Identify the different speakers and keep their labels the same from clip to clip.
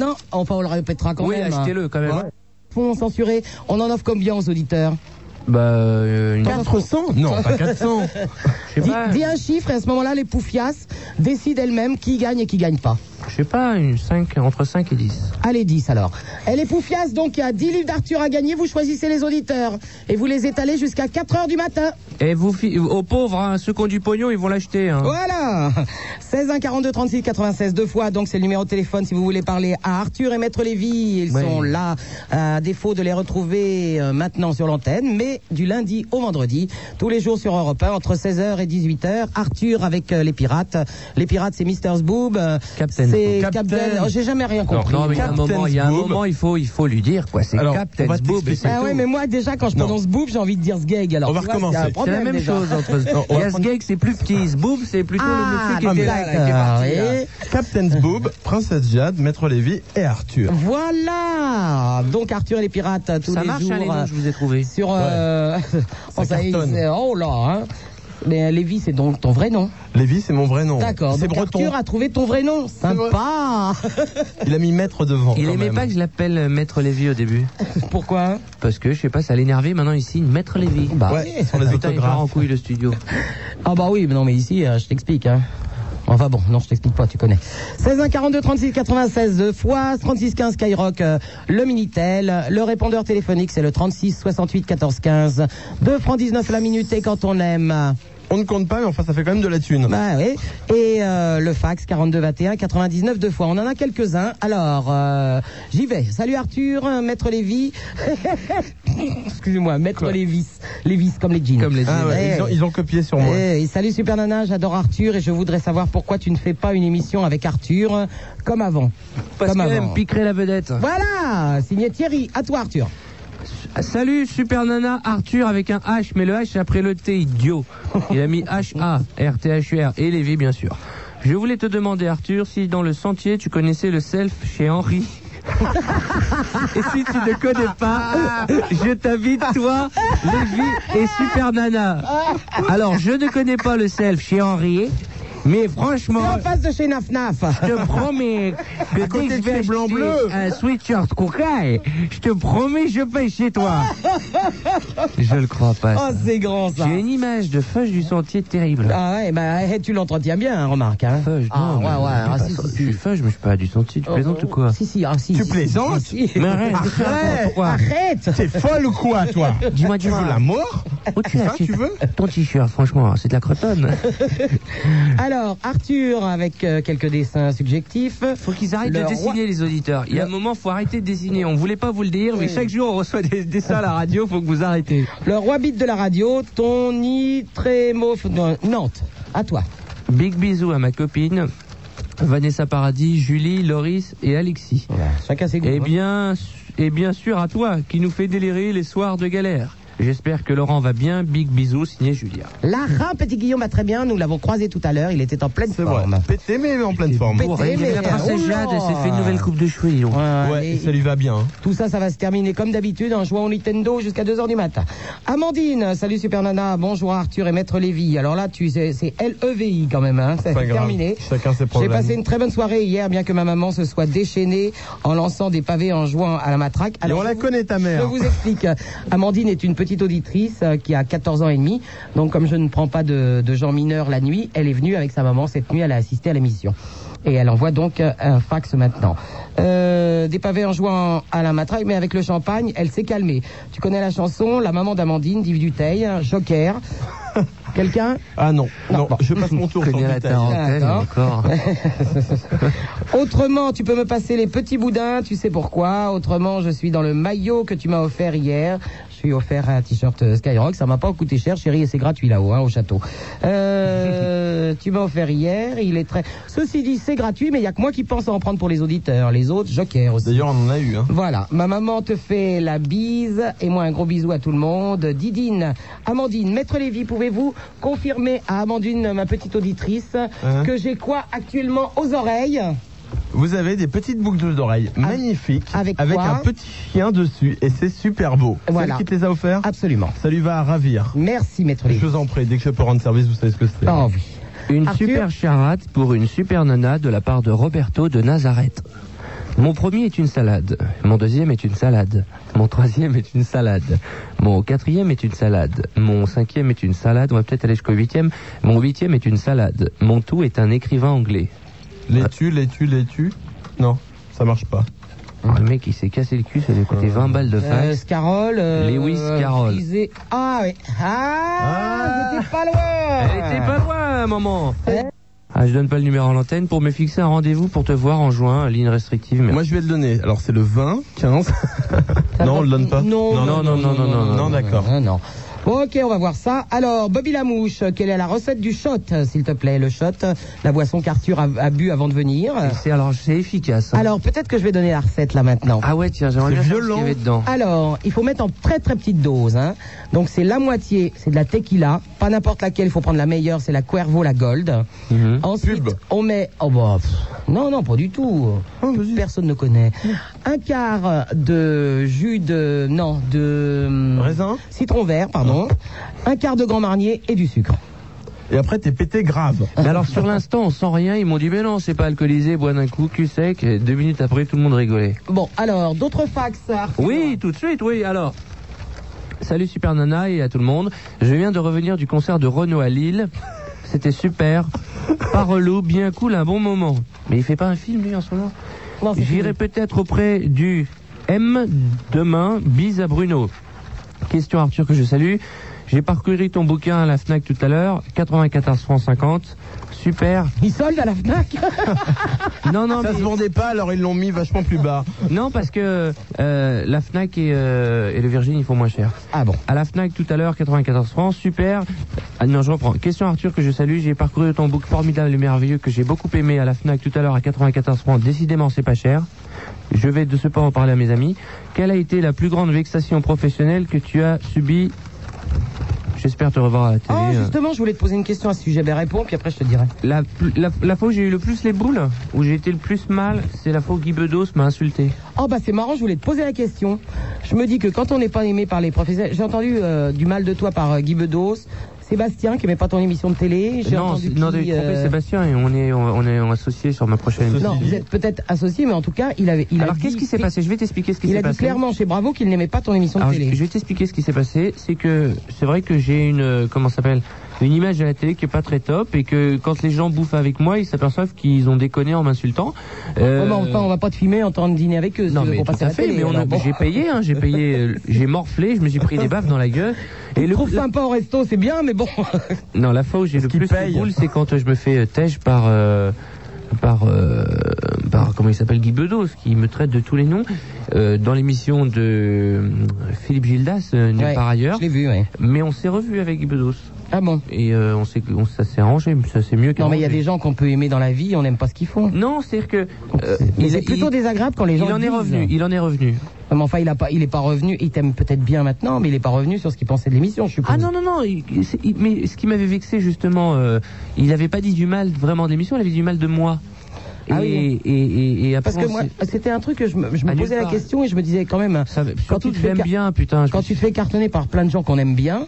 Speaker 1: Non, enfin, on le répétera quand
Speaker 2: Oui,
Speaker 1: même.
Speaker 2: achetez-le quand même.
Speaker 1: Hein Fonds censuré, on en offre combien aux auditeurs
Speaker 2: Bah, euh, une...
Speaker 3: 400 Non, pas 400.
Speaker 2: je sais
Speaker 1: Dis,
Speaker 2: pas,
Speaker 1: dis un chiffre et à ce moment-là, les poufias décident elles-mêmes qui gagne et qui gagne pas.
Speaker 2: je sais pas, une 5, entre 5 et 10.
Speaker 1: Allez, 10 alors. Elle est poufiasse, donc il y a 10 livres d'Arthur à gagner. Vous choisissez les auditeurs et vous les étalez jusqu'à 4 heures du matin.
Speaker 2: Et vous, fi- aux pauvres, hein, ceux qui ont du pognon, ils vont l'acheter. Hein.
Speaker 1: Voilà 16 1 42 36 96 deux fois, donc c'est le numéro de téléphone si vous voulez parler à Arthur et Maître Lévy. Ils
Speaker 2: Ouais.
Speaker 1: sont là, euh, à défaut de les retrouver euh, maintenant sur l'antenne, mais du lundi au vendredi, tous les jours sur Europe 1, entre 16h et 18h, Arthur avec euh, les pirates. Les pirates, c'est Mr. Zboob, euh,
Speaker 2: Captain.
Speaker 1: c'est
Speaker 3: Captain.
Speaker 1: Captain, Oh, j'ai jamais rien compris.
Speaker 2: Non, mais il y a un
Speaker 3: Captain
Speaker 2: moment, il y a un
Speaker 3: Zboob.
Speaker 2: moment, il faut, il faut lui dire quoi. C'est
Speaker 3: Alors,
Speaker 2: Captain
Speaker 3: on va
Speaker 2: Zboob.
Speaker 3: t'expliquer.
Speaker 2: et c'est
Speaker 1: Ah
Speaker 2: tout.
Speaker 1: ouais, mais moi déjà quand je
Speaker 3: Non.
Speaker 1: prononce boob, j'ai envie de dire sgeg. Alors
Speaker 3: On va
Speaker 1: tu vois, il y a un
Speaker 3: recommencer.
Speaker 2: C'est
Speaker 1: problème,
Speaker 2: la même
Speaker 1: déjà.
Speaker 2: chose entre
Speaker 3: Non, on va prendre-
Speaker 2: Yasgeg, c'est plus petit, Zboob, c'est plutôt
Speaker 1: Ah,
Speaker 2: le monsieur qui était là, là, qui est parti. là.
Speaker 1: d'accord.
Speaker 3: Captain's Bob, Princesse Jade, Maître Lévy et Arthur.
Speaker 1: Voilà. Donc Arthur et les pirates euh, tous
Speaker 2: Ça
Speaker 1: les
Speaker 2: marche,
Speaker 1: jours
Speaker 2: hein, les noms,
Speaker 1: euh,
Speaker 2: je vous ai trouvé.
Speaker 1: sur. euh, oh, ça y est,
Speaker 3: cartonne.
Speaker 1: c'est- oh là. Hein. Mais euh, Lévi, c'est donc ton vrai nom.
Speaker 3: Lévy, c'est mon vrai nom.
Speaker 1: D'accord.
Speaker 3: C'est
Speaker 1: Donc
Speaker 3: breton.
Speaker 1: Arthur a trouvé ton vrai nom.
Speaker 3: vrai.
Speaker 1: Sympa.
Speaker 3: Il a mis Maître devant.
Speaker 2: Il
Speaker 3: quand
Speaker 2: aimait
Speaker 3: même.
Speaker 2: pas que je l'appelle euh, Maître Lévy au début.
Speaker 1: Pourquoi
Speaker 2: Parce que, je sais pas, ça l'énervait, maintenant il signe Maître Lévy. Bah,
Speaker 3: Ouais, sur les
Speaker 2: Putain, il part en
Speaker 3: autographes.
Speaker 2: couille le studio.
Speaker 1: Ah bah oui, mais non mais ici, euh, je t'explique. Hein. Enfin bon, non, je t'explique pas, tu connais. 16 1 42 36 96 deux fois 36 15 Skyrock, euh, le minitel, le répondeur téléphonique c'est le 36 68 14 15, 2 francs 19 la minute et quand on aime.
Speaker 3: On ne compte pas, mais enfin, ça fait quand même de la thune.
Speaker 1: Bah oui. Et euh, le fax 42 21 99 deux fois. On en a quelques-uns. Alors, euh, j'y vais. Salut Arthur, euh, Maître Lévy. Excusez-moi, Maître Lévis, Lévis comme les jeans.
Speaker 2: Comme les
Speaker 3: Ah ouais,
Speaker 1: Eh.
Speaker 3: ils, ont, ils ont copié sur moi.
Speaker 1: Eh, et salut Super Nana, j'adore Arthur et je voudrais savoir pourquoi tu ne fais pas une émission avec Arthur euh, comme avant.
Speaker 2: Parce
Speaker 1: comme
Speaker 2: qu'elle
Speaker 1: avant.
Speaker 2: aime piquerait la vedette.
Speaker 1: Voilà, signé Thierry, à toi Arthur.
Speaker 2: Ah, Salut, super nana Arthur avec un H, mais le H après le T, idiot. Il a mis H-A-R-T-H-U-R et Lévy, bien sûr. Je voulais te demander, Arthur, si dans le sentier tu connaissais le self chez Henri. et si tu ne connais pas,
Speaker 1: Ah.
Speaker 2: je t'invite, toi, Lévy et Super Nana. Alors, je ne connais pas le self chez Henri, mais
Speaker 1: C'est
Speaker 2: franchement,
Speaker 1: en face de chez Naf Naf.
Speaker 2: je te promets que dès
Speaker 3: côté
Speaker 2: que je
Speaker 3: de
Speaker 2: vais
Speaker 3: chez Blanc
Speaker 2: acheter
Speaker 3: Bleu.
Speaker 2: un sweatshirt cocaille, je te promets, je paye chez toi. Je le crois pas.
Speaker 1: Oh,
Speaker 2: ça.
Speaker 1: c'est grand ça.
Speaker 2: J'ai une image de feuge du sentier terrible.
Speaker 1: Ah ouais, bah eh, tu l'entretiens bien, hein, remarque. Hein.
Speaker 2: Feuge,
Speaker 1: ah
Speaker 2: non,
Speaker 1: ouais,
Speaker 2: mais
Speaker 1: ouais,
Speaker 2: je suis
Speaker 1: ah,
Speaker 2: pas
Speaker 1: si,
Speaker 2: so- Je
Speaker 1: si, si.
Speaker 2: suis feuge, mais je suis pas du sentier. Tu plaisantes ou quoi
Speaker 1: Si, si, ah, si.
Speaker 3: Tu
Speaker 1: si,
Speaker 3: plaisantes
Speaker 1: si, si.
Speaker 2: Mais arrête,
Speaker 3: Arrête.
Speaker 2: pourquoi
Speaker 1: Arrête
Speaker 3: T'es folle ou quoi, toi
Speaker 2: Dis-moi,
Speaker 3: Tu veux
Speaker 2: dis-moi.
Speaker 3: la mort
Speaker 2: Où tu
Speaker 3: Ça,
Speaker 2: l'as acheté
Speaker 3: tu veux
Speaker 2: Ton t-shirt, franchement, c'est de la cretonne.
Speaker 1: Alors, Arthur, avec euh, quelques dessins subjectifs.
Speaker 2: Faut qu'ils arrêtent
Speaker 1: Le
Speaker 2: de
Speaker 1: roi-
Speaker 2: dessiner, les auditeurs. Il y a un moment, faut arrêter de dessiner. On voulait pas vous le dire, mais chaque jour, on reçoit des dessins à la radio, faut que vous arrêtez.
Speaker 1: Le roi bit de la radio, Tony Trémo... non, Nantes, à toi.
Speaker 2: Big bisous à ma copine, Vanessa Paradis, Julie, Loris et Alexis.
Speaker 1: Chacun ses goûts.
Speaker 2: Et
Speaker 1: hein.
Speaker 2: Eh bien, et bien sûr à toi, qui nous fait délirer les soirs de galère. J'espère que Laurent va bien. Big bisous, signé Julien.
Speaker 1: Lara, petit Guillaume va très bien. Nous l'avons croisé tout à l'heure. Il était en pleine
Speaker 3: C'est vrai.
Speaker 1: forme.
Speaker 3: Pété, mais en pleine forme.
Speaker 1: pété.
Speaker 2: Pour elle, il y avait la
Speaker 1: mais,
Speaker 2: princesse
Speaker 1: oh là
Speaker 2: Jade, elle s'est fait une nouvelle coupe de cheveux. dis donc.
Speaker 1: Ouais,
Speaker 3: Ouais,
Speaker 1: et-
Speaker 3: et ça lui va bien. hein.
Speaker 1: Tout ça, ça va se terminer comme d'habitude en jouant au Nintendo jusqu'à 2h du matin. Amandine, salut Super Nana, bonjour Arthur et Maître Lévy. Alors là, tu sais, c'est L-E-V-I quand même, hein. c'est
Speaker 3: Pas grave.
Speaker 1: terminé.
Speaker 3: Chacun ses
Speaker 1: J'ai
Speaker 3: problèmes.
Speaker 1: passé une très bonne soirée hier, bien que ma maman se soit déchaînée en lançant des pavés en jouant à la matraque.
Speaker 3: Et
Speaker 1: Alors,
Speaker 3: on
Speaker 1: je
Speaker 3: la
Speaker 1: vous-
Speaker 3: connaît, ta
Speaker 1: Je
Speaker 3: mère.
Speaker 1: vous explique. Amandine est une petite auditrice euh, qui a 14 ans et demi. Donc, comme je ne prends pas de, de gens mineurs la nuit, elle est venue avec sa maman cette nuit. Elle a assisté à l'émission. Et elle envoie donc euh, un fax maintenant. Euh, des pavés en jouant à la matraque, mais avec le champagne, elle s'est calmée. Tu connais la chanson La maman d'Amandine, d'Yves Duteil, Joker. Quelqu'un
Speaker 3: Ah non, non,
Speaker 1: bon. Ah,
Speaker 3: je passe mon tour sur
Speaker 2: Connais la
Speaker 3: Vitaille.
Speaker 2: tarentelle
Speaker 1: D'accord.
Speaker 2: encore.
Speaker 1: Autrement, tu peux me passer les petits boudins, tu sais pourquoi. Autrement, je suis dans le maillot que tu m'as offert hier. Je suis offert un t-shirt euh, Skyrock, ça m'a pas coûté cher, chérie, et c'est gratuit là-haut, hein, au château. Euh, tu m'as offert hier, il est très. Ceci dit, c'est gratuit, mais il y a que moi qui pense à en prendre pour les auditeurs. Les autres, joker aussi.
Speaker 3: D'ailleurs, on en a eu. Hein.
Speaker 1: Voilà, ma maman te fait la bise et moi un gros bisou à tout le monde. Didine, Amandine, Maître Lévy, pouvez-vous confirmer à Amandine, ma petite auditrice,
Speaker 3: Hein
Speaker 1: que j'ai quoi actuellement aux oreilles
Speaker 3: Vous avez des petites boucles d'oreilles magnifiques
Speaker 1: avec quoi
Speaker 3: un petit chien dessus et c'est super beau.
Speaker 1: Voilà.
Speaker 3: Celle qui te les a offerts,
Speaker 1: Absolument.
Speaker 3: ça lui va à ravir.
Speaker 1: Merci, maître
Speaker 3: Je
Speaker 1: Lévy.
Speaker 3: vous en prie, dès que je peux rendre service, vous savez ce que c'est.
Speaker 1: Ah oui.
Speaker 2: Une
Speaker 1: Arthur
Speaker 2: super charade pour une super nana de la part de Roberto de Nazareth. Mon premier est une salade. Mon deuxième est une salade. Mon troisième est une salade. Mon quatrième est une salade. Mon cinquième est une salade. On va peut-être aller jusqu'au huitième. Mon huitième est une salade. Mon tout est un écrivain anglais.
Speaker 3: Laitue, laitue, laitue. Non, ça marche pas.
Speaker 2: Ah, Le mec, il s'est cassé le cul, ça lui a coûté 20 balles de
Speaker 1: Euh,
Speaker 2: face.
Speaker 1: Scarole. euh,
Speaker 2: Lewis
Speaker 1: euh,
Speaker 2: Carroll.
Speaker 1: Frisé. Ah oui. Ah,
Speaker 3: Ah.
Speaker 1: j'étais pas loin. Euh,
Speaker 2: Elle était pas loin, maman Ah, je donne pas le numéro en l'antenne pour me fixer un rendez-vous pour te voir en juin, ligne restrictive. merci.
Speaker 3: Moi, je vais le donner. Alors, c'est le 20, 15. non, on le donne pas.
Speaker 1: Non,
Speaker 2: non, non, non, non, non, non,
Speaker 3: Non, d'accord.
Speaker 1: Non, non. Ok, on va voir ça. Alors, Bobby Lamouche, quelle est la recette du shot, euh, s'il te plaît Le shot, euh, la boisson qu'Arthur a, a bu avant de venir. Euh,
Speaker 2: C'est alors c'est efficace. hein.
Speaker 1: Alors, peut-être que je vais donner la recette là maintenant.
Speaker 2: ah ouais, tiens, j'aimerais bien
Speaker 3: C'est
Speaker 2: savoir ce
Speaker 3: violent.
Speaker 2: qu'il y avait dedans.
Speaker 1: Alors, il faut mettre en très très petite dose. Hein. Donc c'est la moitié, c'est de la tequila, pas n'importe laquelle, il faut prendre la meilleure, c'est la Cuervo, la Gold.
Speaker 2: Mhm.
Speaker 1: Ensuite,
Speaker 3: Pub.
Speaker 1: on met... Oh bah, pff, non, non, pas du tout.
Speaker 3: Oh, vas-y.
Speaker 1: Personne ne connaît. Un quart de jus de... Non, de... hum,
Speaker 3: Raisin.
Speaker 1: Citron vert, pardon.
Speaker 2: Ah.
Speaker 1: Un quart de Grand Marnier et du sucre.
Speaker 3: Et après, t'es pété grave.
Speaker 2: Mais alors sur l'instant, on sent rien, ils m'ont dit mais non, c'est pas alcoolisé, bois d'un coup, cul sec, et deux minutes après tout le monde rigolait.
Speaker 1: Bon, alors, d'autres fax Arthur
Speaker 2: Oui, tout de suite, oui, alors. Salut Super Nana et à tout le monde. Je viens de revenir du concert de Renaud à Lille. C'était super, pas relou, bien cool, un bon moment. Mais il fait pas un film lui en ce moment
Speaker 1: Non, c'est
Speaker 2: J'irai
Speaker 1: fini.
Speaker 2: peut-être auprès du M demain, bis à Bruno. Question Arthur que je salue. J'ai parcouru ton bouquin à la FNAC tout à l'heure, 94 francs 50. Super.
Speaker 1: Il solde à la FNAC
Speaker 2: Ah, Non, non,
Speaker 3: Ça
Speaker 2: mais-
Speaker 3: se vendait pas, alors ils l'ont mis vachement plus bas.
Speaker 2: non parce que euh, la FNAC et, euh, et le Virgin, ils font moins cher.
Speaker 1: Ah bon
Speaker 2: À la FNAC tout à l'heure, 94 francs, super. Ah non, je reprends. Question Arthur que je salue, j'ai parcouru ton book formidable et merveilleux que j'ai beaucoup aimé à la FNAC tout à l'heure à 94 francs, décidément c'est pas cher. Je vais de ce pas en parler à mes amis. Quelle a été la plus grande vexation professionnelle que tu as subie J'espère te revoir à la télé.
Speaker 1: Ah,
Speaker 2: Euh,
Speaker 1: justement, je voulais te poser une question à ce sujet. Ben, réponds, puis après, je te dirai.
Speaker 2: la, pl- la, la fois où j'ai eu le plus les boules, où j'ai été le plus mal, c'est la fois où Guy Bedos m'a insulté.
Speaker 1: Oh bah c'est marrant, je voulais te poser la question. Je me dis que quand on n'est pas aimé par les professionnels, j'ai entendu euh, du mal de toi par euh, Guy Bedos, Sébastien qui aimait pas ton émission de télé. J'ai
Speaker 2: Non,
Speaker 1: entendu
Speaker 2: c'est- non,
Speaker 1: qui,
Speaker 2: t'avais trompé
Speaker 1: euh,
Speaker 2: Sébastien et on est, on est associé sur ma prochaine
Speaker 3: Associé.
Speaker 1: Non,
Speaker 2: émission.
Speaker 1: vous êtes peut-être associés, mais en tout cas, il avait. Il
Speaker 2: Alors
Speaker 1: a
Speaker 2: qu'est-ce
Speaker 1: dit-
Speaker 2: qui s'est passé Je vais t'expliquer ce qui
Speaker 1: Il
Speaker 2: s'est
Speaker 1: a dit
Speaker 2: passé.
Speaker 1: clairement chez Bravo qu'il n'aimait pas ton émission de
Speaker 2: Alors,
Speaker 1: télé.
Speaker 2: je, je vais t'expliquer ce qui s'est passé. C'est que c'est vrai que j'ai une euh, comment ça s'appelle une image à la télé qui est pas très top et que quand les gens bouffent avec moi, ils s'aperçoivent qu'ils ont déconné en m'insultant. Euh,
Speaker 1: Oh, bah, enfin, on va pas te filmer en train de dîner avec
Speaker 2: non
Speaker 1: eux. si tu veux
Speaker 2: mais
Speaker 1: qu'on
Speaker 2: tout
Speaker 1: passe à
Speaker 2: à
Speaker 1: la
Speaker 2: fait.
Speaker 1: télé,
Speaker 2: mais on a-
Speaker 1: alors, bon.
Speaker 2: j'ai payé, hein, j'ai payé, euh, j'ai morflé, je me suis pris des baffes dans la gueule. Et le,
Speaker 1: Trouve sympa au resto, c'est bien, mais bon.
Speaker 2: non, la fois où j'ai le
Speaker 3: qu'il
Speaker 2: plus de
Speaker 3: paye
Speaker 2: boule, c'est quand euh, je me fais euh, tèche par euh, par euh, par comment il s'appelle Guy Bedos, qui me traite de tous les noms euh, dans l'émission de euh, Philippe Gildas euh,
Speaker 1: Ouais,
Speaker 2: par ailleurs.
Speaker 1: Je l'ai vu, ouais.
Speaker 2: Mais on s'est revu avec Guy Bedos.
Speaker 1: Ah bon
Speaker 2: Et euh, on s'est, on, ça s'est arrangé, mais ça s'est mieux
Speaker 1: Non, mais il y a des
Speaker 2: qu'arrangé.
Speaker 1: gens qu'on peut aimer dans la vie, on n'aime pas ce qu'ils font.
Speaker 2: Non, c'est-à-dire que. euh,
Speaker 1: Mais
Speaker 2: il-
Speaker 1: c'est plutôt
Speaker 2: il-
Speaker 1: désagréable quand les gens.
Speaker 2: Il en est
Speaker 1: disent.
Speaker 2: revenu, il en est revenu.
Speaker 1: Ouais, Mais enfin, il a pas, il est pas revenu. Il t'aime peut-être bien maintenant, mais il est pas revenu sur ce qu'il pensait de l'émission, je suppose.
Speaker 2: Ah non, non, non, il- c'est- il- mais ce qui m'avait vexé justement, euh, il n'avait pas dit du mal vraiment de l'émission, il avait dit du mal de moi.
Speaker 1: Ah
Speaker 2: et,
Speaker 1: oui.
Speaker 2: et, et, et après,
Speaker 1: Parce que
Speaker 2: on
Speaker 1: moi,
Speaker 2: s'est-
Speaker 1: c'était un truc que je me, je me
Speaker 2: Ah, nulle
Speaker 1: posais la
Speaker 2: part.
Speaker 1: question et je me disais quand même.
Speaker 2: ça,
Speaker 1: quand
Speaker 2: surtout
Speaker 1: tu te
Speaker 2: que
Speaker 1: fais
Speaker 2: je l'aime
Speaker 1: car-
Speaker 2: bien, putain. je
Speaker 1: Quand
Speaker 2: me
Speaker 1: tu
Speaker 2: suis-
Speaker 1: te fais cartonner par plein de gens qu'on aime bien,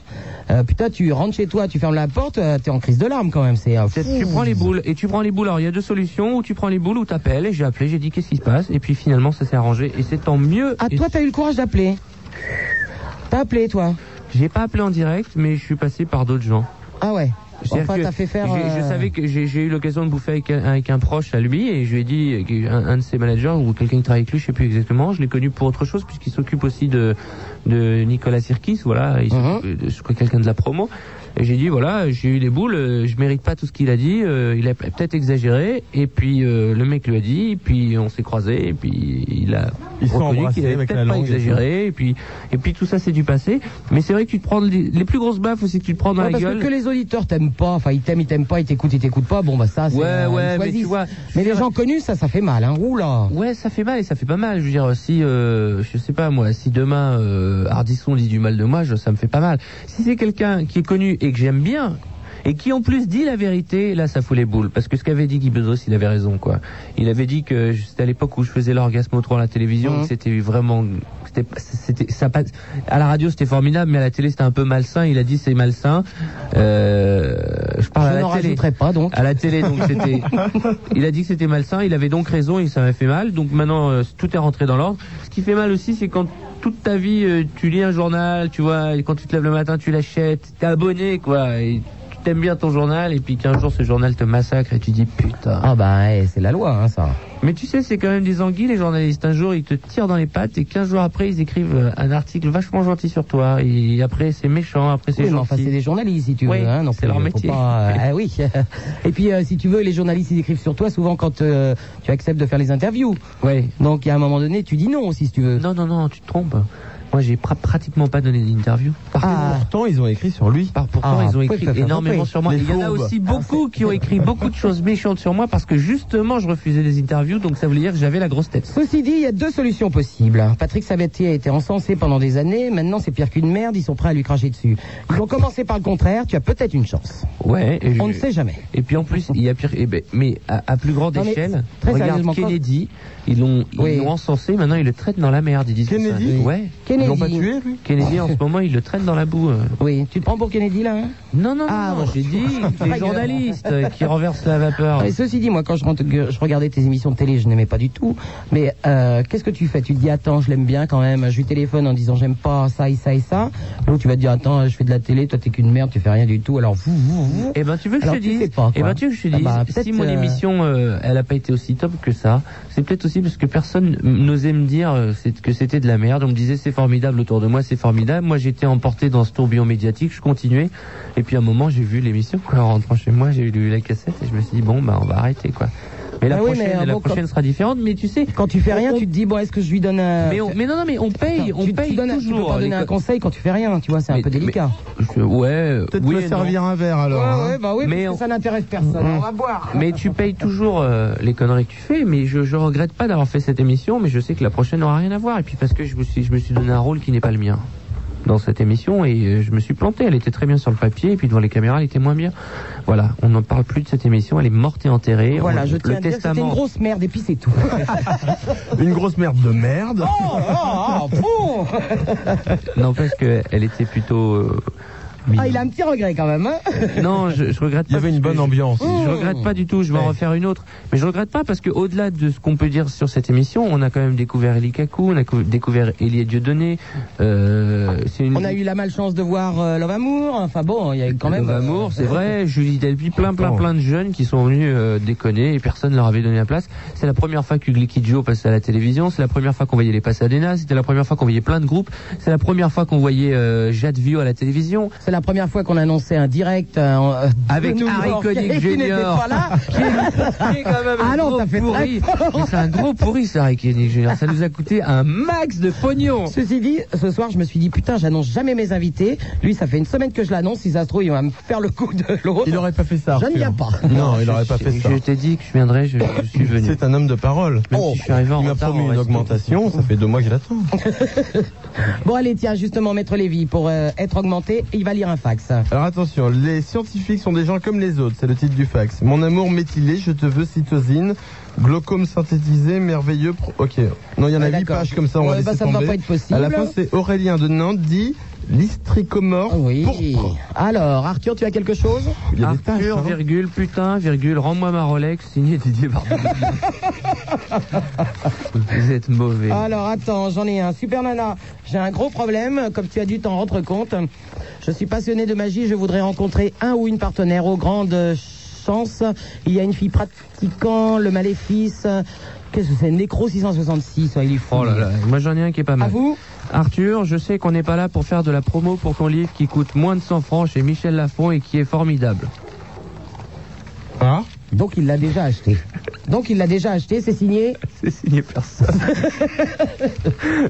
Speaker 1: euh, putain, tu rentres chez toi, tu fermes la porte, euh, t'es en crise de larmes quand même. C'est euh,
Speaker 2: Peut-être
Speaker 1: fou.
Speaker 2: tu prends les boules et tu prends les boules. Alors il y a deux solutions, ou tu prends les boules ou t'appelles. Et j'ai appelé, j'ai dit qu'est-ce qui se passe. Et puis finalement ça s'est arrangé et c'est tant mieux.
Speaker 1: Ah
Speaker 2: Et
Speaker 1: toi, t'as eu le courage d'appeler. T'as appelé toi.
Speaker 2: J'ai pas appelé en direct, mais je suis passé par d'autres gens.
Speaker 1: Ah ouais.
Speaker 2: C'est-à-dire
Speaker 1: Enfin,
Speaker 2: que
Speaker 1: t'as fait faire.
Speaker 2: j'ai- Je,
Speaker 1: euh,
Speaker 2: savais que j'ai j'ai eu l'occasion de bouffer avec un, avec un proche à lui et je lui ai dit euh, un, un de ses managers ou quelqu'un qui travaille avec lui, je sais plus exactement. Je l'ai connu pour autre chose puisqu'il s'occupe aussi de, de Nicolas Sirkis, voilà, il
Speaker 1: Mhm.
Speaker 2: s'occupe de- je crois quelqu'un de la promo. Et j'ai dit voilà, j'ai eu les boules, euh, je mérite pas tout ce qu'il a dit, euh, il a peut-être exagéré. Et puis euh, le mec lui a dit, puis on s'est croisés, et puis il a
Speaker 3: Ils sont
Speaker 2: reconnu
Speaker 3: embrassés
Speaker 2: qu'il avait
Speaker 3: avec la
Speaker 2: peut-être pas
Speaker 3: langue et tout.
Speaker 2: exagéré. Et puis et puis tout ça c'est du passé. Mais c'est vrai que tu te prends les, les plus grosses baffes aussi que tu te prends dans
Speaker 1: ouais,
Speaker 2: la
Speaker 1: parce
Speaker 2: gueule.
Speaker 1: que, que les auditeurs t'aiment pas, enfin ils t'aiment, ils t'aiment pas, ils t'écoutent, ils t'écoutent pas, bon bah ça c'est.
Speaker 2: Ouais,
Speaker 1: euh, ils
Speaker 2: ouais, mais
Speaker 1: choisissent.
Speaker 2: tu vois, je veux
Speaker 1: Mais les
Speaker 2: dire-
Speaker 1: gens connus, ça, ça fait mal, hein. Oula.
Speaker 2: Ouais, ça fait mal et ça fait pas mal. Je veux dire, si, euh, je sais pas moi, si demain euh, Hardisson dit du mal de moi, je- ça me fait pas mal. Si c'est quelqu'un qui est connu et que j'aime bien, et qui en plus dit la vérité, là ça fout les boules, parce que ce qu'avait dit Guy Bezos, il avait raison quoi. Il avait dit que je- c'était à l'époque où je faisais l'orgasme au trois à la télévision,
Speaker 1: Mhm.
Speaker 2: que c'était vraiment, c'était, c'était, ça passe. À la radio c'était formidable, mais à la télé c'était un peu malsain. Il a dit c'est malsain. Euh, je parle
Speaker 1: Je
Speaker 2: à
Speaker 1: n'en
Speaker 2: la télé.
Speaker 1: rajouterai pas, donc.
Speaker 2: À la télé, donc c'était. il a dit que c'était malsain, il avait donc raison et ça m'a fait mal. Donc maintenant, euh, tout est rentré dans l'ordre. Ce qui fait mal aussi, c'est quand toute ta vie, euh, tu lis un journal, tu vois, et quand tu te lèves le matin, tu l'achètes, t'es abonné, quoi. Et tu t'aimes bien ton journal, et puis qu'un jour, ce journal te massacre et tu dis putain.
Speaker 1: Ah bah, eh, c'est la loi, hein, ça.
Speaker 2: Mais tu sais, c'est quand même des anguilles, les journalistes. Un jour, ils te tirent dans les pattes et 15 jours après, ils écrivent euh, un article vachement gentil sur toi. Et après, c'est méchant, après, c'est
Speaker 1: Oui, mais
Speaker 2: gentil.
Speaker 1: enfin, c'est des journalistes, si tu veux.
Speaker 2: Oui,
Speaker 1: hein, non
Speaker 2: c'est
Speaker 1: plus,
Speaker 2: leur
Speaker 1: faut
Speaker 2: métier.
Speaker 1: pas, euh, ah oui. Et puis, euh, si tu veux, les journalistes, ils écrivent sur toi souvent quand euh, tu acceptes de faire les interviews.
Speaker 2: Ouais.
Speaker 1: Donc, il y a un moment donné, tu dis non, si tu veux.
Speaker 2: Non, non, non, tu te trompes. Moi, j'ai pra- pratiquement pas donné d'interview. Par
Speaker 1: Ah.
Speaker 3: Pourtant, ils ont écrit sur lui.
Speaker 2: Par- pourtant,
Speaker 1: Ah,
Speaker 2: ils ont
Speaker 1: oui,
Speaker 2: écrit
Speaker 1: ça fait
Speaker 2: énormément
Speaker 1: beaucoup.
Speaker 2: sur moi.
Speaker 3: Les
Speaker 2: Il y en a
Speaker 3: fourbes.
Speaker 2: aussi beaucoup qui ont écrit beaucoup de choses méchantes sur moi parce que justement, je refusais des interviews, donc ça voulait dire que j'avais la grosse tête.
Speaker 1: Ceci dit, il y a deux solutions possibles. Patrick Sabatier a été encensé pendant des années, maintenant c'est pire qu'une merde, ils sont prêts à lui cracher dessus. Ils vont commencer par le contraire, tu as peut-être une chance.
Speaker 2: Ouais. Et,
Speaker 1: On ne sait jamais.
Speaker 2: et puis en plus, il y a pire. eh ben, mais à, à plus grande
Speaker 1: Non, mais
Speaker 2: échelle,
Speaker 1: très
Speaker 2: regarde
Speaker 1: sérieusement, quand-
Speaker 2: Kennedy. Ils l'ont, ils
Speaker 1: Oui.
Speaker 2: l'ont encensé. Maintenant, ils le traitent dans la merde. Ils disent que
Speaker 3: Kennedy
Speaker 2: c'est un- Ouais.
Speaker 3: Ils l'ont pas
Speaker 1: Kennedy.
Speaker 3: tué, lui
Speaker 2: Kennedy en ce moment, ils le traitent dans la boue. euh.
Speaker 1: Oui, tu te prends pour Kennedy là hein
Speaker 2: Non, non,
Speaker 1: Ah,
Speaker 2: non.
Speaker 1: bon.
Speaker 2: J'ai dit
Speaker 1: gueule.
Speaker 2: les journalistes euh, qui renversent la vapeur.
Speaker 1: Et ceci dit, moi, quand je, rentre- je regardais tes émissions de télé, je n'aimais pas du tout. Mais euh, qu'est-ce que tu fais Tu te dis, attends, je l'aime bien quand même. Je lui téléphone en disant, j'aime pas ça et ça et ça. L'autre, tu vas te dire, attends, je fais de la télé, toi, t'es qu'une merde, tu fais rien du tout. Alors, vous, vous, vous.
Speaker 2: Eh ben tu veux que
Speaker 1: Alors,
Speaker 2: je te
Speaker 1: tu
Speaker 2: dise
Speaker 1: sais pas,
Speaker 2: Eh
Speaker 1: quoi.
Speaker 2: ben tu veux que je te
Speaker 1: Ah
Speaker 2: dise
Speaker 1: bah,
Speaker 2: Si
Speaker 1: peut-être,
Speaker 2: mon
Speaker 1: euh,
Speaker 2: émission euh, elle a pas été aussi top que ça, c'est peut-être aussi parce que personne n'osait me dire euh, c'est- que c'était de la merde. On me disait c'est formidable autour de moi, c'est formidable. Moi j'étais emporté dans ce tourbillon médiatique, je continuais. Et puis à un moment j'ai vu l'émission quoi, en rentrant chez moi, j'ai lu la cassette et je me suis dit bon bah on va arrêter quoi. Mais la
Speaker 1: Ah oui,
Speaker 2: prochaine,
Speaker 1: mais, euh,
Speaker 2: la
Speaker 1: bon,
Speaker 2: prochaine sera différente. Mais tu sais.
Speaker 1: Quand tu fais rien,
Speaker 2: on-
Speaker 1: tu te dis, bon, est-ce que je lui donne un.
Speaker 2: mais, on- mais non non mais on paye,
Speaker 1: Attends,
Speaker 2: on
Speaker 1: tu, tu
Speaker 2: paye
Speaker 1: donnes un- tu peux
Speaker 2: toujours.
Speaker 1: pas donner
Speaker 2: les
Speaker 1: un
Speaker 2: co-
Speaker 1: conseil quand tu fais rien, tu vois, c'est un
Speaker 2: Mais-
Speaker 1: peu
Speaker 2: mais-
Speaker 1: délicat.
Speaker 2: Je- ouais. euh,
Speaker 3: Peut-être
Speaker 2: oui
Speaker 3: me
Speaker 2: et non.
Speaker 3: servir un verre alors. hein.
Speaker 1: Ouais, ouais, bah oui,
Speaker 2: Mais
Speaker 1: parce
Speaker 2: on-
Speaker 1: que ça n'intéresse personne.
Speaker 2: Mm.
Speaker 1: On va boire.
Speaker 2: Mais tu payes toujours euh, les conneries que tu fais, mais je, je regrette pas d'avoir fait cette émission, mais je sais que la prochaine n'aura rien à voir. Et puis parce que je me suis, je me suis donné un rôle qui n'est pas le mien dans cette émission et euh, je me suis planté. Elle était très bien sur le papier et puis devant les caméras, elle était moins bien. Voilà, on n'en parle plus de cette émission, elle est morte et enterrée.
Speaker 1: Voilà,
Speaker 2: On-
Speaker 1: je tiens
Speaker 2: le
Speaker 1: à dire que c'était
Speaker 2: testament.
Speaker 1: une grosse merde et puis c'est tout.
Speaker 3: Une grosse merde de merde.
Speaker 1: oh, oh, oh, bon.
Speaker 2: N'empêche qu'elle était plutôt. euh,
Speaker 1: Ah, il a un petit regret quand même. hein.
Speaker 2: Non, je, je regrette.
Speaker 3: Il y
Speaker 2: pas
Speaker 3: avait une
Speaker 2: parce que
Speaker 3: bonne
Speaker 2: je- Oh,
Speaker 3: ambiance.
Speaker 2: Je regrette pas du tout, je vais en
Speaker 3: Ouais.
Speaker 2: refaire une autre. Mais je regrette pas parce que au-delà de ce qu'on peut dire sur cette émission, on a quand même découvert Eli Kaku, on a cou- découvert Elie Dieudonné. Euh, c'est une
Speaker 1: On a eu la malchance de voir euh, Love Amour. Enfin bon, il y a eu quand même.
Speaker 2: Love
Speaker 1: euh,
Speaker 2: Amour, c'est vrai, Julie Delpy, plein plein
Speaker 3: Attends.
Speaker 2: plein de jeunes qui sont venus euh, déconner et personne leur avait donné la place. C'est la première fois que Glicky Joe passait à la télévision, c'est la première fois qu'on voyait les Pasadena, c'était la première fois qu'on voyait plein de groupes, c'est la première fois qu'on voyait euh, Jade Vio à la télévision.
Speaker 1: C'est la première fois qu'on annonçait un direct euh, en- euh,
Speaker 2: Avec
Speaker 1: de New
Speaker 2: Harry
Speaker 1: York
Speaker 2: Connick
Speaker 1: et qui n'était
Speaker 2: Jr.
Speaker 1: pas là.
Speaker 2: C'est quand même un
Speaker 1: Ah non,
Speaker 2: gros
Speaker 1: ça fait
Speaker 2: pourri. Mais C'est un gros pourri, ça, Rick Hennig Jr. Ça nous a coûté un max de pognon.
Speaker 1: Ceci dit, ce soir, je me suis dit putain, j'annonce jamais mes invités. Lui, ça fait une semaine que je l'annonce. Si ça se trouve, il va me faire le coup de l'autre.
Speaker 3: Il aurait pas fait ça.
Speaker 1: Je ne
Speaker 3: Arthur.
Speaker 1: viens pas.
Speaker 3: Non, il aurait pas
Speaker 2: Je-
Speaker 3: fait ça.
Speaker 2: Je t'ai dit que je viendrais, je, je suis venu.
Speaker 3: C'est un homme de parole.
Speaker 2: Même si je suis arrivé en
Speaker 3: Il m'a
Speaker 2: retard, on
Speaker 3: promis une
Speaker 2: reste-
Speaker 3: augmentation, ça fait deux mois que j'attends.
Speaker 1: Bon, allez, tiens, justement, Maître Lévy, pour euh, être augmenté, il va lire un fax.
Speaker 3: Alors attention, les scientifiques sont des gens comme les autres, c'est le titre du fax. Mon amour méthylé, je te veux cytosine, glaucome synthétisé, merveilleux. pro- Ok, non, il y en a
Speaker 1: Ouais,
Speaker 3: huit
Speaker 1: d'accord.
Speaker 3: pages comme ça, on va
Speaker 1: Ouais, bah,
Speaker 3: laisser
Speaker 1: ça ne va
Speaker 3: tomber.
Speaker 1: pas être possible. hein.
Speaker 3: À la fin, c'est Aurélien de Nantes dit l'istricomore
Speaker 1: Ah Oui.
Speaker 3: pourpre.
Speaker 1: Alors, Arthur, tu as quelque chose Ah.
Speaker 3: Il y a des taches,
Speaker 2: Arthur,
Speaker 3: hein.
Speaker 2: virgule, putain, virgule, rends-moi ma Rolex, signé Didier Bardot. Vous êtes mauvais.
Speaker 1: Alors attends, j'en ai un. Super Nana, j'ai un gros problème, comme tu as dû t'en rendre compte. Je suis passionné de magie, je voudrais rencontrer un ou une partenaire aux grandes chances. Il y a une fille pratiquant le maléfice. Qu'est-ce que c'est Nécro 666, ouais, il est fou.
Speaker 2: Oh là là, moi j'en ai un qui est pas
Speaker 1: À
Speaker 2: mal.
Speaker 1: vous
Speaker 2: Arthur, je sais qu'on n'est pas là pour faire de la promo pour ton livre qui coûte moins de 100 francs chez Michel Lafon et qui est formidable.
Speaker 3: Ah,
Speaker 1: Hein Donc il l'a déjà acheté. Donc il l'a déjà acheté, c'est signé.
Speaker 2: C'est signé personne.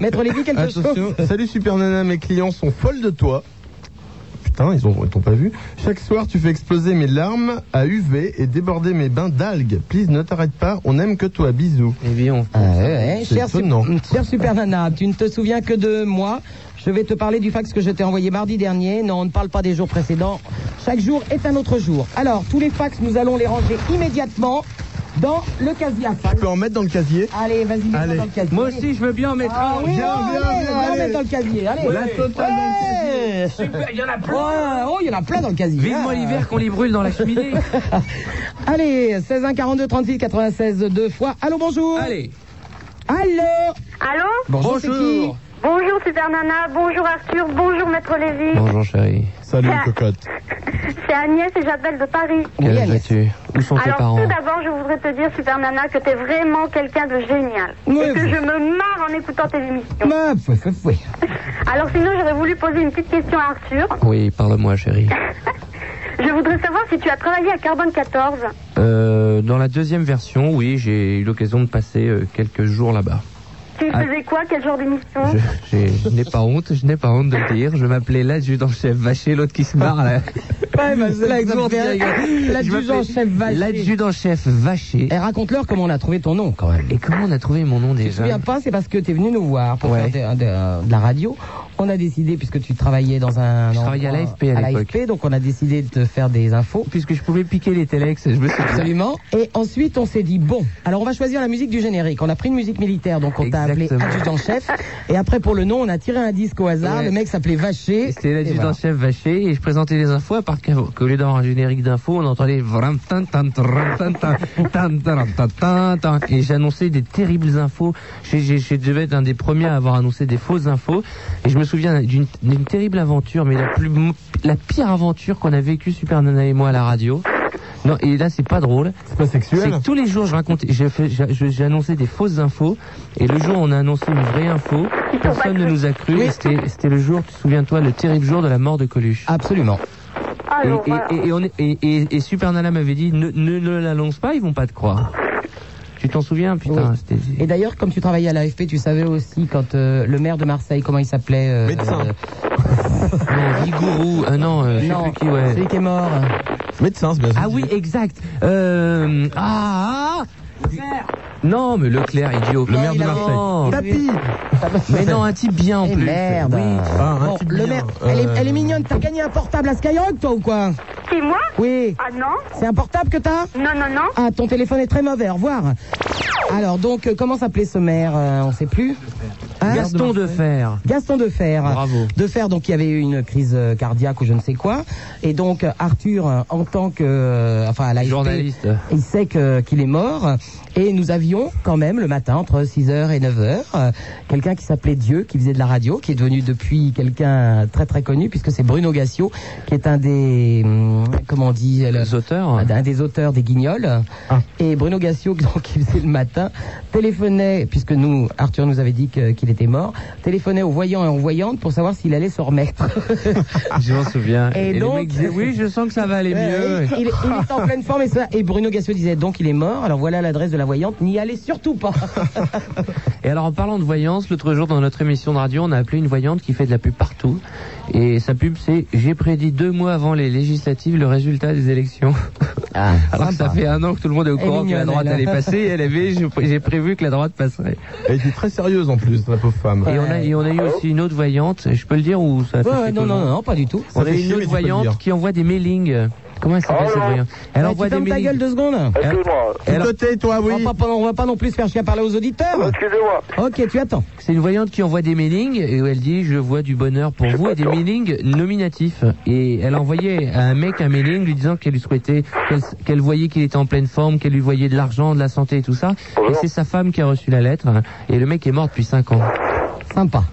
Speaker 1: Maître Lévy, quelque chose
Speaker 3: attention. Salut Super Nana, mes clients sont folles de toi. certains, ils ont- ils t'ont pas vu. Chaque soir, tu fais exploser mes larmes à UV et déborder mes bains d'algues. Please, ne t'arrête pas, on aime que toi, bisous.
Speaker 2: Eh bien, on-
Speaker 1: Ah, ouais, ouais.
Speaker 3: C'est
Speaker 1: Cher,
Speaker 3: étonnant.
Speaker 1: sup- cher Super Nana, tu ne te souviens que de moi. Je vais te parler du fax que je t'ai envoyé mardi dernier. Non, on ne parle pas des jours précédents. Chaque jour est un autre jour. Alors, tous les fax, nous allons les ranger immédiatement dans le casier à fax.
Speaker 3: Ah, Tu peux en mettre dans le casier
Speaker 1: Allez, vas-y, mets
Speaker 3: Allez.
Speaker 1: dans le casier.
Speaker 2: Moi aussi, je veux bien en mettre
Speaker 1: Ah
Speaker 2: un.
Speaker 1: oui,
Speaker 3: Viens,
Speaker 1: non,
Speaker 3: viens,
Speaker 1: allez,
Speaker 3: viens,
Speaker 1: on va
Speaker 3: allez.
Speaker 1: mettre dans le casier. Allez.
Speaker 3: La totale dans le
Speaker 1: Ouais.
Speaker 2: Super, il y en a
Speaker 1: Ouais, oh, il y en a plein dans le casier.
Speaker 2: Vivement
Speaker 1: Ah.
Speaker 2: l'hiver qu'on les brûle dans la cheminée.
Speaker 1: Allez, 16 1 42 36 96 deux fois. Allô, bonjour.
Speaker 2: Allez,
Speaker 1: Allô.
Speaker 4: Allô
Speaker 1: Bonjour. c'est qui
Speaker 2: bonjour.
Speaker 4: Bonjour Super Nana, bonjour Arthur, bonjour Maître Lévy.
Speaker 2: Bonjour chérie,
Speaker 3: Salut,
Speaker 1: Ah.
Speaker 3: cocotte.
Speaker 4: C'est Agnès et j'appelle de Paris.
Speaker 1: Oui,
Speaker 2: quel âge
Speaker 1: Agnès.
Speaker 2: as-tu Où sont tes
Speaker 4: Alors tout
Speaker 2: parents
Speaker 4: d'abord, je voudrais te dire Super Nana que t'es vraiment quelqu'un de génial.
Speaker 1: Oui,
Speaker 4: et que
Speaker 1: vous-
Speaker 4: je me marre en écoutant tes émissions.
Speaker 1: Ma- Bah, fouet, fouet, fouet.
Speaker 4: Alors sinon, j'aurais voulu poser une petite question à Arthur.
Speaker 2: Oui, parle-moi chérie.
Speaker 4: Je voudrais savoir si tu as travaillé à Carbone 14.
Speaker 2: Euh, dans la deuxième version, oui, j'ai eu l'occasion de passer euh, quelques jours là-bas.
Speaker 4: Tu
Speaker 2: Ah.
Speaker 4: faisais quoi Quel genre d'émission
Speaker 2: Je, j'ai- je n'ai pas honte, je n'ai pas honte de le dire. Je m'appelais l'adjudant-chef Vacher, l'autre qui se barre là.
Speaker 1: Ouais, bah, c'est là que
Speaker 2: Ça me
Speaker 1: ça
Speaker 2: fait
Speaker 1: fait
Speaker 2: rigoler.
Speaker 1: rire.
Speaker 2: Je
Speaker 1: L'adjudant
Speaker 2: m'appelais
Speaker 1: chef Vacher.
Speaker 2: L'adjudant-chef Vacher.
Speaker 1: Et raconte-leur comment on a trouvé ton nom quand même.
Speaker 2: Et comment on a trouvé mon nom
Speaker 1: Je me
Speaker 2: déjà
Speaker 1: souviens pas, c'est parce que tu es venu nous voir pour
Speaker 2: Ouais.
Speaker 1: faire de, de- de la radio. On a décidé, puisque tu travaillais dans un.
Speaker 2: Je travaillais à
Speaker 1: endroit-
Speaker 2: l'AFP à l'époque.
Speaker 1: l'AFP, donc on a décidé de te faire des infos.
Speaker 2: Puisque je pouvais piquer les télex, je me suis
Speaker 1: Absolument. Et ensuite, on s'est dit, bon, alors on va choisir la musique du générique. On a pris une musique militaire, donc on t'a appelé
Speaker 2: Exactement.
Speaker 1: adjudant-chef. Et après, pour le nom, on a tiré un disque au hasard.
Speaker 2: Ouais.
Speaker 1: Le mec s'appelait Vacher.
Speaker 2: C'était
Speaker 1: Et voilà.
Speaker 2: l'adjudant-chef Vacher et je présentais les infos à part qu'au qu'au lieu d'avoir un générique d'infos, on entendait vram, tan, tan, tram, tan, tan, tan, taram, tan, tan, tan. et j'annonçais des terribles infos. J'ai- j'ai- Je devais être un des premiers à avoir annoncé des fausses infos et je me souviens d'une d'une terrible aventure, mais la, plus, la pire aventure qu'on a vécue Super Nana et moi à la radio. Non, et là c'est pas drôle.
Speaker 3: C'est pas
Speaker 2: C'est
Speaker 3: sexuel
Speaker 2: que tous les jours, je racontais, j'ai fait- j'ai- j'ai j'ai annoncé des fausses infos, et le jour où on a annoncé une vraie info, personne ne nous a cru, et c'était c'était le jour, tu te souviens-toi, le terrible jour de la mort de Coluche.
Speaker 1: Absolument.
Speaker 4: Ah
Speaker 2: Et,
Speaker 4: non, voilà.
Speaker 2: et, et, et on est- et, et- et Super Nana m'avait dit, ne, ne, ne l'annonce pas, ils vont pas te croire. Tu t'en souviens, putain,
Speaker 1: Oui.
Speaker 2: c'était...
Speaker 1: Et d'ailleurs, comme tu travaillais à l'AFP, tu savais aussi quand euh, le maire de Marseille, comment il s'appelait euh,
Speaker 3: Médecin.
Speaker 2: Non, Vigourou, euh, non, euh, je sais
Speaker 1: Non,
Speaker 2: plus qui, ouais.
Speaker 1: celui qui est mort.
Speaker 3: Médecin, c'est bien ça.
Speaker 2: Ah oui, exact. Euh, ah, ah Non, mais Leclerc, idiot.
Speaker 1: Le maire de Marseille.
Speaker 2: Non.
Speaker 3: Tapis
Speaker 2: Mais non, un type bien en
Speaker 1: Eh
Speaker 2: plus.
Speaker 1: merde.
Speaker 2: Oui.
Speaker 3: Ah, un
Speaker 1: Bon,
Speaker 3: type
Speaker 1: le
Speaker 3: bien.
Speaker 1: maire, elle, est,
Speaker 3: Euh,
Speaker 1: elle est mignonne. T'as gagné un portable à Skyrock, toi, ou quoi
Speaker 4: Qui, moi
Speaker 1: Oui.
Speaker 4: Ah non
Speaker 1: C'est un portable que t'as
Speaker 4: Non, non, non.
Speaker 1: Ah, ton téléphone est très mauvais. Au revoir. Alors, donc, euh, comment s'appelait ce maire Euh, On sait plus. Hein
Speaker 2: Gaston de Fer.
Speaker 1: Gaston Defer.
Speaker 2: Bravo.
Speaker 1: Defer, donc il y avait eu une crise euh, cardiaque ou je ne sais quoi. Et donc euh, Arthur, euh, en tant que, euh, enfin, à l'AFP,
Speaker 2: Journaliste.
Speaker 1: il sait que- qu'il est mort. Et nous avions quand même le matin entre 6h et 9h euh, quelqu'un qui s'appelait Dieu, qui faisait de la radio, qui est devenu depuis quelqu'un très très connu puisque c'est Bruno Gassio, qui est un des, hum, comment on dit, le-
Speaker 2: Les auteurs.
Speaker 1: un des auteurs des Guignols.
Speaker 3: Ah.
Speaker 1: Et Bruno Gassio, donc, qui faisait le matin, téléphonait, puisque nous, Arthur nous avait dit que- qu'il était mort, téléphonait aux voyants et aux voyantes pour savoir s'il allait se remettre.
Speaker 2: Je m'en souviens.
Speaker 1: Et
Speaker 2: les
Speaker 1: donc-
Speaker 2: mecs disaient, oui, je sens que ça va
Speaker 3: Eh
Speaker 2: aller mieux.
Speaker 1: Euh, il, il est en pleine forme et ça. Et Bruno Gassio disait donc il est mort. Alors voilà l'adresse de la voyante. N'y allez surtout pas.
Speaker 2: Et alors, en parlant de voyance, l'autre jour, dans notre émission de radio, on a appelé une voyante qui fait de la pub partout. Et sa pub, c'est J'ai prédit deux mois avant les législatives le résultat des élections. Alors que ça fait un an que tout le monde est au
Speaker 1: Elle est
Speaker 2: courant que la
Speaker 1: mignonne,
Speaker 2: droite
Speaker 1: elle.
Speaker 2: allait passer. Et elle avait, je- j'ai prévu que la droite passerait.
Speaker 3: Elle était très sérieuse en plus, la pauvre femme.
Speaker 2: Et on a, et on a eu aussi une autre voyante. Je peux le dire ou ça a fait
Speaker 1: Ouais, ouais,
Speaker 2: quelque
Speaker 1: non, non,
Speaker 2: chose
Speaker 1: non, non, pas du tout.
Speaker 2: On
Speaker 3: Ça
Speaker 2: a
Speaker 3: fait
Speaker 2: eu
Speaker 3: chier,
Speaker 2: une
Speaker 3: mais
Speaker 2: autre
Speaker 3: tu peux le
Speaker 2: voyante
Speaker 3: dire.
Speaker 2: qui envoie des mailings. Comment elle s'appelle cette
Speaker 5: Allô
Speaker 2: voyante Elle
Speaker 1: Eh,
Speaker 2: envoie
Speaker 1: tu
Speaker 2: des
Speaker 1: fermes ta gueule
Speaker 2: mailings.
Speaker 1: deux secondes.
Speaker 5: Excuse-moi,
Speaker 3: Elle... Côté, toi, oui.
Speaker 1: On va, pas, on va pas non plus se faire chier à parler aux auditeurs.
Speaker 5: excusez-moi.
Speaker 1: Ok, tu attends.
Speaker 2: C'est une voyante qui envoie des mailings et où elle dit je vois du bonheur pour vous et des mailings nominatifs. Et elle envoyait à un mec un mailing lui disant qu'elle lui souhaitait, qu'elle qu'elle voyait qu'il était en pleine forme, qu'elle lui voyait de l'argent, de la santé et tout ça. Et c'est sa femme qui a reçu la lettre et le mec est mort depuis 5 ans.
Speaker 1: Sympa.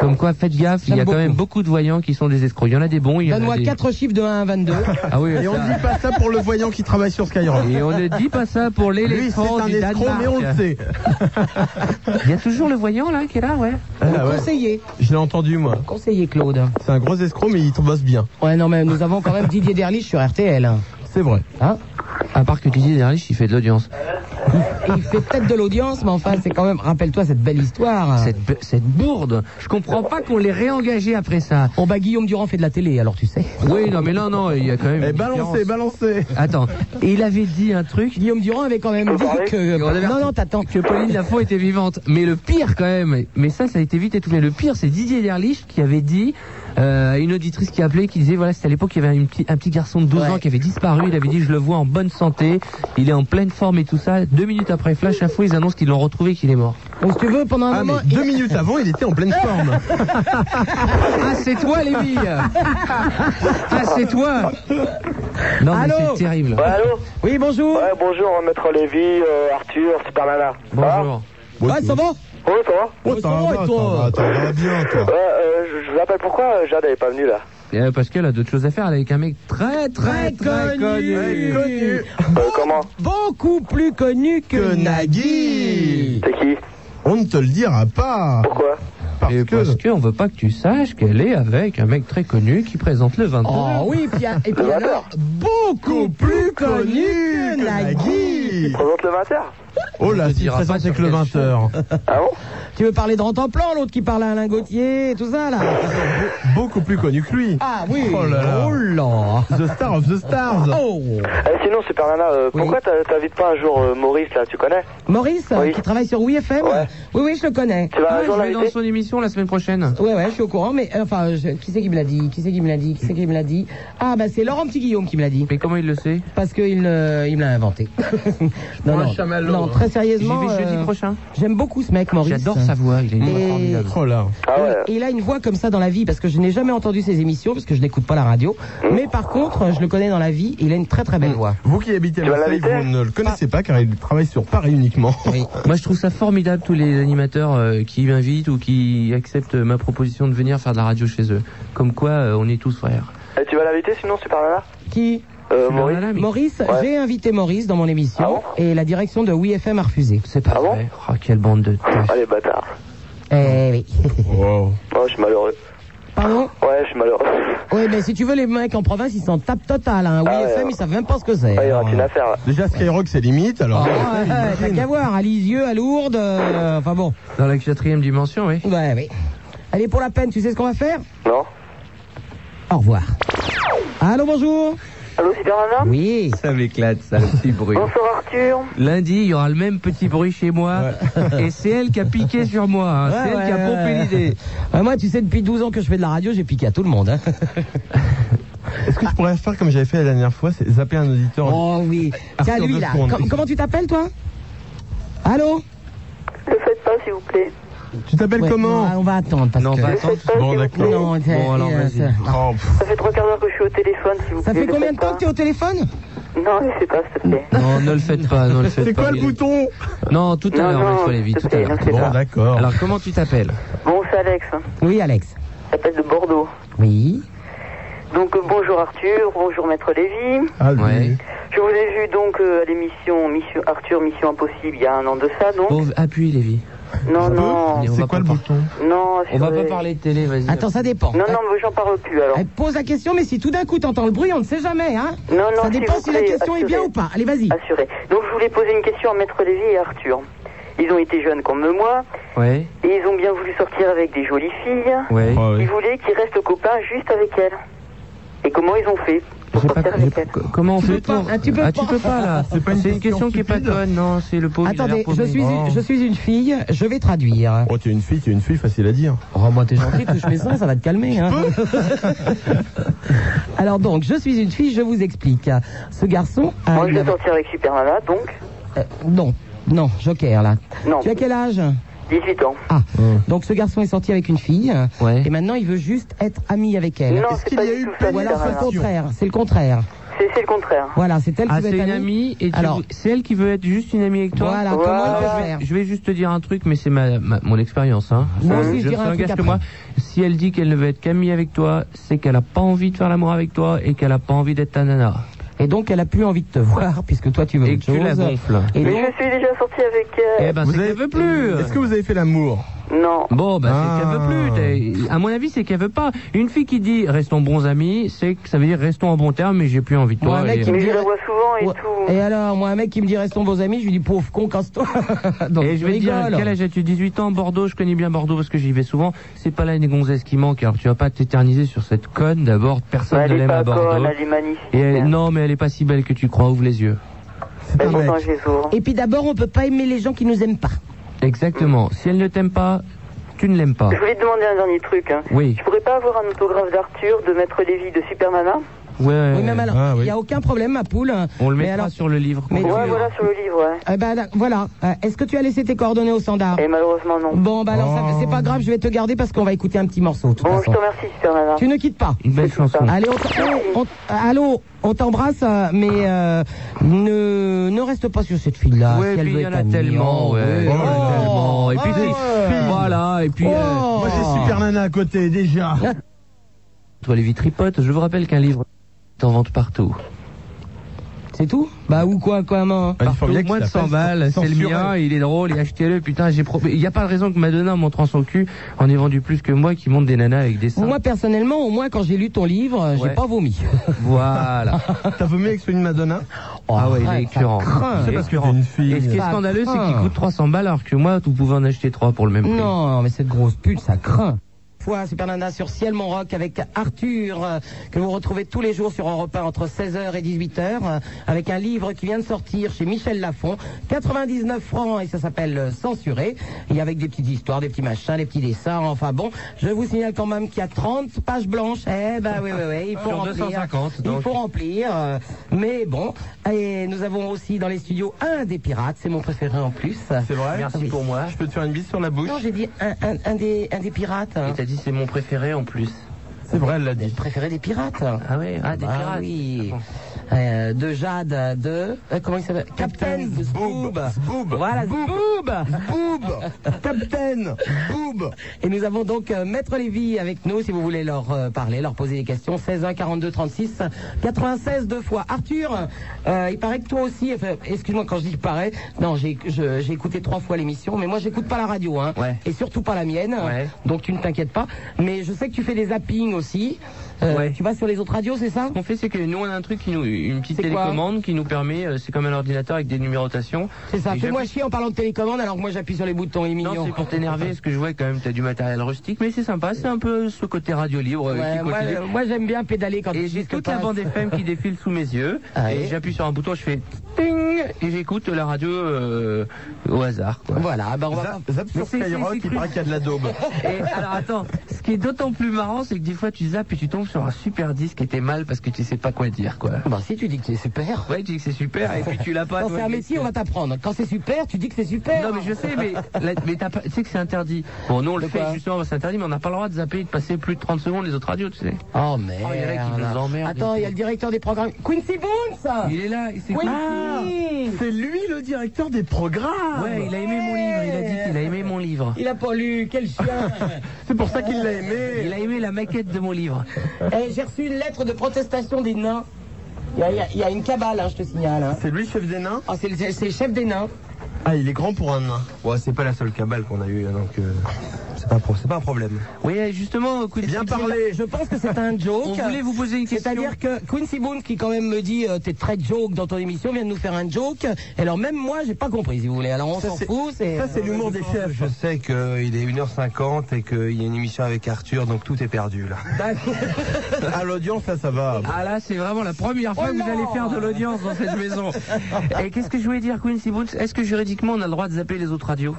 Speaker 2: Comme quoi faites gaffe, il y a
Speaker 1: J'aime
Speaker 2: quand même
Speaker 1: beaucoup.
Speaker 2: beaucoup de voyants qui sont des escrocs. Il y en a des bons, il y en a
Speaker 1: Donne-moi
Speaker 2: des...
Speaker 1: quatre chiffres de 1 à 22.
Speaker 2: Ah oui,
Speaker 3: Et on
Speaker 2: ça-
Speaker 3: ne dit pas ça pour le voyant qui travaille sur Skyrock.
Speaker 2: et on ne dit pas ça pour
Speaker 3: Lui, c'est
Speaker 2: l'éléphant
Speaker 3: un
Speaker 2: du
Speaker 3: escroc,
Speaker 2: Danemark.
Speaker 3: mais on le sait.
Speaker 2: Il y a toujours le voyant là qui est là, ouais.
Speaker 3: Ah, ouais.
Speaker 1: Conseiller.
Speaker 3: Je l'ai entendu, moi.
Speaker 1: Conseiller Claude.
Speaker 3: C'est un gros escroc, mais il bosse bien.
Speaker 1: Ouais, non, mais nous avons quand même Didier Derlich sur RTL.
Speaker 3: C'est vrai.
Speaker 1: Hein
Speaker 2: À part que Didier Derlich, il fait de l'audience.
Speaker 1: Et il fait peut-être de l'audience, mais enfin, c'est quand même, rappelle-toi cette belle histoire.
Speaker 2: Cette, be- cette bourde, je comprends pas qu'on l'ait réengagé après ça.
Speaker 1: Oh bah Guillaume Durand fait de la télé, alors tu sais.
Speaker 2: Oui, non, mais non, non, il y a quand même.
Speaker 3: Eh,
Speaker 2: une
Speaker 3: balancez,
Speaker 2: différence.
Speaker 3: balancez
Speaker 2: Attends, et il avait dit un truc.
Speaker 1: Guillaume Durand avait quand
Speaker 5: Ah,
Speaker 1: même dit que...
Speaker 2: On avait-
Speaker 1: Non, non, t'attends.
Speaker 2: que Pauline Lafont était vivante. Mais le pire quand même, mais ça, ça a été vite étouffé. Le pire, c'est Didier Derlich qui avait dit euh, à une auditrice qui appelait, qui disait voilà, c'était à l'époque, il y avait une petit- un petit garçon de 12
Speaker 1: Ouais.
Speaker 2: ans qui avait disparu. Il avait dit je le vois en bonne santé, il est en pleine forme et tout ça. Deux minutes après, flash info, ils annoncent qu'ils l'ont retrouvé, qu'il est mort.
Speaker 1: Donc si tu veux, pendant un
Speaker 3: Ah, mais
Speaker 1: moment... il-
Speaker 3: deux minutes avant, il était en pleine forme
Speaker 2: Ah, c'est toi, Lévi Ah, c'est toi Non, mais
Speaker 1: Ah, Allô
Speaker 2: c'est terrible.
Speaker 5: Ouais, allô
Speaker 1: Oui, bonjour.
Speaker 5: Ouais, bonjour, maître Lévy, euh, Arthur, Supermana.
Speaker 2: Bonjour.
Speaker 1: Ouais,
Speaker 5: Ça
Speaker 1: ça va
Speaker 5: va Ouais, ça va
Speaker 3: Oh,
Speaker 1: Ouais,
Speaker 3: ça
Speaker 1: ça va,
Speaker 3: va,
Speaker 1: et
Speaker 3: ça
Speaker 1: toi
Speaker 3: va, t'en vas bien, toi
Speaker 5: Ouais, euh, je, je vous appelle pourquoi euh, Jade, elle est pas venue, là
Speaker 2: Euh, parce qu'elle a d'autres choses à faire, elle est avec un mec très, très, très, connu.
Speaker 3: connu.
Speaker 5: Euh, Comment
Speaker 1: Beaucoup plus connu que
Speaker 3: Que Nagui.
Speaker 1: Nagui.
Speaker 5: C'est qui
Speaker 3: On ne te le dira pas
Speaker 5: Pourquoi
Speaker 3: Parce
Speaker 2: Et
Speaker 3: que...
Speaker 2: parce qu'on veut pas que tu saches qu'elle est avec un mec très connu qui présente le 20
Speaker 1: Oh oui, puis, a- et puis alors, beaucoup plus connu que Nagui.
Speaker 5: Présente le 20h
Speaker 3: Oh là,
Speaker 2: Je
Speaker 3: si
Speaker 2: dirai pas
Speaker 3: présente
Speaker 2: sur
Speaker 3: avec le
Speaker 2: quel
Speaker 3: 20h.
Speaker 5: Ah bon
Speaker 1: Tu veux parler de Rentemplan, l'autre qui parle à Alain Gauthier, et tout ça, là
Speaker 3: Beaucoup plus connu que lui.
Speaker 1: Ah oui
Speaker 3: Oh là là.
Speaker 1: Oh là.
Speaker 3: The Star of the Stars.
Speaker 1: Oh.
Speaker 5: Eh, Sinon, Supermana, euh, pourquoi t'a- t'invites pas un jour euh, Maurice, là, tu connais
Speaker 1: Maurice,
Speaker 5: Oui.
Speaker 1: qui travaille sur WeFM
Speaker 5: Ouais.
Speaker 1: Oui, oui, je le connais.
Speaker 5: Tu vas
Speaker 2: Ah,
Speaker 5: un jour
Speaker 2: je vais dans
Speaker 5: l'inviter
Speaker 2: son émission la semaine prochaine.
Speaker 1: Ouais, ouais, je suis au courant, mais euh, enfin, je- qui c'est qui me l'a dit Qui c'est qui me l'a dit Qui c'est qui me l'a dit Ah, bah c'est Laurent Petit Guillaume qui me l'a dit.
Speaker 2: Mais comment il le sait
Speaker 1: Parce qu'il euh, il me l'a inventé. non,
Speaker 3: Moi,
Speaker 1: non,
Speaker 3: chamallow,
Speaker 1: non,
Speaker 3: hein.
Speaker 1: très
Speaker 2: J'y
Speaker 1: sérieusement,
Speaker 2: vais jeudi
Speaker 1: euh,
Speaker 2: prochain.
Speaker 1: j'aime beaucoup ce mec, Maurice.
Speaker 2: J'adore sa voix, il est
Speaker 1: Et-
Speaker 2: formidable.
Speaker 3: Oh là.
Speaker 5: Ah ouais
Speaker 1: Et il a une voix comme ça dans la vie, parce que je n'ai jamais entendu ses émissions, parce que je n'écoute pas la radio.
Speaker 3: Mm.
Speaker 1: Mais par contre, je le connais dans la vie, il a une très très
Speaker 2: Mm.
Speaker 1: belle voix.
Speaker 3: Vous qui habitez à
Speaker 5: Tu vas
Speaker 3: Marseille,
Speaker 5: l'inviter
Speaker 3: vous ne le connaissez pas car il travaille sur Paris uniquement.
Speaker 2: Moi, je trouve ça formidable tous les animateurs euh, qui m'invitent ou qui acceptent euh, ma proposition de venir faire de la radio chez eux. Comme quoi, euh, on est tous frères.
Speaker 5: Eh, Tu vas l'inviter, sinon, Supermana
Speaker 1: Qui
Speaker 5: Euh,
Speaker 2: Tu
Speaker 5: Maurice
Speaker 2: l'as là, mais-
Speaker 1: Maurice,
Speaker 5: Ouais.
Speaker 1: j'ai invité Maurice dans mon émission,
Speaker 5: Ah bon
Speaker 1: et la direction de WeFM a refusé.
Speaker 2: C'est pas
Speaker 5: Ah bon
Speaker 2: vrai. Oh, quelle bande de tâches.
Speaker 5: Ah, les bâtards
Speaker 1: Eh oui.
Speaker 3: Wow.
Speaker 5: Oh, je suis malheureux.
Speaker 1: Pardon
Speaker 5: Ouais, je suis malheureux.
Speaker 1: Oui, mais si tu veux, les mecs en province, ils s'en tapent total. Hein.
Speaker 5: Ah
Speaker 1: WeFM,
Speaker 5: ouais.
Speaker 1: ils savent même pas ce que c'est. hein.
Speaker 5: Ouais, il y aura qu'une affaire, là.
Speaker 3: Déjà Skyrock c'est limite alors.
Speaker 1: Ah ouais, ouais, T'as qu'à voir, à Lisieux, à Lourdes, euh, enfin bon.
Speaker 2: Dans la quatrième dimension, oui.
Speaker 1: Ouais, oui. Allez, pour la peine, tu sais ce qu'on va faire
Speaker 5: Non
Speaker 1: Au revoir. Allô, bonjour
Speaker 4: Allô, Supermana
Speaker 1: Oui.
Speaker 2: Ça m'éclate, ça, le petit bruit.
Speaker 4: Bonsoir Arthur.
Speaker 2: Lundi, il y aura le même petit bruit chez moi. Et c'est elle qui a piqué sur moi. hein.
Speaker 1: Ouais,
Speaker 2: c'est elle
Speaker 1: ouais,
Speaker 2: qui a
Speaker 1: ouais,
Speaker 2: pompé
Speaker 1: ouais.
Speaker 2: l'idée.
Speaker 1: Ouais, moi, tu sais, depuis 12 ans que je fais de la radio, j'ai piqué à tout le monde. hein.
Speaker 3: Est-ce que je pourrais faire comme j'avais fait la dernière fois, c'est zapper un auditeur
Speaker 1: Oh oui. Tiens,
Speaker 3: Arthur,
Speaker 1: lui,
Speaker 3: deux
Speaker 1: là.
Speaker 3: secondes.
Speaker 1: Com- comment tu t'appelles, toi Allô
Speaker 4: Le faites pas, s'il vous plaît.
Speaker 3: Tu t'appelles
Speaker 1: Ouais,
Speaker 3: comment
Speaker 1: non, On va attendre. Parce
Speaker 2: Non, on
Speaker 1: que...
Speaker 2: va
Speaker 4: Le
Speaker 2: attendre.
Speaker 4: faites pas,
Speaker 3: Bon,
Speaker 4: s'il vous
Speaker 3: d'accord.
Speaker 4: plaît.
Speaker 1: Non, t'es-
Speaker 2: Bon, alors,
Speaker 1: euh,
Speaker 2: vas-y.
Speaker 1: ça-
Speaker 3: Oh, pff,
Speaker 4: Ça fait trois quarts d'heure que je suis au téléphone, s'il vous
Speaker 1: Ça
Speaker 4: plaît.
Speaker 1: fait
Speaker 4: le
Speaker 1: combien de
Speaker 4: faites
Speaker 1: temps
Speaker 4: pas.
Speaker 1: que t'es au téléphone
Speaker 4: Non, je sais pas, s'il te plaît.
Speaker 2: Non, ne le faites pas, ne le faites
Speaker 3: C'est
Speaker 2: pas.
Speaker 3: quoi le bouton
Speaker 2: Non, tout à
Speaker 4: Non,
Speaker 2: l'heure,
Speaker 4: non,
Speaker 2: Maître Lévy, tout à l'heure.
Speaker 4: c'est
Speaker 3: Bon
Speaker 4: ça.
Speaker 3: d'accord.
Speaker 2: Alors, comment tu t'appelles
Speaker 4: Bon, c'est Alex. hein.
Speaker 1: Oui, Alex.
Speaker 4: J'appelle de Bordeaux.
Speaker 1: Oui.
Speaker 4: Donc euh, bonjour Arthur, bonjour Maître Lévy.
Speaker 3: Ah, lui.
Speaker 2: Ouais.
Speaker 4: Je vous ai vu donc euh, à l'émission Mission Arthur Mission Impossible il y a un an de ça, donc.
Speaker 2: Bon, appuie, Lévy.
Speaker 4: non,
Speaker 3: Peu
Speaker 4: non,
Speaker 2: on
Speaker 3: C'est
Speaker 2: va
Speaker 3: quoi
Speaker 2: pas
Speaker 3: Ah, le
Speaker 2: par-
Speaker 3: bouton
Speaker 4: non.
Speaker 2: On
Speaker 4: sur
Speaker 2: va pas
Speaker 4: les-
Speaker 2: parler de télé, vas-y.
Speaker 1: Attends, ça dépend.
Speaker 4: Non, non, mais j'en parle plus alors.
Speaker 1: Elle pose la question, mais si tout d'un coup t'entends le bruit, on ne sait jamais, hein
Speaker 4: Non, non,
Speaker 1: Ça
Speaker 4: s'il
Speaker 1: dépend
Speaker 4: vous
Speaker 1: si la
Speaker 4: plaît,
Speaker 1: question est bien
Speaker 4: assurez.
Speaker 1: ou pas. Allez, vas-y.
Speaker 4: Assuré. Donc je voulais poser une question à Maître Lévy et à Arthur. Ils ont été jeunes comme moi
Speaker 2: Ouais,
Speaker 4: et ils ont bien voulu sortir avec des jolies filles.
Speaker 2: ouais.
Speaker 3: Ah, oui.
Speaker 4: Ils voulaient qu'ils restent copains juste avec elles. Et comment ils ont fait pour
Speaker 2: J'ai pas-
Speaker 4: sortir
Speaker 2: j'ai-
Speaker 4: avec elles
Speaker 2: co- Comment on
Speaker 1: peux
Speaker 2: fait
Speaker 1: pas,
Speaker 2: pour...
Speaker 1: ah, tu peux
Speaker 2: ah, tu
Speaker 1: pas.
Speaker 2: peux pas, là.
Speaker 3: C'est pas une
Speaker 2: une question
Speaker 3: question
Speaker 2: qui est pas
Speaker 3: stupide.
Speaker 2: bonne, non. C'est le pauvre, il a
Speaker 1: Attendez,
Speaker 2: l'air paumé.
Speaker 1: je suis, une,
Speaker 2: Oh.
Speaker 1: je suis une fille, je vais traduire.
Speaker 3: Oh, t'es une fille, t'es une fille, facile à dire.
Speaker 1: Oh, moi, t'es gentil, touche mes seins, ça va te calmer. Hein. Alors donc, je suis une fille, je vous explique. Ce garçon a...
Speaker 4: Moi, je
Speaker 1: une-
Speaker 4: vais sortir avec Supermana, donc.
Speaker 1: Euh, non, non, joker, là.
Speaker 4: Non,
Speaker 1: Tu as quel âge
Speaker 4: 18 ans.
Speaker 1: Ah, donc ce garçon est sorti avec une fille, euh,
Speaker 2: Ouais.
Speaker 1: et maintenant il veut juste être ami avec elle.
Speaker 4: Non,
Speaker 3: Est-ce
Speaker 4: c'est
Speaker 3: qu'il
Speaker 4: pas
Speaker 3: y a
Speaker 4: du
Speaker 3: eu
Speaker 4: tout ça,
Speaker 1: Voilà, c'est le
Speaker 4: Supermana.
Speaker 1: contraire, c'est le contraire.
Speaker 4: C'est c'est le contraire.
Speaker 1: Voilà, c'est elle qui
Speaker 2: Ah,
Speaker 1: veut
Speaker 2: c'est
Speaker 1: être
Speaker 2: une amie, et tu-
Speaker 1: Alors-
Speaker 2: c'est elle qui veut être juste une amie avec toi
Speaker 1: Voilà,
Speaker 4: Voilà.
Speaker 1: comment il
Speaker 2: Je
Speaker 1: peut
Speaker 2: vais-
Speaker 1: faire
Speaker 2: Je vais juste te dire un truc, mais c'est ma, ma- mon expérience. Hein.
Speaker 1: Moi
Speaker 2: Euh,
Speaker 1: aussi, je
Speaker 2: je
Speaker 1: dirais un
Speaker 2: t'engage
Speaker 1: truc
Speaker 2: que moi. Si elle dit qu'elle ne veut être qu'amie avec toi, c'est qu'elle a pas envie de faire l'amour avec toi et qu'elle a pas envie d'être ta nana.
Speaker 1: Et donc, elle a plus envie de te voir, puisque toi, tu veux
Speaker 2: Et
Speaker 1: autre
Speaker 2: que tu la
Speaker 1: chose.
Speaker 2: gonfles.
Speaker 1: Et
Speaker 4: Mais
Speaker 1: donc,
Speaker 4: je suis déjà sorti avec. euh,
Speaker 2: Eh ben, c'est
Speaker 3: Vous
Speaker 2: qu'elle
Speaker 3: avez-
Speaker 2: veut plus.
Speaker 3: Est-ce que vous avez fait l'amour
Speaker 4: Non.
Speaker 2: Bon, bah, c'est
Speaker 3: Ah.
Speaker 2: qu'elle veut plus. T'as- À mon avis, c'est qu'elle veut pas. Une fille qui dit restons bons amis, c'est que ça veut dire restons en bon terme, mais j'ai plus envie de
Speaker 1: Moi,
Speaker 2: toi.
Speaker 1: un mec
Speaker 2: et-
Speaker 1: qui me
Speaker 4: Mais je
Speaker 1: dirait-
Speaker 4: la vois souvent et
Speaker 1: Ouais.
Speaker 4: tout.
Speaker 1: Et alors, moi, un mec qui me dit restons vos amis, je lui dis pauvre con, casse-toi. Donc,
Speaker 2: Et je vais te dire,
Speaker 1: rigole.
Speaker 2: quel âge as-tu 18 ans, Bordeaux, je connais bien Bordeaux parce que j'y vais souvent. C'est pas là une gonzesse qui manque, alors tu vas pas t'éterniser sur cette conne d'abord, personne
Speaker 4: elle
Speaker 2: ne
Speaker 4: est
Speaker 2: l'aime à
Speaker 4: pas
Speaker 2: Bordeaux.
Speaker 4: conne, elle est magnifique.
Speaker 2: Et elle- non, mais elle est pas si belle que tu crois, ouvre les yeux.
Speaker 3: C'est
Speaker 4: Ben,
Speaker 3: un
Speaker 4: pourtant,
Speaker 3: mec.
Speaker 4: je les ouvre.
Speaker 1: Et puis d'abord, on peut pas aimer les gens qui nous aiment pas.
Speaker 2: Exactement.
Speaker 4: Mm.
Speaker 2: Si elle ne t'aime pas, tu ne l'aimes pas.
Speaker 4: Je voulais te demander un dernier truc. Hein.
Speaker 2: Oui.
Speaker 4: Tu pourrais pas avoir un autographe d'Arthur, de Maître Lévy, de Supermana
Speaker 2: Ouais.
Speaker 1: Oui, même alors, il
Speaker 3: ah, oui.
Speaker 1: y a aucun problème, ma poule.
Speaker 2: On le
Speaker 1: Mais
Speaker 2: mettra
Speaker 1: alors-
Speaker 2: sur le livre.
Speaker 1: Mais
Speaker 4: Ouais,
Speaker 1: tu-
Speaker 4: voilà, sur le livre, ouais.
Speaker 1: Eh ben, d'ac- voilà. Euh, Est-ce que tu as laissé tes coordonnées au standard
Speaker 4: Et malheureusement, non.
Speaker 1: Bon, bah alors, ça-
Speaker 3: Oh.
Speaker 1: c'est pas grave, je vais te garder parce qu'on va écouter un petit morceau. de toute
Speaker 4: Bon, je
Speaker 1: façon.
Speaker 4: te remercie, Supermana.
Speaker 1: Tu ne quittes pas.
Speaker 2: Une belle chanson.
Speaker 1: Allez, on t- allô, on t- allô, on t'embrasse, euh, mais euh, ne, ne reste pas sur cette fille-là.
Speaker 2: Ouais,
Speaker 1: si elle
Speaker 2: puis
Speaker 1: veut
Speaker 2: il y en
Speaker 1: être
Speaker 2: a
Speaker 1: amie.
Speaker 2: tellement,
Speaker 1: Oh,
Speaker 2: ouais,
Speaker 1: oui.
Speaker 2: il y en a
Speaker 1: Oh,
Speaker 2: tellement. Et puis,
Speaker 1: ouais.
Speaker 2: c'est- voilà, et puis,
Speaker 1: Oh.
Speaker 2: euh,
Speaker 3: Moi j'ai Super Nana à côté déjà.
Speaker 2: toi, les tripote, je vous rappelle qu'un livre t'en vente partout.
Speaker 1: C'est tout Bah ou quoi, comment
Speaker 3: Ah, il faut
Speaker 2: Partout,
Speaker 3: bien que
Speaker 2: moins de
Speaker 3: ça
Speaker 2: 100
Speaker 3: fasse
Speaker 2: balles, c'est le
Speaker 3: censurer.
Speaker 2: mien, il est drôle, et achetez-le, putain, j'ai pro- Il n'y a pas de raison que Madonna, en montrant son cul, en ait vendu plus que moi, qui monte des nanas avec des seins.
Speaker 1: Moi personnellement, au moins quand j'ai lu ton livre, euh,
Speaker 2: Ouais.
Speaker 1: j'ai pas vomi.
Speaker 2: Voilà.
Speaker 3: T'as vomi avec celui de Madonna
Speaker 2: ah ouais, il est
Speaker 1: Oh, arrête, ça
Speaker 2: écœurant.
Speaker 1: craint.
Speaker 2: Il
Speaker 3: C'est
Speaker 2: est
Speaker 3: parce que t'es
Speaker 2: écœurant.
Speaker 3: une fille.
Speaker 2: Et ce qui est
Speaker 1: Ça
Speaker 2: scandaleux, c'est qu'il
Speaker 1: craint.
Speaker 2: coûte 300 balles, alors que moi, vous pouvez en acheter 3 pour le même prix.
Speaker 1: Non, mais cette grosse pute, ça craint. Fois Super Nana sur Ciel Mon Rock avec Arthur, euh, que vous retrouvez tous les jours sur Europe 1 entre 16h et 18h, euh, avec un livre qui vient de sortir chez Michel Lafon, 99 francs, et ça s'appelle euh, Censuré, et avec des petites histoires, des petits machins, des petits dessins, enfin bon, je vous signale quand même qu'il y a 30 pages blanches, eh ben oui, oui, oui, il faut
Speaker 2: Sur
Speaker 1: remplir,
Speaker 2: 250,
Speaker 1: il
Speaker 2: donc.
Speaker 1: faut remplir, euh, mais bon, et nous avons aussi dans les studios un des pirates, c'est mon préféré en plus.
Speaker 3: C'est vrai Ah
Speaker 2: Merci
Speaker 1: Oui.
Speaker 2: pour moi.
Speaker 3: Je peux te faire une bise sur la bouche
Speaker 1: Non, j'ai dit un, un- un des, un des pirates.
Speaker 2: Et t'as dit, c'est mon préféré, en plus.
Speaker 3: C'est vrai, elle l'a dit.
Speaker 1: Préféré des pirates.
Speaker 2: Ah ouais, ah, des
Speaker 1: Bah
Speaker 2: pirates.
Speaker 1: oui.
Speaker 2: Ah bon.
Speaker 1: Euh, de Jade, euh, de. euh, comment il s'appelle Captain Zboob.
Speaker 3: Boob
Speaker 1: Voilà, Zboob
Speaker 3: Boob Captain Boob
Speaker 1: Et nous avons donc euh, Maître Lévy avec nous si vous voulez leur euh, parler, leur poser des questions. 16 1 42 36 96 deux fois. Arthur, euh, il paraît que toi aussi, enfin, excuse-moi quand je dis il paraît, non, j'ai je- j'ai écouté trois fois l'émission, mais moi j'écoute pas la radio, hein,
Speaker 2: Ouais.
Speaker 1: et surtout pas la mienne,
Speaker 2: Ouais.
Speaker 1: donc tu ne t'inquiètes pas. Mais je sais que tu fais des zappings aussi. Euh,
Speaker 2: Ouais.
Speaker 1: Tu vas sur les autres radios, c'est ça
Speaker 2: Ce qu'on fait, c'est que nous, on a un truc qui nous, une petite
Speaker 1: C'est quoi
Speaker 2: télécommande qui nous permet, euh, c'est comme un ordinateur avec des numérotations.
Speaker 1: C'est ça.
Speaker 2: Et
Speaker 1: Fais-moi
Speaker 2: j'appuie-
Speaker 1: chier en parlant de télécommande alors que moi j'appuie sur les boutons, il est mignon.
Speaker 2: Non, c'est pour t'énerver, parce que je vois quand même, t'as du matériel rustique, mais c'est sympa, c'est un peu ce côté radio libre euh,
Speaker 1: Ouais,
Speaker 2: qui
Speaker 1: moi,
Speaker 2: continue.
Speaker 1: euh, moi, j'aime bien pédaler quand
Speaker 2: Et
Speaker 1: je
Speaker 2: j'ai
Speaker 1: dis que
Speaker 2: toute la
Speaker 1: passe.
Speaker 2: bande FM qui défile sous mes yeux,
Speaker 1: Ah
Speaker 2: et
Speaker 1: ouais.
Speaker 2: j'appuie sur un bouton, je fais ting, et j'écoute la radio euh, au hasard. Quoi.
Speaker 1: Voilà, ben on va
Speaker 3: Zap zap
Speaker 2: Mais
Speaker 3: sur
Speaker 2: c'est- c'est-
Speaker 3: Skyrock,
Speaker 2: c'est
Speaker 3: il
Speaker 2: cru.
Speaker 3: paraît qu'il y a de la daube.
Speaker 2: Et alors attends, ce qui est d'autant plus marrant, c'est que des fois tu zappes et tu tombes sur un super disque et t'es mal parce que tu sais pas quoi dire. quoi.
Speaker 1: Bah, si tu dis que c'est super.
Speaker 2: Ouais, tu dis que c'est super, et puis tu l'as pas.
Speaker 1: Quand
Speaker 2: toi,
Speaker 1: c'est un
Speaker 2: le
Speaker 1: métier,
Speaker 2: disque.
Speaker 1: on va t'apprendre. Quand c'est super, tu dis que c'est super.
Speaker 2: Non mais je sais, mais, la- mais t'as pas- tu sais que c'est interdit. Bon, nous on le
Speaker 1: De quoi
Speaker 2: fait justement, c'est interdit, mais on n'a pas le droit de zapper et de passer plus de 30 secondes les autres radios, tu sais.
Speaker 1: Oh
Speaker 2: Oh, il y en a qui
Speaker 1: merde.
Speaker 2: nous emmerdent.
Speaker 1: Attends, il y a le directeur des programmes. Quincy Boone, ça
Speaker 2: Il est là, il s'est
Speaker 1: Quincy
Speaker 3: Ah, C'est lui le directeur des programmes
Speaker 2: Ouais, il a aimé mon livre, il a dit qu'il a aimé mon livre.
Speaker 1: Il a pas lu, quel chien
Speaker 3: C'est pour ça qu'il l'a aimé
Speaker 2: Il a aimé la maquette de mon livre.
Speaker 1: Eh, J'ai reçu une lettre de protestation des nains. Il y a, il y a- il y a une cabale, hein, je te signale. hein.
Speaker 3: C'est lui chef des nains
Speaker 1: Ah, c'est le, c'est le chef des nains.
Speaker 3: Ah, il est grand pour un nain. Ouais, c'est pas la seule cabale qu'on a eue, donc euh, c'est pas, un pro- c'est pas un problème.
Speaker 2: Oui, justement, écoute,
Speaker 3: Bien
Speaker 2: écoute,
Speaker 3: parlé
Speaker 1: Je pense que c'est un joke.
Speaker 2: On voulait vous poser une question.
Speaker 1: C'est-à-dire que Quincy Boone, qui quand même me dit euh, t'es très joke dans ton émission, vient de nous faire un joke. Et alors même moi, j'ai pas compris, si vous voulez. Alors on
Speaker 6: Ça,
Speaker 1: s'en
Speaker 6: c'est-
Speaker 1: fout. C'est euh,
Speaker 3: Ça, c'est l'humour des chefs.
Speaker 6: Je sais qu'il est 1h50 et qu'il y a une émission avec Arthur, donc tout est perdu là.
Speaker 3: À l'audience, là, ça va.
Speaker 2: Ah là, c'est vraiment la première fois
Speaker 1: Oh
Speaker 2: que vous
Speaker 1: non
Speaker 2: allez faire de l'audience dans cette maison. Et qu'est-ce que je voulais dire, Quincy Boots Est-ce que juridiquement on a le droit de zapper les autres radios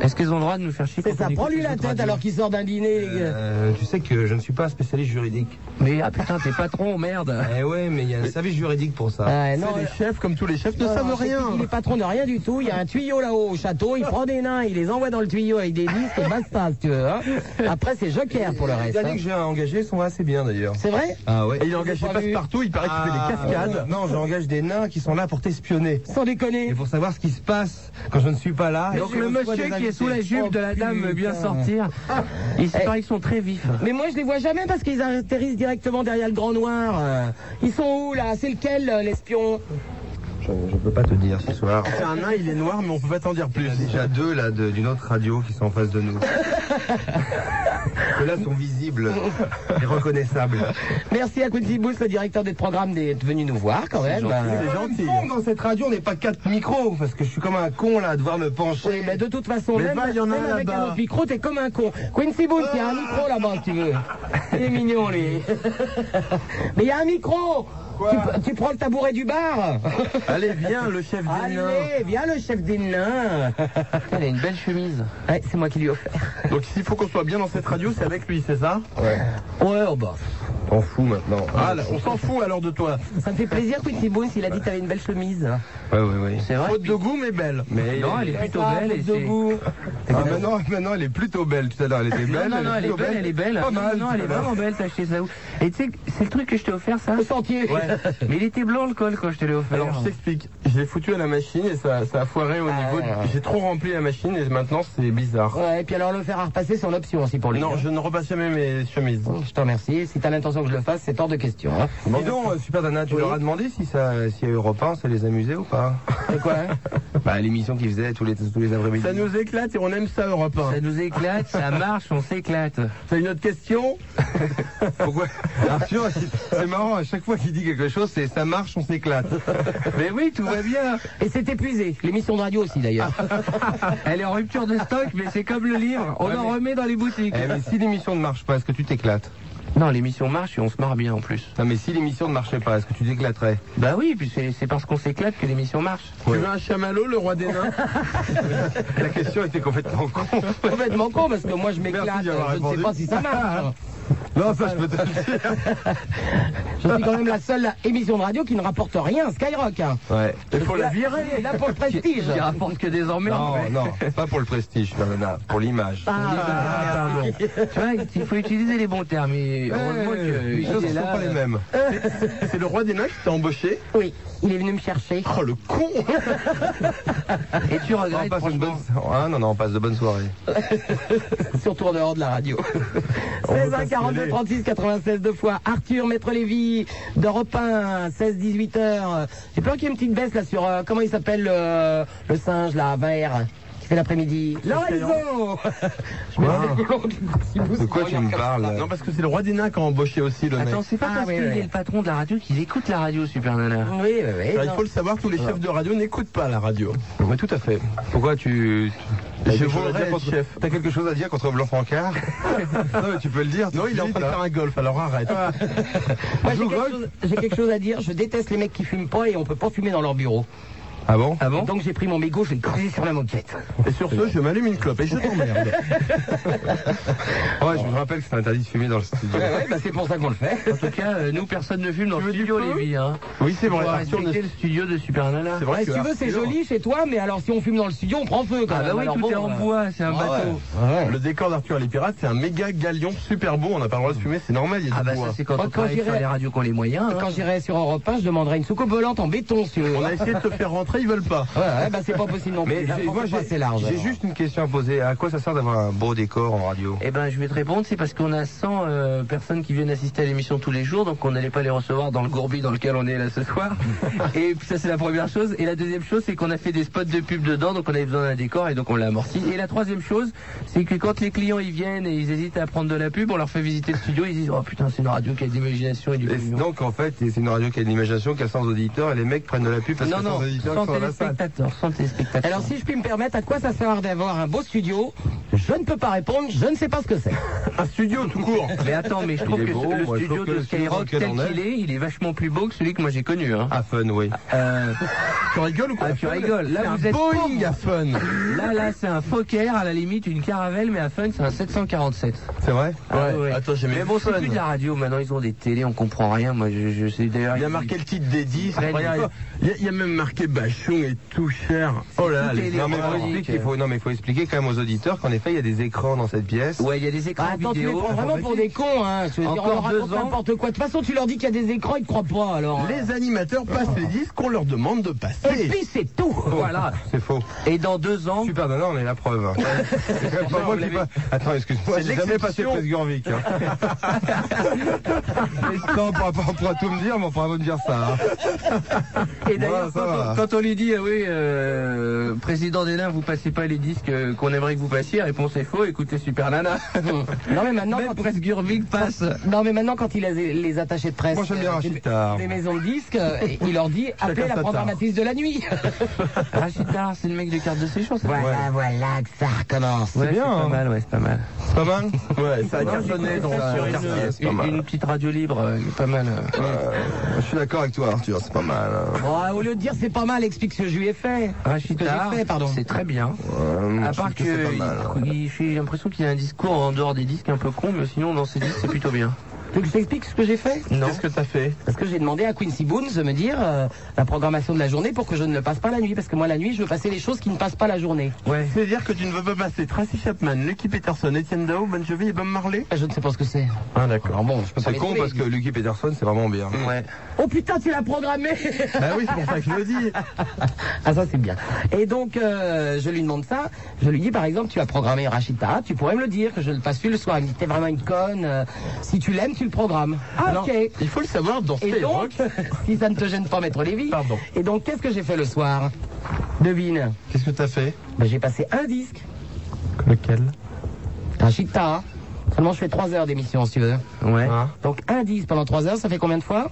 Speaker 2: Est-ce qu'ils ont le droit de nous faire chier
Speaker 1: C'est
Speaker 2: quand
Speaker 1: ça.
Speaker 2: on écoute
Speaker 1: Prends-lui
Speaker 2: les
Speaker 1: la
Speaker 2: autres
Speaker 1: tête
Speaker 2: radios
Speaker 1: alors qu'il sort d'un dîner. les gars.
Speaker 6: Euh, tu sais que je ne suis pas spécialiste juridique.
Speaker 2: Mais ah putain, t'es patron, merde
Speaker 6: Eh ouais, mais il y a un service juridique pour ça.
Speaker 1: Ouais,
Speaker 3: C'est
Speaker 1: non,
Speaker 3: les chefs, comme tous les chefs, ne
Speaker 1: Non,
Speaker 3: savent
Speaker 1: non,
Speaker 3: rien.
Speaker 1: c'est qu'il est patron de rien du tout. Il y a un tuyau là-haut au château. Il prend des nains, il les envoie dans le tuyau avec des disques et basta, si tu veux. hein. Après, c'est joker pour le
Speaker 6: Les
Speaker 1: reste.
Speaker 6: derniers que
Speaker 1: hein.
Speaker 6: j'ai engagés sont assez bien d'ailleurs.
Speaker 1: C'est vrai
Speaker 6: Ah ouais
Speaker 3: Et il est engagé
Speaker 1: J'ai pas vu.
Speaker 3: passe-partout, il paraît qu'il fait des cascades.
Speaker 6: Ah, Non, j'engage des nains qui sont là pour t'espionner.
Speaker 1: Sans déconner.
Speaker 6: Et pour savoir ce qui se passe quand je ne suis pas là.
Speaker 1: Ah,
Speaker 2: Donc
Speaker 6: Et
Speaker 2: le
Speaker 6: je reçois
Speaker 2: monsieur
Speaker 6: des
Speaker 2: qui est sous la
Speaker 6: invités. oh,
Speaker 2: jupe de
Speaker 1: Oh,
Speaker 2: la dame veut bien sortir. Il se paraît qu'ils sont très vifs.
Speaker 1: Eh. Mais moi, je les vois jamais parce qu'ils atterrissent directement derrière le Grand Noir. euh. Ils sont où, là C'est lequel, euh, l'espion
Speaker 6: Je ne peux pas te dire ce soir.
Speaker 3: C'est un nain, il est noir, mais on peut pas t'en dire
Speaker 6: Il y
Speaker 3: plus.
Speaker 6: en a déjà deux là de- d'une autre radio qui sont en face de nous.
Speaker 1: Ah,
Speaker 6: Ceux-là sont visibles et reconnaissables.
Speaker 1: Merci à Quincy Booth, le directeur des programmes, d'être venu nous voir quand même. Ben,
Speaker 3: C'est gentil.
Speaker 6: Bon, Dans cette radio, on n'est pas quatre micros parce que je suis comme un con là à devoir me
Speaker 1: Oui,
Speaker 6: pencher.
Speaker 1: mais de toute façon,
Speaker 3: Mais
Speaker 1: même,
Speaker 3: va, il y en a
Speaker 1: même
Speaker 3: un
Speaker 1: avec
Speaker 3: là-bas.
Speaker 1: un autre micro, t'es comme un con. Quincy Booth, il y a un micro là-bas, si tu veux. Il est mignon, lui. mais il y a un micro tu, pr- tu prends le tabouret du bar
Speaker 3: Allez, viens, le chef des nains.
Speaker 1: Allez, viens le chef des nains
Speaker 2: Elle a une belle chemise.
Speaker 1: Ouais, c'est moi qui lui ai offert.
Speaker 3: Donc s'il faut qu'on soit bien dans cette radio, c'est avec lui, c'est ça
Speaker 1: Ouais, oh bah.
Speaker 6: T'en fous maintenant.
Speaker 3: Ah, là, on s'en fout alors de toi.
Speaker 1: Ça me fait plaisir, Quincy Booth, il a dit que t'avais une belle chemise.
Speaker 6: Ouais, ouais, ouais.
Speaker 2: C'est vrai
Speaker 3: Faute de goût, mais belle.
Speaker 6: Mais
Speaker 2: Non, elle est plutôt belle. Et c'est-
Speaker 6: Ah, maintenant, maintenant, elle est plutôt belle. Tout à l'heure, elle était
Speaker 2: Non,
Speaker 6: belle.
Speaker 2: non, non, elle est
Speaker 6: plutôt
Speaker 2: belle, elle est belle.
Speaker 6: Pas
Speaker 2: Non,
Speaker 6: mal.
Speaker 2: non, elle est vraiment belle, t'as acheté ça où Et tu sais, que c'est le truc que je t'ai offert, ça
Speaker 1: Le sentier
Speaker 2: Mais il était blanc le col quand je te l'ai offert.
Speaker 3: Alors je t'explique, je l'ai foutu à la machine et ça, ça a foiré au niveau. de- J'ai trop rempli la machine et maintenant c'est bizarre.
Speaker 1: Ouais, et puis alors le faire à repasser, c'est en option aussi pour lui.
Speaker 3: Non,
Speaker 1: Hein.
Speaker 3: je ne repasse jamais mes chemises.
Speaker 1: Bon, je te remercie. Si t'as l'intention que je le fasse, c'est hors de question. hein.
Speaker 6: Dis donc, euh, Super Nana, tu leur as demandé si, ça, si Europe 1, ça les amusait ou pas
Speaker 1: C'est quoi hein
Speaker 6: Bah, l'émission qu'ils faisaient tous les, tous les après-midi.
Speaker 3: Ça nous éclate et on aime ça Europe 1.
Speaker 2: Ça nous éclate, ça marche, on s'éclate.
Speaker 3: C'est une autre question
Speaker 6: Pourquoi Arthur, c'est marrant, à chaque fois qu'il dit quelque chose, c'est ça marche, on s'éclate.
Speaker 2: Mais oui, tout va bien.
Speaker 1: Et c'est épuisé. L'émission de radio aussi d'ailleurs.
Speaker 2: Elle est en rupture de stock, mais c'est comme le livre, on en remet dans les boutiques.
Speaker 6: Eh, mais si l'émission ne marche pas, est-ce que tu t'éclates
Speaker 2: Non, l'émission marche et on se marre bien en plus.
Speaker 6: Non, mais si l'émission ne marchait pas, est-ce que tu t'éclaterais
Speaker 2: Bah oui, puis c'est c'est parce qu'on s'éclate que l'émission marche.
Speaker 3: Tu veux un chamallow, le roi des nains
Speaker 6: La question était complètement con.
Speaker 1: Complètement con parce que moi je m'éclate.
Speaker 6: Merci
Speaker 1: Je
Speaker 6: d'avoir
Speaker 1: ne sais
Speaker 6: répondu.
Speaker 1: pas si ça marche. hein.
Speaker 6: Non, ça, je peux te le dire.
Speaker 1: Je suis quand même la seule émission de radio qui ne rapporte rien. Skyrock. Hein.
Speaker 6: Ouais.
Speaker 3: Il faut la virer
Speaker 1: Et là pour le prestige.
Speaker 2: Qui rapporte que des emmerdes.
Speaker 6: Non, non, pas pour le prestige, Super Nana, pour l'image.
Speaker 1: Ah,
Speaker 2: bah, Tu vois, il faut utiliser les bons termes. Et heureusement que
Speaker 6: Euh,
Speaker 3: euh,
Speaker 6: les
Speaker 2: il
Speaker 6: choses
Speaker 2: est
Speaker 6: ne sont
Speaker 2: là.
Speaker 6: pas les mêmes.
Speaker 3: C'est le roi des nains qui t'a embauché
Speaker 1: oui, il est venu me chercher.
Speaker 3: Oh le con
Speaker 2: Et tu
Speaker 6: On
Speaker 2: regrettes,
Speaker 6: passe une
Speaker 2: franchement.
Speaker 6: bonne... ah, non, non, on passe de bonnes soirées.
Speaker 1: Surtout en dehors de la radio.
Speaker 6: veut
Speaker 1: 16
Speaker 6: pas
Speaker 1: 1
Speaker 6: se
Speaker 1: 42
Speaker 6: mêler.
Speaker 1: 36 96 deux fois. Arthur Maître Lévy d'Europe 1 16 18 heures. J'ai peur qu'il y ait une petite baisse là sur euh, comment il s'appelle euh, le singe là à 20 R qui fait l'après-midi. Lorenzo.
Speaker 3: Hein
Speaker 1: Je me disais que l'on- si vous-
Speaker 6: De quoi tu me parles
Speaker 3: Non parce que c'est le roi des nains qui a embauché aussi le mec.
Speaker 2: Attends, c'est pas
Speaker 1: Ah,
Speaker 2: parce
Speaker 1: oui,
Speaker 2: qu'il
Speaker 1: oui.
Speaker 2: est le patron de la radio qu'il écoute la radio, Super Nana.
Speaker 1: Oui, oui, oui.
Speaker 6: Bah,
Speaker 3: Alors, il
Speaker 1: non.
Speaker 3: faut le savoir, tous les chefs de radio n'écoutent pas la radio.
Speaker 6: Oui, tout à fait. Pourquoi tu...
Speaker 3: T'as
Speaker 6: Je
Speaker 3: quelque chose à
Speaker 6: voudrais
Speaker 3: dire
Speaker 6: être
Speaker 3: contre-
Speaker 6: chef. T'as quelque chose à dire contre Blanc Francard Non, mais tu peux le dire.
Speaker 3: Non, il est en train de faire un golf, alors arrête.
Speaker 6: Ah.
Speaker 1: Moi, j'ai quelque, chose- j'ai quelque chose à dire. Je déteste les mecs qui fument pas et on peut pas fumer dans leur bureau.
Speaker 6: Ah bon
Speaker 2: Ah bon
Speaker 1: Donc j'ai pris mon mégot, je l'ai creusé sur la moquette.
Speaker 3: Et sur ce, je m'allume une clope et je t'emmerde.
Speaker 6: Ouais, je me rappelle que c'est interdit de fumer dans le studio.
Speaker 1: Ouais, ouais, bah, c'est pour ça qu'on le fait.
Speaker 2: En tout cas, euh, nous, personne ne fume dans le studio, Lévi. Hein.
Speaker 3: Oui, c'est
Speaker 2: On
Speaker 3: vrai.
Speaker 2: va
Speaker 3: Arthur, ne-
Speaker 2: respecter le studio de Super Nana.
Speaker 3: C'est vrai
Speaker 1: Ouais,
Speaker 3: que
Speaker 1: si tu veux, c'est
Speaker 3: Arthur-
Speaker 1: joli chez toi, mais alors si on fume dans le studio, on prend feu quand
Speaker 2: Ah
Speaker 1: même.
Speaker 2: bah oui,
Speaker 1: Alors,
Speaker 2: tout
Speaker 1: bon,
Speaker 2: est en
Speaker 1: euh,
Speaker 2: bois, c'est un
Speaker 3: Ah ouais.
Speaker 2: bateau.
Speaker 3: Le décor d'Arthur et les pirates, c'est un méga galion super beau. On n'a pas le droit de fumer, c'est normal, il y a
Speaker 2: Ah
Speaker 3: du
Speaker 2: bah
Speaker 3: bois.
Speaker 2: ça, c'est quand
Speaker 1: Moi,
Speaker 2: on
Speaker 1: Oh, quand
Speaker 2: travaille sur
Speaker 1: j'irai-
Speaker 2: les radios qu'on les moyens. hein.
Speaker 1: Quand j'irai sur Europe 1, je demanderai une soucoupe volante en béton, si vous voulez.
Speaker 3: On a essayé de te faire rentrer, ils veulent pas.
Speaker 1: Ouais, ouais, bah c'est pas possible non
Speaker 6: Mais
Speaker 1: plus. La
Speaker 6: j'ai-
Speaker 1: France
Speaker 6: moi,
Speaker 1: est pas
Speaker 6: j'ai-
Speaker 1: assez large.
Speaker 6: J'ai
Speaker 1: alors.
Speaker 6: juste une question à poser. À quoi ça sert d'avoir un beau décor en radio
Speaker 2: Eh ben, je vais te répondre, c'est parce qu'on a 100 euh, personnes qui viennent assister à l'émission tous les jours, donc on n'allait pas les recevoir dans le gourbi dans lequel on est là ce soir. et ça, c'est la première chose. Et la deuxième chose, c'est qu'on a fait des spots de pub dedans, donc on avait besoin d'un décor et donc on l'a amorti. Et la troisième chose, c'est que quand les clients ils viennent et ils hésitent à prendre de la pub, on leur fait visiter le studio, ils disent oh putain, c'est une radio qui a de l'imagination et du
Speaker 6: Et
Speaker 2: pognon.
Speaker 6: donc en fait, c'est une radio qui a de l'imagination, qui a 100 auditeurs, et les mecs prennent de la pub parce
Speaker 2: Non,
Speaker 6: que 100
Speaker 2: non,
Speaker 6: auditeurs
Speaker 2: sans
Speaker 6: sont dans hein, la salle.
Speaker 2: téléspectateurs, sans téléspectateurs.
Speaker 1: Alors si je puis me permettre, à quoi ça sert d'avoir un beau studio Je ne peux pas répondre, je ne sais pas ce que c'est.
Speaker 3: Un studio tout court.
Speaker 2: Mais attends, mais je trouve
Speaker 6: est
Speaker 2: que
Speaker 6: beau,
Speaker 2: le
Speaker 6: moi, je
Speaker 2: studio
Speaker 6: trouve que
Speaker 2: de
Speaker 6: le studio
Speaker 3: Oh,
Speaker 6: dans
Speaker 2: Skyrock
Speaker 6: lequel
Speaker 2: tel
Speaker 6: on est-
Speaker 2: qu'il est, il est vachement plus beau que celui que moi j'ai connu. Hein.
Speaker 6: Ah fun, oui.
Speaker 2: Euh,
Speaker 3: Tu rigoles ou quoi
Speaker 2: Ah, tu rigoles. Là,
Speaker 3: C'est un
Speaker 2: vous êtes
Speaker 3: Boeing
Speaker 2: pauvre.
Speaker 3: à fun.
Speaker 2: Là, là, c'est un Fokker, à la limite, une Caravelle, mais à Fun, c'est un 747.
Speaker 6: C'est vrai
Speaker 2: Ah
Speaker 3: Ouais. Attends, j'ai mis
Speaker 2: Mais bon, c'est
Speaker 3: Fun.
Speaker 2: plus de la radio, maintenant, ils ont des télés, on comprend rien. Moi, je, je sais d'ailleurs.
Speaker 3: Il y a
Speaker 2: ils-
Speaker 3: marqué le titre des 10.
Speaker 2: Ouais,
Speaker 3: regarde,
Speaker 2: mais-
Speaker 3: il y a- il y, a même marqué bah,
Speaker 6: l'évolution est tout chère. Oh là là,
Speaker 2: Tout est
Speaker 6: les- non, mais faut
Speaker 2: électronique.
Speaker 6: expliquer qu'il faut, non mais faut expliquer quand même aux auditeurs qu'en effet il y a des écrans dans cette pièce.
Speaker 2: Ouais, il y a des écrans
Speaker 1: Ah, attends, tu les
Speaker 2: vidéo.
Speaker 1: prends vraiment pour des cons, hein. Je veux dire, on
Speaker 2: Encore
Speaker 1: leur raconte
Speaker 2: deux ans.
Speaker 1: n'importe quoi. De toute façon, tu leur dis qu'il y a des écrans, ils te croient pas, alors. hein.
Speaker 3: Les animateurs passent les disques qu'on leur demande de
Speaker 1: Et
Speaker 3: passer.
Speaker 1: puis, c'est tout.
Speaker 2: Voilà.
Speaker 6: C'est faux.
Speaker 2: Et dans deux ans,
Speaker 6: Super Nana, on est la preuve. C'est quand même pas
Speaker 2: Non, vous
Speaker 6: moi qui
Speaker 2: l'avez-
Speaker 6: pas- Attends, excuse-moi,
Speaker 3: C'est
Speaker 6: j'ai jamais passé
Speaker 3: l'exception.
Speaker 6: Presse Gurvic. Hein. non, on pourra, pas- on pourra tout me dire, mais on pourra pas me dire ça. hein.
Speaker 2: et d'ailleurs,
Speaker 1: Ah,
Speaker 6: Voilà, ça va.
Speaker 2: quand, on- quand on lui dit, ah oui, euh, président Délin, vous passez pas les disques euh, qu'on aimerait que vous passiez, réponse est faux, écoutez Super Nana.
Speaker 1: Non, mais maintenant,
Speaker 2: Même
Speaker 1: quand-
Speaker 2: Presse Gurvic passe.
Speaker 1: non, mais maintenant, quand il a les les attachés de presse
Speaker 6: Moi, j'aime bien
Speaker 1: euh,
Speaker 6: Rachid
Speaker 1: des-
Speaker 6: Tarr.
Speaker 1: des maisons de disques, euh, et il leur dit appelez
Speaker 6: sa
Speaker 1: la
Speaker 6: tarte.
Speaker 1: programmatrice de la nuit.
Speaker 2: Rachid Tarr, c'est le mec des cartes de séjour, c'est
Speaker 1: Voilà, voilà, que ça recommence.
Speaker 2: Ouais,
Speaker 6: bien,
Speaker 2: C'est
Speaker 6: hein.
Speaker 2: pas mal, ouais, c'est pas mal.
Speaker 6: C'est pas mal Ouais, ça a cartonné dans la
Speaker 2: Sur une,
Speaker 6: quartier, c'est pas
Speaker 2: une-
Speaker 6: mal.
Speaker 2: une petite radio libre, euh, pas mal. euh.
Speaker 6: Euh, je suis d'accord avec toi, Arthur, c'est pas mal. hein.
Speaker 1: Oh, au lieu de dire c'est pas mal, explique ce que je lui ai fait.
Speaker 2: Rachid
Speaker 1: Que j'ai
Speaker 2: Tarr,
Speaker 1: fait, pardon.
Speaker 2: c'est très bien.
Speaker 6: Ouais, moi,
Speaker 2: À
Speaker 6: je
Speaker 2: part que,
Speaker 6: trouve c'est pas mal.
Speaker 2: il- il- j'ai l'impression qu'il a un discours en dehors des disques un peu con, mais sinon dans ses disques c'est plutôt bien.
Speaker 1: Donc je t'explique ce que j'ai fait
Speaker 2: Non.
Speaker 6: Qu'est-ce que t'as fait
Speaker 1: Parce que j'ai demandé à Quincy Boone de me dire euh, la programmation de la journée pour que je ne le passe pas la nuit. Parce que moi, la nuit, je veux passer les choses qui ne passent pas la journée.
Speaker 2: Ouais.
Speaker 3: C'est-à-dire que tu ne veux pas passer Tracy Chapman, Lucky Peterson, Etienne Dao, Bon Jovi et Bob Marley
Speaker 1: Je ne sais pas ce que c'est.
Speaker 3: Ah d'accord.
Speaker 1: Alors bon, je peux pas
Speaker 6: C'est con
Speaker 1: les
Speaker 6: parce que
Speaker 1: trouver.
Speaker 6: Lucky Peterson, c'est vraiment bien.
Speaker 2: Ouais.
Speaker 1: Oh putain, tu l'as programmé
Speaker 3: Bah oui, c'est pour ça que je le dis.
Speaker 1: Ah ça c'est bien. Et donc euh, je lui demande ça, je lui dis par exemple tu as programmé Rachita, tu pourrais me le dire que je ne le passe plus le soir. Il me dit t'es vraiment une conne, euh, si tu l'aimes tu le programmes. Ah, ok.
Speaker 3: Il faut le savoir dans
Speaker 1: Et donc,
Speaker 3: Skyrock.
Speaker 1: si ça ne te gêne pas Maître Lévy,
Speaker 3: Pardon.
Speaker 1: et donc qu'est-ce que j'ai fait le soir Devine,
Speaker 3: Qu'est-ce que t'as fait
Speaker 1: Ben, j'ai passé un disque,
Speaker 3: Lequel
Speaker 1: Rachita. Seulement je fais trois heures d'émission si tu veux.
Speaker 2: Ouais.
Speaker 6: Ah.
Speaker 1: Donc un disque pendant trois heures, ça fait combien de fois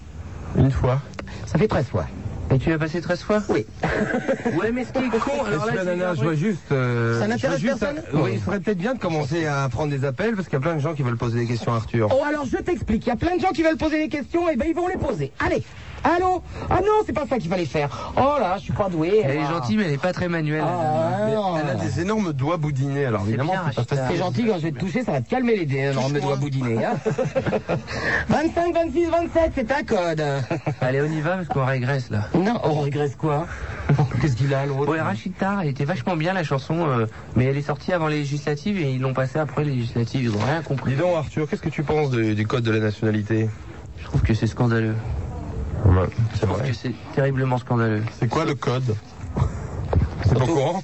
Speaker 3: Une fois.
Speaker 1: Ça fait 13 fois.
Speaker 2: Et tu l'as passé 13 fois
Speaker 1: Oui.
Speaker 2: Ouais, mais ce qui est con, alors là,
Speaker 6: Super
Speaker 2: c'est un
Speaker 6: Nana, je
Speaker 2: truc-
Speaker 6: vois juste. euh,
Speaker 1: Ça n'intéresse
Speaker 6: je vois juste-
Speaker 1: personne
Speaker 6: Oui, il serait peut-être bien de commencer à prendre des appels parce qu'il y a plein de gens qui veulent poser des questions à Arthur.
Speaker 1: Oh alors je t'explique, il y a plein de gens qui veulent poser des questions, et ben ils vont les poser. Allez Allô Ah non, c'est pas ça qu'il fallait faire. Oh là, je suis pas doué.
Speaker 2: Elle
Speaker 3: Ah.
Speaker 2: est gentille, mais elle est pas très manuelle.
Speaker 1: Ah, non.
Speaker 6: Elle a des énormes doigts boudinés, alors évidemment,
Speaker 2: bien,
Speaker 6: c'est pas
Speaker 2: Rachida.
Speaker 1: C'est
Speaker 6: facile.
Speaker 1: gentil, quand je vais te toucher, ça va te calmer les dé- énormes doigts boudinés. Hein 25, 26, 27, c'est un code.
Speaker 2: Allez, on y va parce qu'on régresse là.
Speaker 1: non, on regresse quoi Qu'est-ce qu'il a l'autre
Speaker 2: Ouais, Rachid Tarr, elle était vachement bien la chanson, euh, mais elle est sortie avant les législatives et ils l'ont passée après les législatives, ils ont rien
Speaker 6: Dis
Speaker 2: compris.
Speaker 6: donc, Arthur, qu'est-ce que tu penses de- du code de la nationalité
Speaker 2: Je trouve que c'est scandaleux.
Speaker 6: C'est
Speaker 2: Je trouve
Speaker 6: vrai.
Speaker 2: que c'est terriblement scandaleux.
Speaker 3: C'est quoi le code
Speaker 6: C'est pas au courant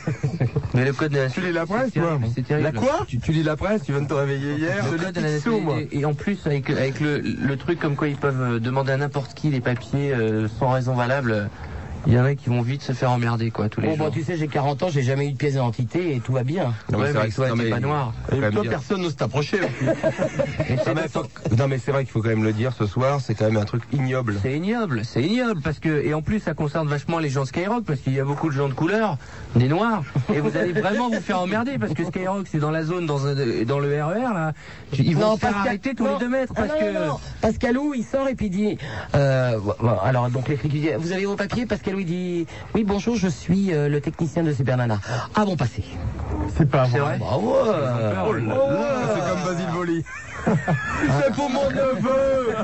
Speaker 2: Mais le code de la
Speaker 6: Tu lis la presse,
Speaker 2: c'est
Speaker 6: toi
Speaker 2: terrible, c'est terrible.
Speaker 6: La quoi tu, tu lis la presse, Ah, tu viens de te réveiller hier.
Speaker 2: Le code de la
Speaker 6: Picsou, moi.
Speaker 2: nationalité. Et en plus, avec, avec le, le truc comme quoi ils peuvent euh, demander à n'importe qui les papiers euh, sans raison valable, euh, il y en a qui vont vite se faire emmerder, quoi, tous les
Speaker 1: Bon,
Speaker 2: jours.
Speaker 1: bah, tu sais, j'ai 40 ans, j'ai jamais eu de pièce d'identité et tout va bien.
Speaker 6: Non, mais
Speaker 2: Ouais,
Speaker 6: c'est
Speaker 2: mais
Speaker 6: vrai que-
Speaker 2: toi,
Speaker 6: non,
Speaker 2: t'es
Speaker 6: mais-
Speaker 2: pas noir.
Speaker 6: Faut quand
Speaker 3: Et
Speaker 6: même
Speaker 3: toi,
Speaker 6: dire-
Speaker 3: personne n'ose t'approcher.
Speaker 6: Non, mais faut- Non, mais c'est vrai qu'il faut quand même le dire ce soir, c'est quand même un truc ignoble.
Speaker 2: C'est ignoble, c'est ignoble, parce que, et en plus, ça concerne vachement les gens de Skyrock, parce qu'il y a beaucoup de gens de couleur, des noirs, et vous allez vraiment vous faire emmerder, parce que Skyrock, c'est dans la zone, dans, un- dans le RER, là, Tu- ils vont se faire
Speaker 1: qu'à-
Speaker 2: arrêter tous
Speaker 1: non,
Speaker 2: les deux mètres,
Speaker 1: ah
Speaker 2: parce
Speaker 1: non,
Speaker 2: que...
Speaker 1: non, non. Pascalou, il sort et puis il dit. euh, bon, bon, alors, donc, les flics lui disent Vous avez vos papiers Pascalou, il dit Oui, bonjour, je suis euh, le technicien de Super Nana. Ah bon, passez.
Speaker 3: C'est pas
Speaker 2: C'est vrai
Speaker 3: vrai.
Speaker 6: Ah, bah
Speaker 1: Bravo euh,
Speaker 6: Oh C'est comme Basile Boli. C'est pour mon neveu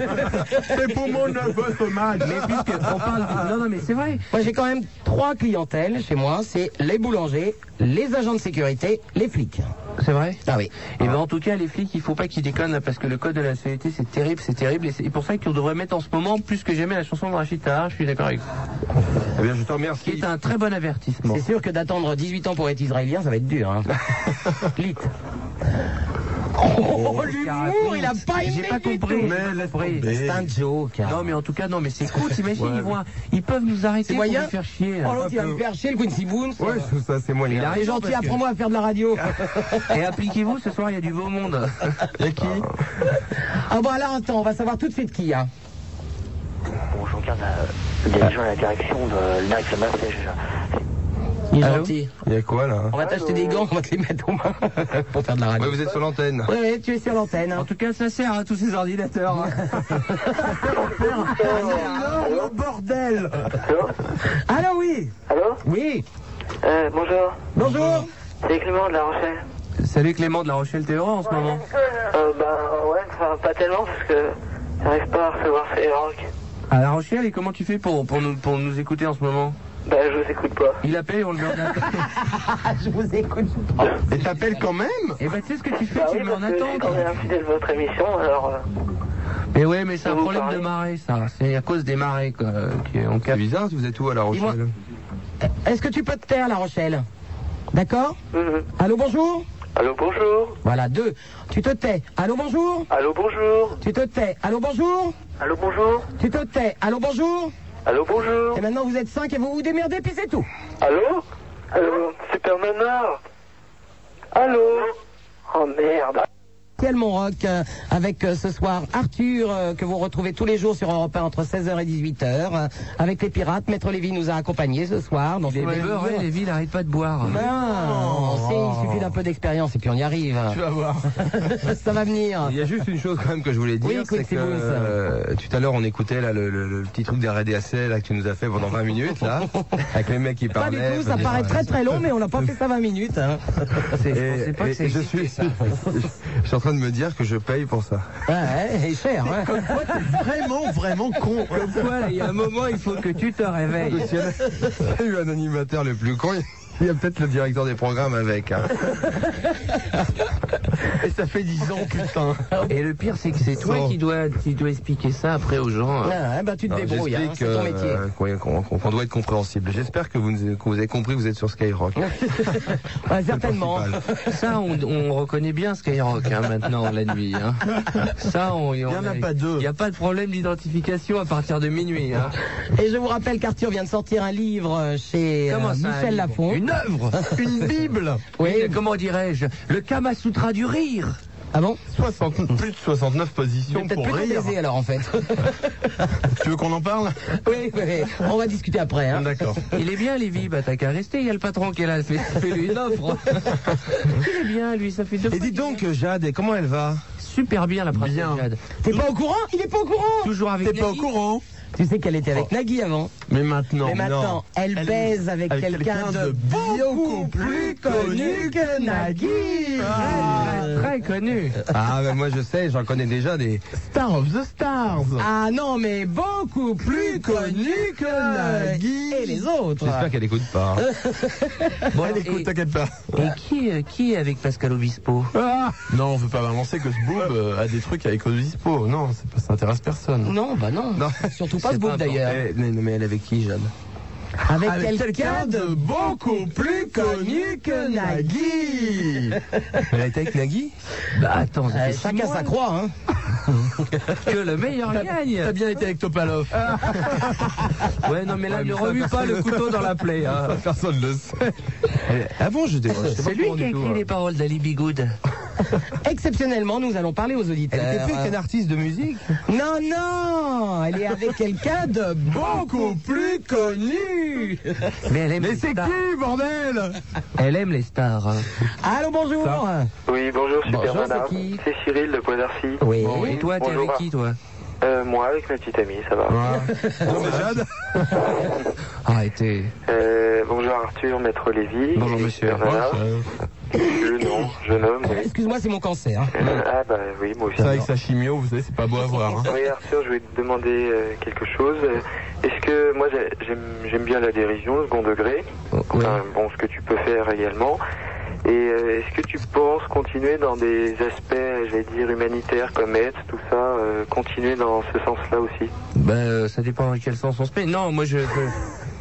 Speaker 3: C'est pour mon neveu Thomas.
Speaker 2: Mais puisque on parle... Non, non, mais c'est vrai.
Speaker 1: Moi, j'ai quand même trois clientèles chez moi c'est les boulangers, les agents de sécurité, les flics.
Speaker 2: C'est vrai.
Speaker 1: Ah oui.
Speaker 2: Et ben en tout cas les flics il faut pas qu'ils déconnent là, parce que le code de la société c'est terrible c'est terrible et c'est pour ça qu'on devrait mettre en ce moment plus que jamais la chanson de Rachid Taha, je suis d'accord avec vous.
Speaker 6: Eh bien, je te
Speaker 2: Qui
Speaker 6: remercie.
Speaker 2: est un très bon avertissement.
Speaker 1: C'est sûr que d'attendre 18 ans pour être israélien, ça va être dur. Hein. Lit. Oh, l'humour, il a pas aimé
Speaker 2: J'ai pas
Speaker 1: du tout.
Speaker 2: compris.
Speaker 6: Mais
Speaker 2: j'ai pas
Speaker 6: laisse
Speaker 2: compris.
Speaker 1: C'est un joke. hein.
Speaker 2: Non mais en tout cas non mais c'est cool t'imagines ils vont ils peuvent nous arrêter pour
Speaker 1: moyen
Speaker 2: nous faire chier. hein.
Speaker 1: Oh, l'autre, il va me faire chier, le Quincy Boone.
Speaker 6: Ouais, je trouve ça, c'est
Speaker 2: Il
Speaker 6: moyen.
Speaker 2: a
Speaker 1: Ah, il est
Speaker 2: raison,
Speaker 1: gentil,
Speaker 2: parce que-
Speaker 1: apprends-moi à faire de la radio.
Speaker 2: Et appliquez-vous ce soir il y a du beau monde.
Speaker 1: ah bon, alors attends, on va savoir tout de suite qui, hein.
Speaker 7: Bon, je regarde la, le dirigeant à la direction de l'Arc de Massège.
Speaker 1: Il est
Speaker 2: Allô
Speaker 1: gentil.
Speaker 6: Il y a quoi là hein
Speaker 1: On va t'acheter des gants, on va te les mettre aux mains pour faire de la
Speaker 6: Ouais,
Speaker 1: radio.
Speaker 6: vous êtes sur l'antenne.
Speaker 1: Ouais, ouais, tu es sur l'antenne.
Speaker 2: En
Speaker 1: hein.
Speaker 2: tout cas ça sert à tous ces ordinateurs. hein.
Speaker 3: Oh, bordel
Speaker 1: Allô, oui
Speaker 7: Allô
Speaker 1: Oui
Speaker 7: euh, Bonjour,
Speaker 1: Bonjour
Speaker 7: c'est Clément de La Rochelle.
Speaker 2: Salut Clément de la Rochelle t'es heureux en ce moment.
Speaker 7: Euh, bah ouais, enfin pas tellement parce que j'arrive pas à recevoir Skyrock.
Speaker 2: À la Rochelle et comment tu fais pour pour nous pour nous écouter en ce moment
Speaker 7: Ben, je vous écoute pas.
Speaker 2: Il appelle, on le met en attente.
Speaker 1: Ah, je vous écoute.
Speaker 6: Et t'appelles quand même
Speaker 2: Et bah, tu sais ce que tu fais,
Speaker 7: Bah
Speaker 2: tu
Speaker 7: oui,
Speaker 2: le mets
Speaker 7: parce
Speaker 2: en
Speaker 7: que je suis
Speaker 2: attente.
Speaker 7: quand même un fidèle de votre émission, alors... euh,
Speaker 2: Mais ouais, mais c'est un
Speaker 7: Vous
Speaker 2: problème
Speaker 7: parlez
Speaker 2: de marée, ça. C'est à cause des marées, quoi. qu'on
Speaker 6: C'est
Speaker 2: capte.
Speaker 6: bizarre, vous êtes où à La Rochelle
Speaker 1: Est-ce que tu peux te taire, La Rochelle D'accord
Speaker 7: mhm.
Speaker 1: Allô, bonjour
Speaker 7: Allô, bonjour
Speaker 1: Voilà, deux. Tu te tais. Allô, bonjour
Speaker 7: Allô, bonjour
Speaker 1: Tu te tais. Allô, bonjour
Speaker 7: Allô, bonjour
Speaker 1: Tu te tais. Allô, bonjour
Speaker 7: Allô, bonjour
Speaker 1: Et maintenant, vous êtes cinq et vous vous démerdez, puis c'est tout.
Speaker 7: Allô Allô Super Nana Allô Oh merde
Speaker 1: Ciel mon rock euh, avec euh, ce soir Arthur euh, que vous retrouvez tous les jours sur Europe 1 entre 16h et 18h euh, avec les pirates. Maître Lévy nous a accompagnés ce soir dans
Speaker 2: Les
Speaker 1: ce magazine.
Speaker 2: beurres, ouais, les villes arrêtent pas de boire.
Speaker 1: Non, Ben, on sait, il suffit d'un peu d'expérience et puis on y arrive.
Speaker 6: Tu vas voir.
Speaker 1: Ça va venir.
Speaker 6: Il y a juste une chose quand même que je voulais dire,
Speaker 1: Oui, écoute,
Speaker 6: c'est
Speaker 1: c'est
Speaker 6: que
Speaker 1: bon, ça.
Speaker 6: euh, tout à l'heure on écoutait là, le, le- le petit truc des RDAC là, que tu nous as fait pendant 20 minutes là, avec les mecs qui
Speaker 1: Pas du
Speaker 6: parlaient.
Speaker 1: tout, ça
Speaker 6: faisaient-
Speaker 1: paraît très très long, mais on n'a pas fait ça 20 minutes. hein.
Speaker 2: C'est-
Speaker 6: Et-
Speaker 2: Je pensais pas
Speaker 6: et-
Speaker 2: que ça
Speaker 6: et je
Speaker 2: existait,
Speaker 6: suis,
Speaker 2: ça.
Speaker 6: je suis en train de me dire que je paye pour ça.
Speaker 2: Ah,
Speaker 1: Ouais, ouais, et cher. ouais.
Speaker 3: Vraiment, vraiment con.
Speaker 2: hein. Comme quoi, là, il y a un moment, il faut que tu te réveilles.
Speaker 6: S'il y en a- s'il y a eu un animateur le plus con, il y a peut-être le directeur des programmes avec. hein. Et ça fait 10 ans, putain.
Speaker 2: Et le pire, c'est que c'est toi
Speaker 6: Bon.
Speaker 2: qui dois, qui dois expliquer ça après aux gens.
Speaker 1: Ouais,
Speaker 2: euh.
Speaker 1: ouais, bah, tu te
Speaker 6: Non,
Speaker 1: débrouilles, hein,
Speaker 6: j'explique,
Speaker 1: c'est ton métier.
Speaker 6: euh, qu'on- qu'on qu'on doit être compréhensible. J'espère que vous, nous- que vous avez compris que vous êtes sur Skyrock.
Speaker 1: Ouais, certainement.
Speaker 6: C'est le principal.
Speaker 2: Ça, on, on reconnaît bien Skyrock hein, maintenant, la nuit. Hein. Ça, on,
Speaker 3: Il n'y en a pas deux.
Speaker 2: Il n'y a pas de problème d'identification à partir de minuit. Hein.
Speaker 1: Et je vous rappelle qu'Arthur vient de sortir un livre euh, chez euh,
Speaker 2: Comment ça, un
Speaker 1: Michel
Speaker 2: livre
Speaker 1: Lafon.
Speaker 2: Une œuvre
Speaker 3: Une Bible.
Speaker 1: Oui.
Speaker 2: Une- Comment dirais-je Le Kama Sutra du rire
Speaker 1: Ah
Speaker 6: 60 plus de 69
Speaker 1: Je
Speaker 6: positions
Speaker 1: vais peut-être
Speaker 6: pour
Speaker 1: plus te
Speaker 6: rire.
Speaker 1: baiser alors en fait.
Speaker 6: Tu veux qu'on en parle
Speaker 1: oui, oui, oui. on va discuter après. Hein.
Speaker 6: D'accord.
Speaker 2: Il est bien, Lévi, bah t'as qu'à rester, il y a le patron qui est là, fais, lui une offre. il est bien, lui, ça fait deux
Speaker 6: Et
Speaker 2: fois
Speaker 6: dis
Speaker 2: qu'il
Speaker 6: donc, Jade, et comment elle va
Speaker 2: est Super bien, la princesse
Speaker 6: Bien.
Speaker 2: Jade.
Speaker 1: T'es pas au courant Il est pas au courant
Speaker 2: Toujours avec
Speaker 3: T'es pas au
Speaker 2: Nagui.
Speaker 3: courant
Speaker 1: Tu sais qu'elle était avec Nagui avant.
Speaker 6: Oh. Mais maintenant,
Speaker 1: mais maintenant, elle,
Speaker 3: Elle-
Speaker 1: baise avec,
Speaker 3: avec
Speaker 1: quelqu'un de beaucoup plus connu que Nagui.
Speaker 2: Très, Très connu.
Speaker 6: Ah, ben moi je sais, j'en connais déjà des.
Speaker 3: Star of the Stars.
Speaker 1: Ah non, mais beaucoup plus connu que Nagui et les autres.
Speaker 6: J'espère qu'elle écoute pas.
Speaker 1: Euh,
Speaker 2: Bon,
Speaker 3: Allez, écoute,
Speaker 2: et,
Speaker 3: t'inquiète pas.
Speaker 2: et qui, euh, qui est avec Pascal Obispo
Speaker 3: Non, on veut pas balancer que ce boob euh, a des trucs avec Odispo. Non, c'est pas- ça intéresse personne.
Speaker 1: Non, bah non.
Speaker 6: Non.
Speaker 1: Surtout pas
Speaker 2: C'est
Speaker 1: ce
Speaker 2: pas
Speaker 1: bout d'ailleurs.
Speaker 6: Eh, mais, mais elle est avec qui, Jade
Speaker 1: Avec,
Speaker 3: Avec
Speaker 1: quelqu'un de
Speaker 3: beaucoup
Speaker 1: plus connu que Nagui.
Speaker 6: Elle a été avec Nagui
Speaker 2: Bah attends, ça
Speaker 1: Euh,
Speaker 2: fait six
Speaker 1: chacun
Speaker 2: mois
Speaker 1: sa croix, hein.
Speaker 7: hein.
Speaker 2: que le meilleur gagne.
Speaker 3: T'as bien été avec Topalov.
Speaker 2: Ouais, non mais là,
Speaker 6: Ouais, mais
Speaker 2: ne
Speaker 6: ça,
Speaker 2: remue pas
Speaker 6: personne-
Speaker 2: le couteau dans la plaie. hein.
Speaker 6: Personne le sait. Elle- Ah bon, je dé- je sais pas
Speaker 2: C'est lui
Speaker 6: comment
Speaker 2: qui a
Speaker 6: du tout,
Speaker 2: écrit
Speaker 6: hein.
Speaker 2: les paroles d'Ali Bigood.
Speaker 1: Exceptionnellement, nous allons parler aux auditeurs.
Speaker 6: Elle était plus qu'un artiste de musique
Speaker 1: Non, non, elle est avec quelqu'un de beaucoup plus connu.
Speaker 2: Mais elle aime les stars.
Speaker 6: qui, bordel
Speaker 2: Elle aime les stars. hein.
Speaker 1: Allô, bonjour.
Speaker 7: Oui, bonjour Super
Speaker 1: Bonjour,
Speaker 7: Nana.
Speaker 1: c'est qui
Speaker 7: C'est Cyril de Bois d'Arcy.
Speaker 1: Oui.
Speaker 2: Et toi, t'es
Speaker 7: Bonjour.
Speaker 2: avec qui, toi
Speaker 7: Euh, moi, avec ma petite amie, ça va.
Speaker 6: Jade
Speaker 2: Arrêtez.
Speaker 7: Euh, bonjour Arthur, Maître Lévy.
Speaker 2: Bonjour,
Speaker 7: Et
Speaker 2: monsieur.
Speaker 7: Super Nana. Jeune homme, jeune homme, oui.
Speaker 1: Ah, Excuse-moi, c'est mon cancer.
Speaker 7: Euh, ah bah oui, moi aussi.
Speaker 3: Ça, avec sa chimio, vous savez, c'est pas beau à voir. hein.
Speaker 7: Oui Arthur, je voulais te demander euh, quelque chose. Euh, Est-ce que moi j'ai- j'aime j'aime bien la dérision, le second degré, Enfin, bon ce que tu peux faire également. Et euh, est-ce que tu penses continuer dans des aspects, je vais dire humanitaires comme aide, tout ça, euh, continuer dans ce sens-là aussi
Speaker 2: Ben, euh, ça dépend dans quel sens on se met. Non, moi, je.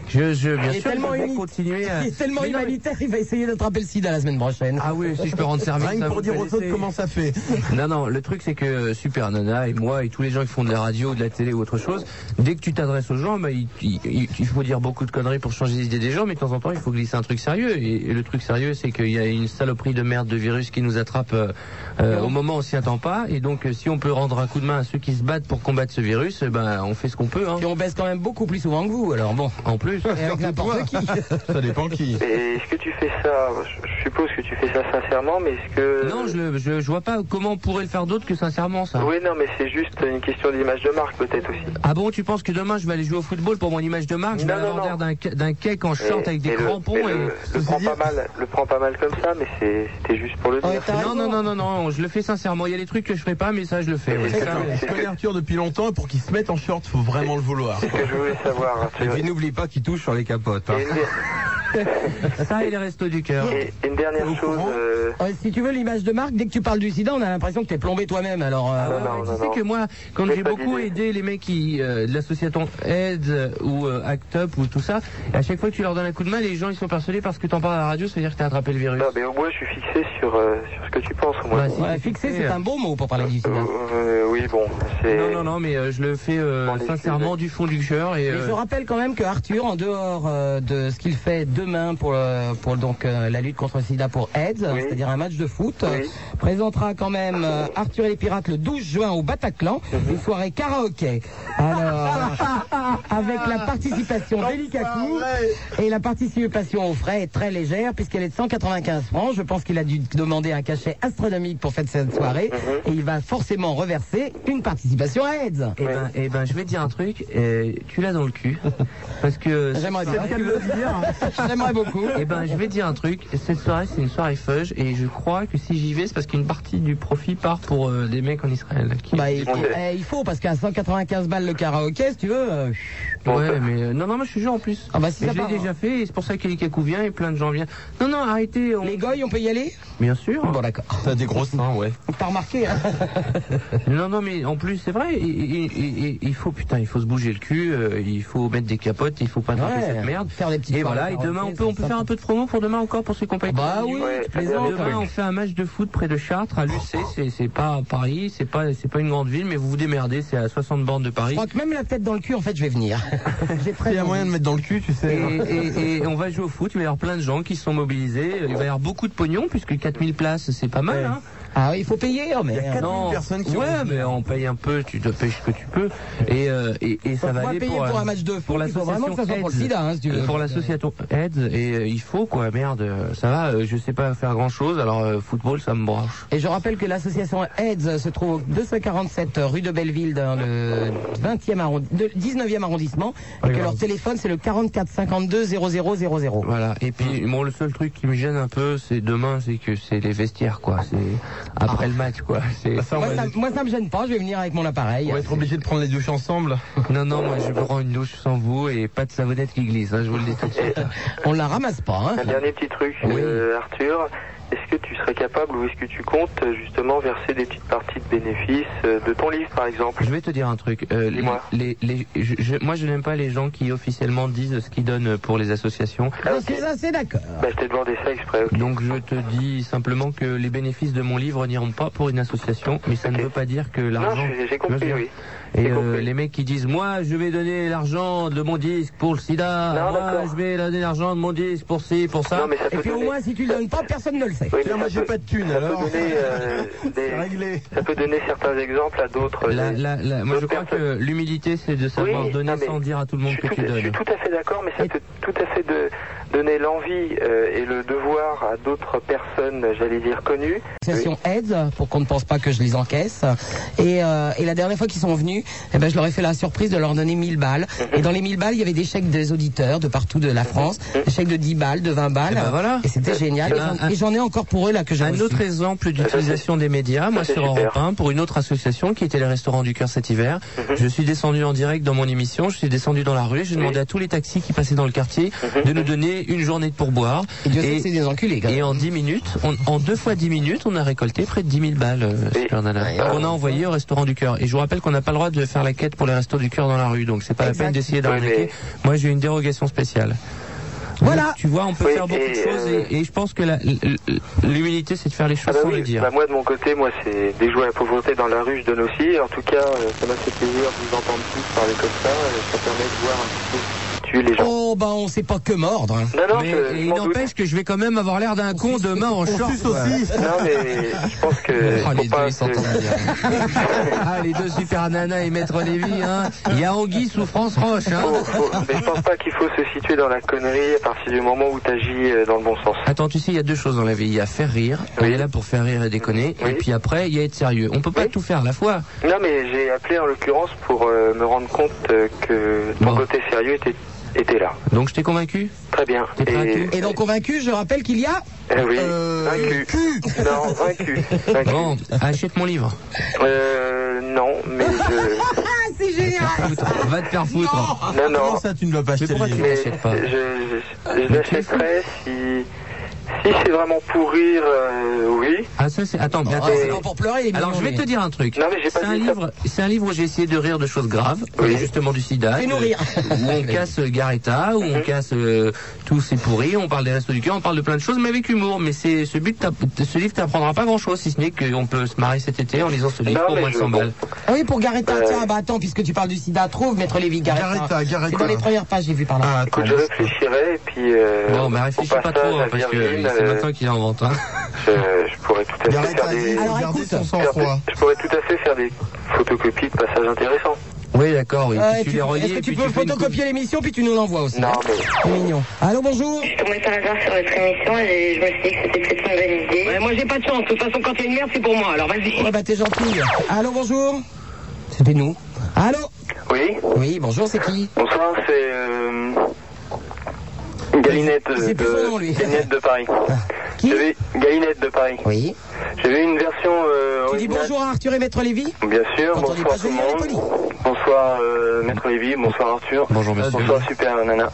Speaker 2: Je, je, je- bien
Speaker 1: Il est
Speaker 2: sûr,
Speaker 1: tellement
Speaker 2: je vais
Speaker 1: humide.
Speaker 2: continuer à.
Speaker 1: Il est tellement
Speaker 2: Mais non, mais-
Speaker 1: humanitaire, il va essayer d'attraper le sida la semaine prochaine.
Speaker 2: Ah oui, si je peux rendre service.
Speaker 3: Rien
Speaker 2: ça,
Speaker 3: que pour
Speaker 2: vous
Speaker 3: dire aux autres
Speaker 2: connaissez.
Speaker 3: comment ça fait.
Speaker 2: Non, non, le truc, c'est que euh, Super Nana et moi et tous les gens qui font de la radio, de la télé ou autre chose, dès que tu t'adresses aux gens, bah, il, il- il- il faut dire beaucoup de conneries pour changer l'idée des gens, mais de temps en temps, il faut glisser un truc sérieux. Et, et le truc sérieux, c'est qu'il y a une saloperie de merde de virus qui nous attrape euh, euh, au moment où on s'y attend pas. Et donc, euh, si on peut rendre un coup de main à ceux qui se battent pour combattre ce virus, eh ben, on fait ce qu'on peut. Hein.
Speaker 1: Et on baisse quand même beaucoup plus souvent que vous, alors bon.
Speaker 2: En plus.
Speaker 1: Et avec n'importe qui.
Speaker 6: Ça dépend qui.
Speaker 7: Et est-ce que tu fais ça je- Je suppose que tu fais ça sincèrement, mais est-ce que
Speaker 2: Non, je, le- je, je vois pas comment on pourrait le faire d'autre que sincèrement ça.
Speaker 7: Oui, non, mais c'est juste une question d'image de marque peut-être aussi.
Speaker 2: Ah bon, tu penses que demain je vais aller jouer au football pour mon image de marque Je vais
Speaker 7: Non, non,
Speaker 2: avoir
Speaker 7: non.
Speaker 2: l'air d'un ca- d'un cake en short
Speaker 7: Et-
Speaker 2: avec des
Speaker 7: et le-
Speaker 2: crampons euh,
Speaker 7: et
Speaker 2: et...
Speaker 7: le, le prends pas mal, le prends pas mal comme ça, mais c'est- c'était juste pour le
Speaker 1: Ouais,
Speaker 7: dire.
Speaker 1: t'as raison.
Speaker 2: Non, non, non, non, non, je le fais sincèrement. Il y a des trucs que je ferai pas, mais ça, je le fais. ouais.
Speaker 7: C'est
Speaker 2: Ça,
Speaker 7: ça.
Speaker 2: ouais.
Speaker 3: Je connais Arthur depuis longtemps et pour qu'il se mette en short, faut vraiment le vouloir.
Speaker 7: Ce que je voulais savoir, Arthur.
Speaker 6: Et puis n'oublie pas qu'il cartouches sur les capotes. hein.
Speaker 4: Et une, der-
Speaker 2: Ça et les restos du cœur.
Speaker 4: et une dernière chose. euh,
Speaker 1: Ouais, si tu veux l'image de Marc, dès que tu parles du sida, on a l'impression que t'es plombé toi-même. Alors, euh,
Speaker 4: Ah ouais. non,
Speaker 2: tu
Speaker 4: non,
Speaker 2: sais
Speaker 4: non.
Speaker 2: que moi, quand
Speaker 4: J'ai
Speaker 2: j'ai
Speaker 4: pas
Speaker 2: beaucoup
Speaker 4: d'idée.
Speaker 2: aidé les mecs qui, euh, de l'association Aide euh, ou euh, Act Up ou tout ça, à chaque fois que tu leur donnes un coup de main, les gens ils sont persuadés parce que t'en parles à la radio, ça veut dire que t'as attrapé le virus.
Speaker 4: non, mais au moins, je suis fixé sur, euh, sur ce que tu penses, au moins.
Speaker 2: Ouais, si.
Speaker 1: ouais, fixer, hein. c'est un beau mot pour parler hein. du
Speaker 4: Euh,
Speaker 1: sida.
Speaker 4: euh, oui, bon, c'est.
Speaker 2: Non, non, non, mais euh, je le fais euh,
Speaker 4: Bon, les
Speaker 2: sincèrement du fond du cœur et.
Speaker 1: Mais
Speaker 2: euh,
Speaker 1: je rappelle quand même que Arthur, en dehors euh, de ce qu'il fait demain pour, euh, pour donc, euh, la lutte contre le sida pour AIDS,
Speaker 4: Oui.
Speaker 1: c'est-à-dire un match de foot,
Speaker 4: Oui.
Speaker 1: euh, présentera quand même euh, Arthur et les Pirates le 12 juin au Bataclan,
Speaker 4: Mhm.
Speaker 1: une soirée karaoké. Alors, Ah, avec la participation d'Elicatou et la participation aux frais est très légère puisqu'elle est de 195 francs. Je pense qu'il a dû demander un cachet astronomique pour faire cette soirée et il va forcément reverser une participation à AIDS.
Speaker 2: Eh ben, eh ben, je vais te dire un truc, euh, tu l'as dans le cul. Parce que.
Speaker 1: J'aimerais bien. hein. J'aimerais beaucoup.
Speaker 2: Eh ben, je vais te dire un truc, cette soirée, c'est une soirée fudge, et je crois que si j'y vais, c'est parce qu'une partie du profit part pour euh, des mecs en Israël. qui-
Speaker 1: Bah, il,
Speaker 4: On
Speaker 1: il- eh, il faut, parce qu'à 195 balles le karaoké, si tu veux. euh,
Speaker 2: Ouais, mais euh, non, non, moi je suis jure en plus.
Speaker 1: Ah bah, si
Speaker 2: Et
Speaker 1: ça
Speaker 2: je l'ai
Speaker 1: part,
Speaker 2: déjà fait, et c'est pour ça qu'Elikaku vient et plein de gens viennent. Non, non, arrêtez. on-
Speaker 1: les goy, on peut y aller
Speaker 2: Bien sûr.
Speaker 1: Bon, d'accord.
Speaker 3: T'as des grosses seins, ouais.
Speaker 1: T'as remarqué, hein
Speaker 2: Non, non, mais en plus, c'est vrai, il, il- il- il- il faut, putain, il faut se bouger le cul, euh, il faut mettre des capotes, il faut pas attraper
Speaker 1: Ouais.
Speaker 2: cette merde.
Speaker 1: Faire des petites
Speaker 2: Et
Speaker 1: soirées
Speaker 2: voilà, et demain, on
Speaker 1: karaoké,
Speaker 2: peut, on
Speaker 1: c'est
Speaker 2: peut faire
Speaker 1: sympa.
Speaker 2: un peu de promo pour demain encore, pour ceux qui ont pas été
Speaker 1: Bah
Speaker 2: venus.
Speaker 1: oui,
Speaker 4: Ouais,
Speaker 1: tu plaisantes.
Speaker 2: Demain, on fait un match de foot près de Chartres, à l'UC. C'est, c'est pas à Paris, c'est pas, c'est pas une grande ville, mais vous vous démerdez. C'est à 60 bornes de
Speaker 1: Je
Speaker 2: Paris.
Speaker 1: crois que même la tête dans le cul, en fait, je vais venir. J'ai très
Speaker 3: Il y a
Speaker 1: envie.
Speaker 3: moyen de mettre dans le cul, tu
Speaker 2: Et,
Speaker 3: sais.
Speaker 2: et- et on va jouer au foot. Il va y avoir plein de gens qui sont mobilisés. Il va y avoir beaucoup de pognon, puisque 4000 places, c'est pas mal. Hein.
Speaker 1: Ah, il faut payer, oh, mais.
Speaker 3: quatre- 4000 personnes qui
Speaker 2: ouais,
Speaker 3: ont-
Speaker 2: mais on paye un peu. Tu te payes ce que tu peux. Et, euh, et, et
Speaker 1: Faut
Speaker 2: ça va
Speaker 1: pas
Speaker 2: aller
Speaker 1: payer
Speaker 2: pour,
Speaker 1: pour,
Speaker 2: euh,
Speaker 1: un match de foot.
Speaker 2: pour
Speaker 1: il faut vraiment que ça soit pour le
Speaker 2: AIDS.
Speaker 1: sida, hein, si tu veux.
Speaker 2: Pour l'association AIDS, et euh, il faut quoi, merde, euh, ça va, euh, je sais pas faire grand chose, alors euh, football ça me branche.
Speaker 1: Et je rappelle que l'association AIDS se trouve au 247 rue de Belleville dans le 20e arrondi- de- 19e arrondissement et que leur téléphone c'est le 44 52 0000.
Speaker 2: Voilà. Et puis, bon, le seul truc qui me gêne un peu, c'est demain, c'est que c'est les vestiaires, quoi. C'est après le match, quoi. C'est...
Speaker 3: Ah, ça, on
Speaker 1: Moi
Speaker 3: va
Speaker 1: ça, moi ça me gêne pas, je vais venir avec mon appareil.
Speaker 3: on va être obligé de prendre les douches ensemble.
Speaker 2: Non, non, moi, je prends une douche sans vous et pas de savonnette qui glisse, hein, je vous le dis tout de suite.
Speaker 1: On la ramasse pas hein.
Speaker 4: Un dernier petit truc, euh, Arthur. Est-ce que tu serais capable ou est-ce que tu comptes euh, justement verser des petites parties de bénéfices euh, de ton livre par exemple
Speaker 2: Je vais te dire un truc. euh, les-
Speaker 4: Dis-moi.
Speaker 2: les, les, je, je- moi, je n'aime pas les gens qui officiellement disent ce qu'ils donnent pour les associations.
Speaker 4: Ah,
Speaker 1: Parce que
Speaker 4: ok.
Speaker 1: ça c'est d'accord.
Speaker 4: Bah, je t'ai demandé ça exprès. ok.
Speaker 2: Donc je te dis simplement que les bénéfices de mon livre n'iront pas pour une association, mais ça ne
Speaker 4: Ok.
Speaker 2: veut pas dire que
Speaker 4: Non,
Speaker 2: l'argent...
Speaker 4: j'ai j'ai compris,
Speaker 2: Bien sûr.
Speaker 4: oui.
Speaker 2: Et
Speaker 4: J'ai
Speaker 2: euh,
Speaker 4: compris.
Speaker 2: les mecs qui disent moi je vais donner l'argent de mon disque pour le sida,
Speaker 4: Non,
Speaker 2: moi
Speaker 4: d'accord.
Speaker 2: je vais donner l'argent de mon disque pour ci, pour ça.
Speaker 4: Non, mais ça
Speaker 1: Et
Speaker 4: peut
Speaker 1: puis au
Speaker 4: donner,
Speaker 1: moins si tu le donnes pas personne ne le sait.
Speaker 4: oui, mais
Speaker 3: Tiens, moi
Speaker 4: ça
Speaker 3: j'ai
Speaker 4: peut-
Speaker 3: pas de thune
Speaker 4: ça peut
Speaker 3: alors.
Speaker 4: donner, euh, des-
Speaker 3: C'est réglé.
Speaker 4: ça peut donner certains exemples à d'autres. euh,
Speaker 2: La- la- la- moi je
Speaker 4: d'autres
Speaker 2: crois
Speaker 4: personnes.
Speaker 2: que l'humilité c'est de savoir
Speaker 4: Oui,
Speaker 2: donner
Speaker 4: non, mais
Speaker 2: sans dire à tout le
Speaker 4: Je
Speaker 2: monde
Speaker 4: suis,
Speaker 2: que
Speaker 4: tout,
Speaker 2: tu
Speaker 4: je suis
Speaker 2: donnes.
Speaker 4: tout à fait d'accord, mais ça peut tout à fait de donner l'envie euh, et le devoir à d'autres personnes, j'allais dire connues.
Speaker 1: L'association AIDS pour qu'on ne pense pas que je les encaisse. Et, euh, et la dernière fois qu'ils sont venus, eh ben, je leur ai fait la surprise de leur donner 1000 balles. Et dans les 1000 balles, il y avait des chèques des auditeurs de partout de la France, des chèques de 10 balles, de 20 balles.
Speaker 2: Eh ben voilà.
Speaker 1: Et c'était génial. Et
Speaker 2: ben,
Speaker 1: j'en- Et j'en ai encore pour eux là que j'ai
Speaker 2: Un
Speaker 1: reçu. Euh,
Speaker 2: autre exemple d'utilisation des médias, moi
Speaker 4: c'est
Speaker 2: sur
Speaker 4: super. Mhm.
Speaker 2: Europe 1, pour une autre association qui était les restaurants du cœur cet hiver. Je suis descendu en direct dans mon émission, je suis descendu dans la rue, j'ai demandé à tous les taxis qui passaient dans le quartier
Speaker 4: Mhm.
Speaker 2: de nous donner une journée de pourboire.
Speaker 1: Et Dieu sait
Speaker 2: Et-
Speaker 1: que c'est des enculés. quand même.
Speaker 2: Et en 10 minutes, on- en deux fois 10 minutes, on a récolté près de 10 000 balles, euh,
Speaker 4: Et-
Speaker 2: Super Nana,
Speaker 4: Ah,
Speaker 2: qu'on a envoyé au restaurant du cœur. Et je vous rappelle qu'on n'a pas le droit de faire la quête pour les restos du cœur dans la rue, donc c'est pas
Speaker 1: Exact.
Speaker 2: la peine d'essayer
Speaker 4: Ouais,
Speaker 2: d'arnaquer.
Speaker 4: mais-
Speaker 2: Moi, j'ai une dérogation spéciale.
Speaker 1: Voilà.
Speaker 2: Donc, tu vois, on peut
Speaker 4: Oui,
Speaker 2: faire beaucoup de
Speaker 4: et,
Speaker 2: choses
Speaker 4: euh,
Speaker 2: et, et je pense que la- l- l- l'humilité, c'est de faire les choses
Speaker 4: Ah bah
Speaker 2: sans
Speaker 4: oui,
Speaker 2: les dire.
Speaker 4: bah moi de mon côté, moi c'est des jouets à la pauvreté dans la rue, je donne aussi. En tout cas, euh, ça m'a fait plaisir de vous entendre tous parler comme ça. euh, Ça permet de voir un petit peu tuer les gens.
Speaker 1: Oh, bah, on sait pas que mordre. hein.
Speaker 4: Non, non,
Speaker 2: Mais
Speaker 4: je, je
Speaker 2: il
Speaker 4: m'en doute.
Speaker 2: n'empêche que je vais quand même avoir l'air d'un con demain en short. quoi.
Speaker 4: Non, mais je pense que.
Speaker 2: Oh,
Speaker 4: faut
Speaker 2: les deux,
Speaker 4: pas
Speaker 2: ils
Speaker 4: que-
Speaker 2: s'entendent bien. ah, les deux super nanas et Maître Lévy, hein. Il y a Anguille sous France Roche, hein.
Speaker 4: faut- faut- mais je pense pas qu'il faut se situer dans la connerie à partir du moment où t'agis euh, dans le bon sens.
Speaker 2: Attends, tu sais, il y a deux choses dans la vie. Il y a faire rire, on
Speaker 4: Oui.
Speaker 2: est là pour faire rire et déconner,
Speaker 4: Oui.
Speaker 2: et puis après, il y a être sérieux. On peut pas
Speaker 4: Oui.
Speaker 2: tout faire à la fois.
Speaker 4: Non, mais j'ai appelé en l'occurrence pour euh, me rendre compte euh, que ton
Speaker 2: Bon.
Speaker 4: côté sérieux était, était là.
Speaker 2: Donc je t'ai convaincu
Speaker 4: Très bien.
Speaker 2: T'es prêt à tout
Speaker 1: Et donc, convaincu, je rappelle qu'il y a.
Speaker 4: euh, oui,
Speaker 3: Euh,
Speaker 4: vaincu. Non, vaincu. vaincu.
Speaker 2: Bon, achète mon livre.
Speaker 4: Euh,
Speaker 7: non, mais je.
Speaker 1: Ah, c'est génial
Speaker 2: Va te faire foutre. hein.
Speaker 7: Non, non.
Speaker 3: Comment ça, tu ne vas pas acheter le
Speaker 2: pourquoi tu
Speaker 3: livre
Speaker 7: Mais
Speaker 2: l'achètes pas
Speaker 7: Je, je, je l'achèterai si, si c'est vraiment pour rire, euh, oui.
Speaker 2: Ah, ça, c'est. Attends, mais
Speaker 1: Ah,
Speaker 2: attends.
Speaker 1: c'est bon pour pleurer, les
Speaker 2: Alors, je vais te dire un truc.
Speaker 7: Non, mais j'ai pas
Speaker 2: C'est un
Speaker 7: dit ça.
Speaker 2: livre, c'est un livre où j'ai essayé de rire de choses graves,
Speaker 7: Oui.
Speaker 2: euh, justement du sida.
Speaker 1: Fais-nous
Speaker 2: de-
Speaker 1: rire.
Speaker 2: Où on casse euh, Garetta, où
Speaker 7: Mhm.
Speaker 2: on casse euh, tout c'est pourri, on parle des restos du cœur, on parle de plein de choses, mais avec humour. Mais c'est ce but, t'app- ce livre t'apprendra pas grand chose, si ce n'est qu'on peut se marrer cet été en lisant ce livre
Speaker 7: Non,
Speaker 2: pour
Speaker 7: mais
Speaker 2: moins de
Speaker 7: je-
Speaker 2: 100 balles.
Speaker 1: Ah oui, pour Garetta,
Speaker 7: Euh.
Speaker 1: tiens, bah attends, puisque tu parles du sida, trouve Maître Lévy, Garetta.
Speaker 3: Garetta,
Speaker 1: C'est dans
Speaker 3: Garetta.
Speaker 1: les premières pages, j'ai vu par là.
Speaker 3: Ah,
Speaker 7: Écoute,
Speaker 3: attends.
Speaker 7: je réfléchirai et puis. Euh,
Speaker 2: Bon, mais
Speaker 7: au
Speaker 2: réfléchis pas
Speaker 7: passage,
Speaker 2: trop, hein,
Speaker 7: à
Speaker 2: parce que
Speaker 7: Virgile,
Speaker 2: c'est
Speaker 7: euh,
Speaker 2: maintenant qu'il invente. Hein.
Speaker 7: je, je pourrais tout à fait
Speaker 3: Garetta
Speaker 7: faire
Speaker 3: a
Speaker 7: des.
Speaker 3: dit
Speaker 1: Alors,
Speaker 3: garder son
Speaker 1: écoute.
Speaker 7: faire des-
Speaker 3: sang-froid.
Speaker 7: je pourrais tout à fait faire des photocopies de passages intéressants.
Speaker 2: Oui, d'accord, oui.
Speaker 1: Ouais,
Speaker 2: puis
Speaker 1: Ah, tu-
Speaker 2: les relis,
Speaker 1: Est-ce que
Speaker 2: puis
Speaker 1: tu peux
Speaker 2: fais une coupe.
Speaker 1: photocopier l'émission, puis tu nous l'envoies aussi hein
Speaker 7: Non, mais.
Speaker 1: C'est mignon. Allô, bonjour
Speaker 8: Je tombais par hasard sur votre émission et je me suis dit que c'était peut-être une bonne idée.
Speaker 9: Ouais, moi j'ai pas de chance. De toute façon, quand il y a une merde, c'est pour moi. Alors vas-y.
Speaker 1: Ouais, bah t'es gentil. Allô, bonjour C'était nous. Allô
Speaker 7: Oui,
Speaker 1: Oui, bonjour, c'est qui
Speaker 7: bonsoir, c'est. Euh, Galinette,
Speaker 1: Il sait plus son nom, lui. Ah.
Speaker 7: de, Galinette de Paris.
Speaker 1: Qui
Speaker 7: J'ai vu- Galinette de Paris.
Speaker 1: Oui.
Speaker 7: J'ai vu une version. Euh,
Speaker 1: Tu dis
Speaker 7: originale.
Speaker 1: bonjour à Arthur et Maître Lévy
Speaker 7: Bien sûr,
Speaker 1: Quand on
Speaker 7: bonsoir
Speaker 1: dit
Speaker 7: tout le
Speaker 1: pas
Speaker 7: monde.
Speaker 1: joli,
Speaker 7: Bonsoir euh, Maître Lévy, bonsoir Arthur.
Speaker 2: Bonjour, monsieur.
Speaker 7: Bonsoir Super Nana.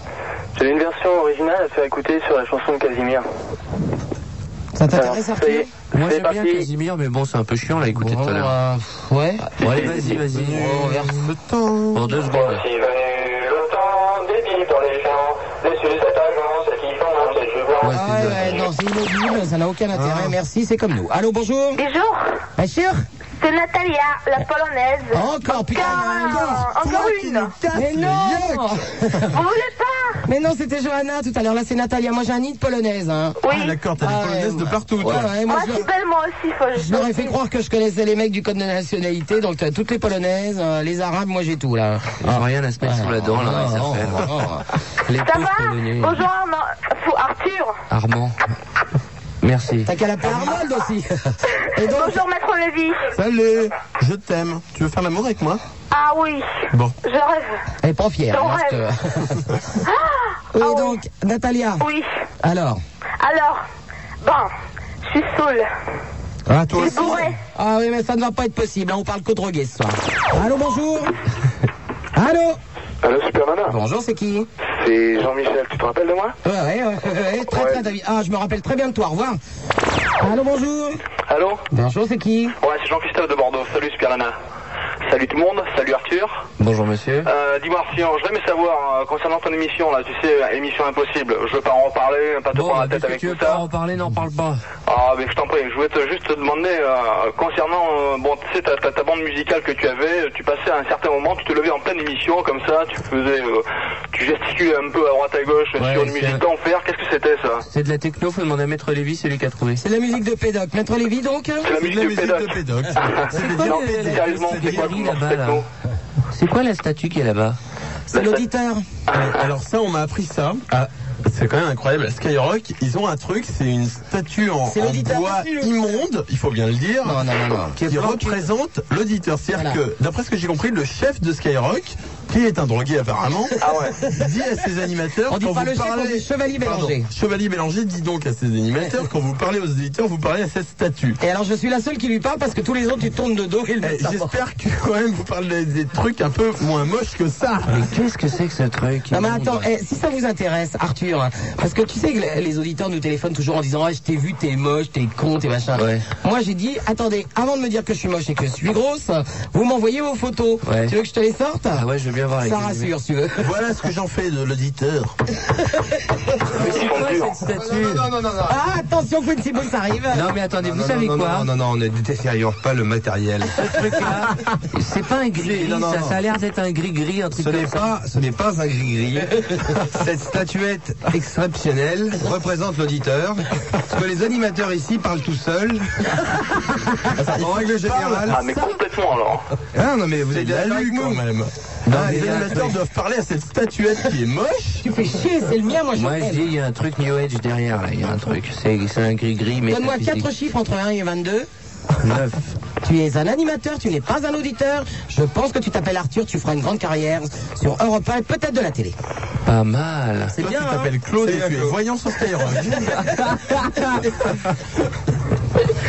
Speaker 7: J'ai une version originale à te faire écouter sur la chanson de Casimir.
Speaker 1: Ça
Speaker 7: Alors,
Speaker 1: t'intéresse,
Speaker 7: ça y
Speaker 1: Arthur
Speaker 7: est,
Speaker 2: Moi,
Speaker 7: c'est
Speaker 2: j'aime bien
Speaker 7: parti.
Speaker 2: Casimir, mais bon, c'est un peu chiant, là, écoutez tout à l'heure.
Speaker 3: euh,
Speaker 1: ouais.
Speaker 2: Bon, allez, vas-y, vas-y.
Speaker 3: Le temps.
Speaker 2: Pour deux secondes.
Speaker 7: Voici venu le temps des billes dans les champs, des Suzette allemand, ceux qui font monter le blanc.
Speaker 1: Ah ouais, non, c'est inaudible, ça n'a aucun intérêt, merci, c'est comme nous. Allô, bonjour
Speaker 8: Bonjour,
Speaker 1: Ma chère
Speaker 8: c'est Natalia, la polonaise.
Speaker 1: Encore, putain
Speaker 8: Encore, encore une.
Speaker 1: Mais non
Speaker 8: Vous voulez pas
Speaker 1: Mais non, c'était Johanna tout à l'heure, là c'est Natalia, moi j'ai un nid de polonaise. Hein.
Speaker 3: Ah,
Speaker 8: Oui.
Speaker 3: d'accord, t'as
Speaker 1: Ah,
Speaker 3: des polonaises
Speaker 1: ouais,
Speaker 3: de partout,
Speaker 1: Ouais,
Speaker 3: toi.
Speaker 1: ouais, moi
Speaker 8: Moi,
Speaker 1: je
Speaker 8: je suis
Speaker 1: leur-
Speaker 8: belle, moi aussi, faut
Speaker 1: je leur ai fait croire que je connaissais les mecs du code de nationalité, donc euh, toutes les polonaises, euh, les arabes, moi j'ai tout là. Ah.
Speaker 2: Ils ont rien à se mettre sous la dent, là, ils s'appellent. Oh. Les
Speaker 8: Ça
Speaker 2: pauvres
Speaker 8: va
Speaker 2: Polonais.
Speaker 8: Bonjour, Armand- Fou- Arthur.
Speaker 2: Armand. Merci.
Speaker 1: T'as qu'à l'appeler Arnold aussi. Et donc,
Speaker 8: Bonjour, Maître Lévy.
Speaker 3: Salut, je t'aime. Tu veux faire l'amour avec moi
Speaker 8: Ah oui.
Speaker 3: Bon.
Speaker 8: Je rêve.
Speaker 1: elle est pas fière.
Speaker 8: Ton
Speaker 1: hein, je te- ah. Et donc, Natalia,
Speaker 8: Oui.
Speaker 1: alors
Speaker 8: Alors, bon, je suis saoule.
Speaker 3: Ah, toi
Speaker 8: Je suis bourré.
Speaker 1: Ah oui, mais ça ne va pas être possible, hein, on parle que de drogués ce soir. Allô, bonjour Allô
Speaker 7: Allô Super Nana,
Speaker 1: Bonjour, c'est qui
Speaker 7: c'est Jean-Michel, tu te rappelles de moi
Speaker 1: Ouais, ouais, ouais, ouais, très très David. Ah, je me rappelle très bien de toi, au revoir. Allô, bonjour.
Speaker 7: Allô
Speaker 1: Bonjour, c'est qui
Speaker 7: Ouais, c'est Jean-Christophe de Bordeaux. Salut Super Nana. Salut tout le monde, salut Arthur.
Speaker 2: Bonjour, monsieur.
Speaker 7: Euh, Dis-moi Arthur, j'aimerais savoir euh, concernant ton émission là, tu sais, euh, émission impossible. Je veux pas en parler, pas te
Speaker 2: Bon,
Speaker 7: prendre la
Speaker 2: qu'est-ce
Speaker 7: tête
Speaker 2: que
Speaker 7: avec
Speaker 2: tu veux
Speaker 7: tout
Speaker 2: pas
Speaker 7: ça.
Speaker 2: en parler, n'en parle pas.
Speaker 7: Ah mais je t'en prie, je voulais te, juste te demander euh, concernant euh, bon tu sais ta, ta- ta bande musicale que tu avais, tu passais à un certain moment, tu te levais en pleine émission comme ça, tu faisais, euh, tu gesticulais un peu à droite à gauche
Speaker 2: Ouais,
Speaker 7: sur une
Speaker 2: c'est
Speaker 7: musique
Speaker 2: un-
Speaker 7: d'enfer. Qu'est-ce que c'était ça
Speaker 2: C'est de la techno, faut demander à Maître Lévy, c'est lui qui a trouvé.
Speaker 1: C'est la musique de Pédoc. Maître Lévy, donc hein
Speaker 7: C'est la
Speaker 3: C'est de la
Speaker 7: musique
Speaker 3: musique
Speaker 7: de Pédoc.
Speaker 3: de Pédoc.
Speaker 2: C'est
Speaker 7: Non, mais sérieusement, c'est quoi
Speaker 2: galerie
Speaker 7: comment
Speaker 2: là-bas,
Speaker 7: c'est
Speaker 2: là
Speaker 7: techno
Speaker 2: C'est quoi la statue qui est là-bas
Speaker 1: C'est l'auditeur.
Speaker 3: Euh, Alors ça, on m'a appris ça. Ah, c'est quand même incroyable. À Skyrock, ils ont un truc, c'est une statue en,
Speaker 1: C'est
Speaker 3: en
Speaker 1: l'auditeur
Speaker 3: bois
Speaker 1: monsieur.
Speaker 3: immonde, il faut bien le dire,
Speaker 1: Non, non, non, non.
Speaker 3: qui représente l'auditeur. C'est-à-dire
Speaker 1: Voilà.
Speaker 3: que, d'après ce que j'ai compris, le chef de Skyrock, qui est un drogué apparemment, dit à ses animateurs...
Speaker 1: Ah On dit
Speaker 3: quand
Speaker 1: pas
Speaker 3: vous
Speaker 1: le chef,
Speaker 3: parlez-
Speaker 1: on dit Chevalier
Speaker 3: Pardon.
Speaker 1: Bélanger.
Speaker 3: Chevalier Mélanger dit donc à ses animateurs, quand vous parlez aux auditeurs, vous parlez à cette statue.
Speaker 1: Et alors, je suis la seule qui lui parle parce que tous les autres, tu tournes de dos et
Speaker 3: Eh,
Speaker 1: le mec s'en va.
Speaker 3: J'espère que quand même vous parlez des trucs un peu moins moches que ça.
Speaker 2: Mais qu'est-ce que c'est que ce truc
Speaker 1: Non mais
Speaker 2: immonde
Speaker 1: attends, eh, si ça vous intéresse, Arthur, hein, parce que tu sais que les- les auditeurs nous téléphonent toujours en disant ah, je t'ai vu, t'es moche, t'es con, t'es machin.
Speaker 2: Ouais.
Speaker 1: Moi j'ai dit attendez, avant de me dire que je suis moche et que je suis grosse, vous m'envoyez vos photos.
Speaker 2: Ouais.
Speaker 1: Tu veux que je te les sorte
Speaker 2: Ah ouais, je veux bien voir les
Speaker 1: Ça rassure, si tu veux.
Speaker 3: Voilà ce que j'en fais de l'auditeur.
Speaker 7: Ils sont durs.
Speaker 2: statue.
Speaker 6: non, non, non.
Speaker 1: Ah attention Quincy Boone, ça arrive.
Speaker 2: Non mais attendez, vous
Speaker 6: non,
Speaker 2: savez
Speaker 6: non,
Speaker 2: quoi
Speaker 6: Non, non, non, on ne détériore pas le matériel.
Speaker 2: C'est pas un gris-gris,
Speaker 6: Non, non,
Speaker 2: ça,
Speaker 6: non.
Speaker 2: ça a l'air d'être un gris-gris, un truc
Speaker 6: Ce n'est
Speaker 2: comme ça.
Speaker 6: pas, ce n'est pas un gris-gris. Cette statuette exceptionnelle représente l'auditeur. Parce que les animateurs ici parlent tout seuls. En règle générale.
Speaker 7: Ah mais complètement alors.
Speaker 6: Ah non, mais vous
Speaker 3: C'est
Speaker 6: êtes
Speaker 3: de la
Speaker 6: d'accord
Speaker 3: lue
Speaker 6: avec
Speaker 3: quand
Speaker 6: nous.
Speaker 3: même. Ah,
Speaker 2: mais
Speaker 3: les
Speaker 2: là,
Speaker 3: animateurs
Speaker 2: oui.
Speaker 3: doivent parler à cette statuette qui est moche.
Speaker 1: Tu fais chier, c'est le mien, moi je
Speaker 2: Moi je
Speaker 1: l'aime.
Speaker 2: dis, il y a un truc New Age derrière, là, il y a un truc. C'est c'est un gris-gris, mais...
Speaker 1: Donne-moi quatre chiffres entre 1 et 22.
Speaker 2: 9.
Speaker 1: Tu es un animateur, tu n'es pas un auditeur. Je pense que tu t'appelles Arthur, tu feras une grande carrière sur Europe 1 et peut-être de la télé.
Speaker 2: Pas mal.
Speaker 1: C'est
Speaker 3: Toi,
Speaker 1: bien.
Speaker 3: tu
Speaker 1: hein
Speaker 3: t'appelles Claude
Speaker 6: C'est
Speaker 3: et
Speaker 6: bien,
Speaker 3: tu es
Speaker 6: Claude.
Speaker 3: voyant sur Skyrock.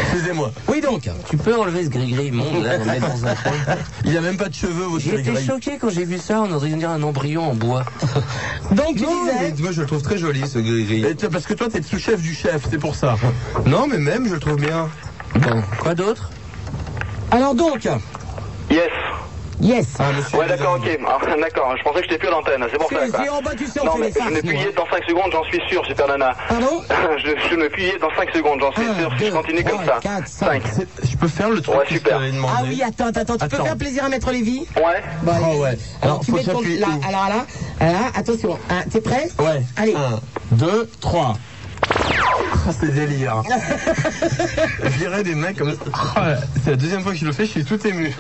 Speaker 3: Excusez-moi.
Speaker 1: Oui, donc.
Speaker 2: Tu peux enlever ce gris-gris immonde là, le mettre dans un coin.
Speaker 3: Il n'y a même pas de cheveux, votre
Speaker 2: J'étais
Speaker 3: gris-gris.
Speaker 2: choqué quand j'ai vu ça, on aurait dit un embryon en bois.
Speaker 1: Donc, tu
Speaker 3: Non, mais
Speaker 1: disais.
Speaker 3: moi je le trouve très joli ce
Speaker 10: Et
Speaker 3: gris-gris.
Speaker 10: t'as- Parce que toi, t'es le sous-chef du chef, c'est pour ça.
Speaker 3: Non, mais même je le trouve bien.
Speaker 2: Bon, quoi d'autre
Speaker 1: Alors, donc.
Speaker 11: Yes.
Speaker 1: Yes.
Speaker 3: Ah, monsieur.
Speaker 11: Ouais, d'accord, ok. Ah, d'accord, je pensais que j'étais plus à l'antenne, c'est pour
Speaker 1: Si,
Speaker 11: ça, quoi.
Speaker 1: si, en bas, tu sais, on
Speaker 11: Non,
Speaker 1: fait
Speaker 11: mais
Speaker 1: les
Speaker 11: je
Speaker 1: farces,
Speaker 11: me
Speaker 1: nous,
Speaker 11: pliais
Speaker 1: hein.
Speaker 11: dans 5 secondes, j'en suis sûr, Super Nana.
Speaker 1: Pardon
Speaker 11: Je, je me pliais dans 5 secondes, j'en suis
Speaker 1: Un,
Speaker 11: sûr, si je
Speaker 1: deux,
Speaker 11: continue comme
Speaker 1: trois,
Speaker 11: ça.
Speaker 1: quatre, cinq.
Speaker 11: Cinq.
Speaker 3: C'est- Je peux faire le truc
Speaker 11: Ouais,
Speaker 3: que je
Speaker 11: super.
Speaker 3: t'avais demandé.
Speaker 1: Ah oui, attends, attends, tu peux
Speaker 3: Attends.
Speaker 1: faire plaisir à Maître Lévy
Speaker 11: Ouais.
Speaker 1: Bon,
Speaker 3: Ah
Speaker 1: allez,
Speaker 3: ouais.
Speaker 1: vas-y. Alors,
Speaker 3: Alors,
Speaker 1: tu
Speaker 3: faut
Speaker 1: mets ton...
Speaker 3: s'appuyer
Speaker 1: là,
Speaker 3: où
Speaker 1: alors là, là, attention, hein, t'es prêt
Speaker 3: Ouais.
Speaker 1: Allez.
Speaker 3: 1, 2, 3. Ah,
Speaker 10: C'est délire.
Speaker 1: Ah,
Speaker 3: Je dirais des mecs comme ça. Oh là, C'est la deuxième fois que je le fais, je suis tout ému.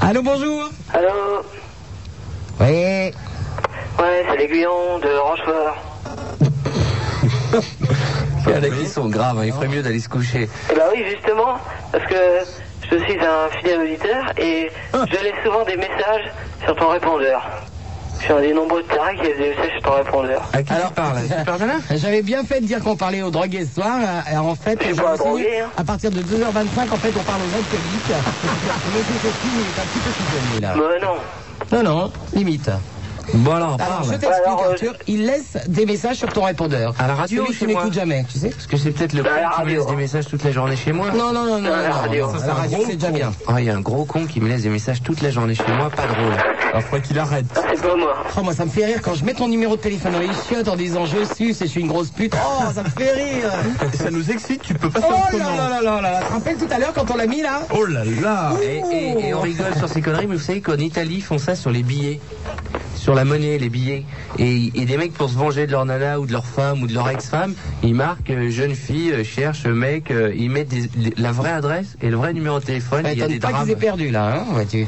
Speaker 1: Allô, bonjour
Speaker 7: Allô
Speaker 1: Oui.
Speaker 7: Ouais, c'est l'aiguillon de Rochefort.
Speaker 2: Il y en a qui sont graves, hein, il ferait mieux d'aller se coucher.
Speaker 7: Eh bah oui, justement, parce que je suis un fidèle auditeur et
Speaker 2: Ah.
Speaker 7: je laisse souvent des messages sur ton répondeur. Je suis un des nombreux tarés qui laissent des messages sur ton répondeur.
Speaker 2: À qui tu parles Super Nana
Speaker 1: J'avais bien fait de dire qu'on parlait aux drogués ce soir. euh, et en fait,
Speaker 7: Je suis
Speaker 1: j'ai
Speaker 7: pas un
Speaker 1: enseigné,
Speaker 7: drogué, hein.
Speaker 1: à partir de 2h25, en fait, on parle aux drogues publiques. Monsieur Cocu, il est un petit peu soupçonné, là.
Speaker 7: Mais Bah non.
Speaker 1: Non, non, limite.
Speaker 2: Bon alors,
Speaker 1: Alors,
Speaker 2: parle.
Speaker 1: je t'explique,
Speaker 7: Alors, euh,
Speaker 1: Arthur, il laisse des messages sur ton répondeur.
Speaker 2: À la radio,
Speaker 1: Celui que
Speaker 2: chez
Speaker 1: tu n'écoutes
Speaker 2: moi.
Speaker 1: jamais, tu sais
Speaker 2: Parce que c'est peut-être le
Speaker 7: Bah, à la
Speaker 2: con qui me
Speaker 7: radio,
Speaker 2: laisse des
Speaker 7: hein.
Speaker 2: messages toute la journée chez moi.
Speaker 1: Non, non, non, non, non.
Speaker 7: À la
Speaker 1: non,
Speaker 7: radio.
Speaker 1: non, à la radio, c'est déjà bien.
Speaker 2: Ah, il y a un gros con qui me laisse des messages toute la journée chez moi, pas drôle.
Speaker 3: Alors, faut qu'il arrête.
Speaker 7: Ah, c'est pas moi.
Speaker 1: Oh, moi, ça me fait rire quand je mets ton numéro de téléphone dans les chiottes en disant je suce et je suis une grosse pute. Oh, ça me fait rire.
Speaker 3: Ça nous excite, tu peux pas
Speaker 1: Oh
Speaker 3: faire
Speaker 1: là
Speaker 3: autrement.
Speaker 1: là là là là. Tu te rappelles tout à l'heure quand on l'a mis là
Speaker 3: Oh là là
Speaker 2: Et, et- et on rigole sur ces conneries, mais vous savez qu'en Italie, ils font ça sur les billets. Sur la monnaie, les billets. Et, et des mecs, pour se venger de leur nana ou de leur femme ou de leur ex-femme, ils marquent euh, jeune fille, euh, cherche mec, euh, ils mettent des- les- la vraie adresse et le vrai numéro de téléphone.
Speaker 1: Ouais,
Speaker 2: Il y a
Speaker 1: T'as
Speaker 2: des
Speaker 1: pas
Speaker 2: drames.
Speaker 1: qu'ils aient perdu là, hein, vois-tu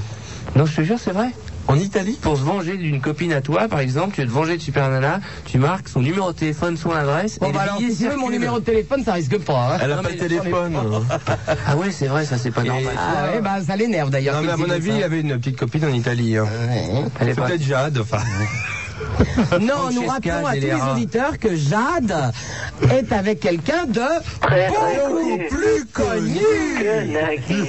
Speaker 2: Non, je te jure, c'est vrai.
Speaker 3: En Italie
Speaker 2: Pour se venger d'une copine à toi, par exemple, tu veux te venger de Super Nana, tu marques son numéro de téléphone, son adresse. et
Speaker 1: Bon,
Speaker 2: le
Speaker 1: bah alors,
Speaker 2: billet
Speaker 1: si tu veux, mon
Speaker 2: circule.
Speaker 1: numéro de téléphone, ça risque pas. Hein.
Speaker 3: Elle a pas de téléphone.
Speaker 2: Ah ouais, c'est vrai, ça c'est pas normal.
Speaker 1: Ah ouais, bah ça l'énerve d'ailleurs.
Speaker 3: Non, mais à
Speaker 1: qu'il
Speaker 3: mon
Speaker 1: dise
Speaker 3: avis,
Speaker 1: ça.
Speaker 6: hein.
Speaker 3: il avait une petite copine en Italie. hein.
Speaker 6: Ah,
Speaker 2: Elle est
Speaker 3: C'est
Speaker 2: pas-
Speaker 3: peut-être Jade, enfin.
Speaker 1: Non, nous
Speaker 2: Francesca
Speaker 1: rappelons à tous les
Speaker 2: Delera.
Speaker 1: auditeurs que Jade est avec quelqu'un de
Speaker 7: Très, très
Speaker 1: beaucoup
Speaker 7: connu.
Speaker 1: plus connu.
Speaker 7: Que naguère.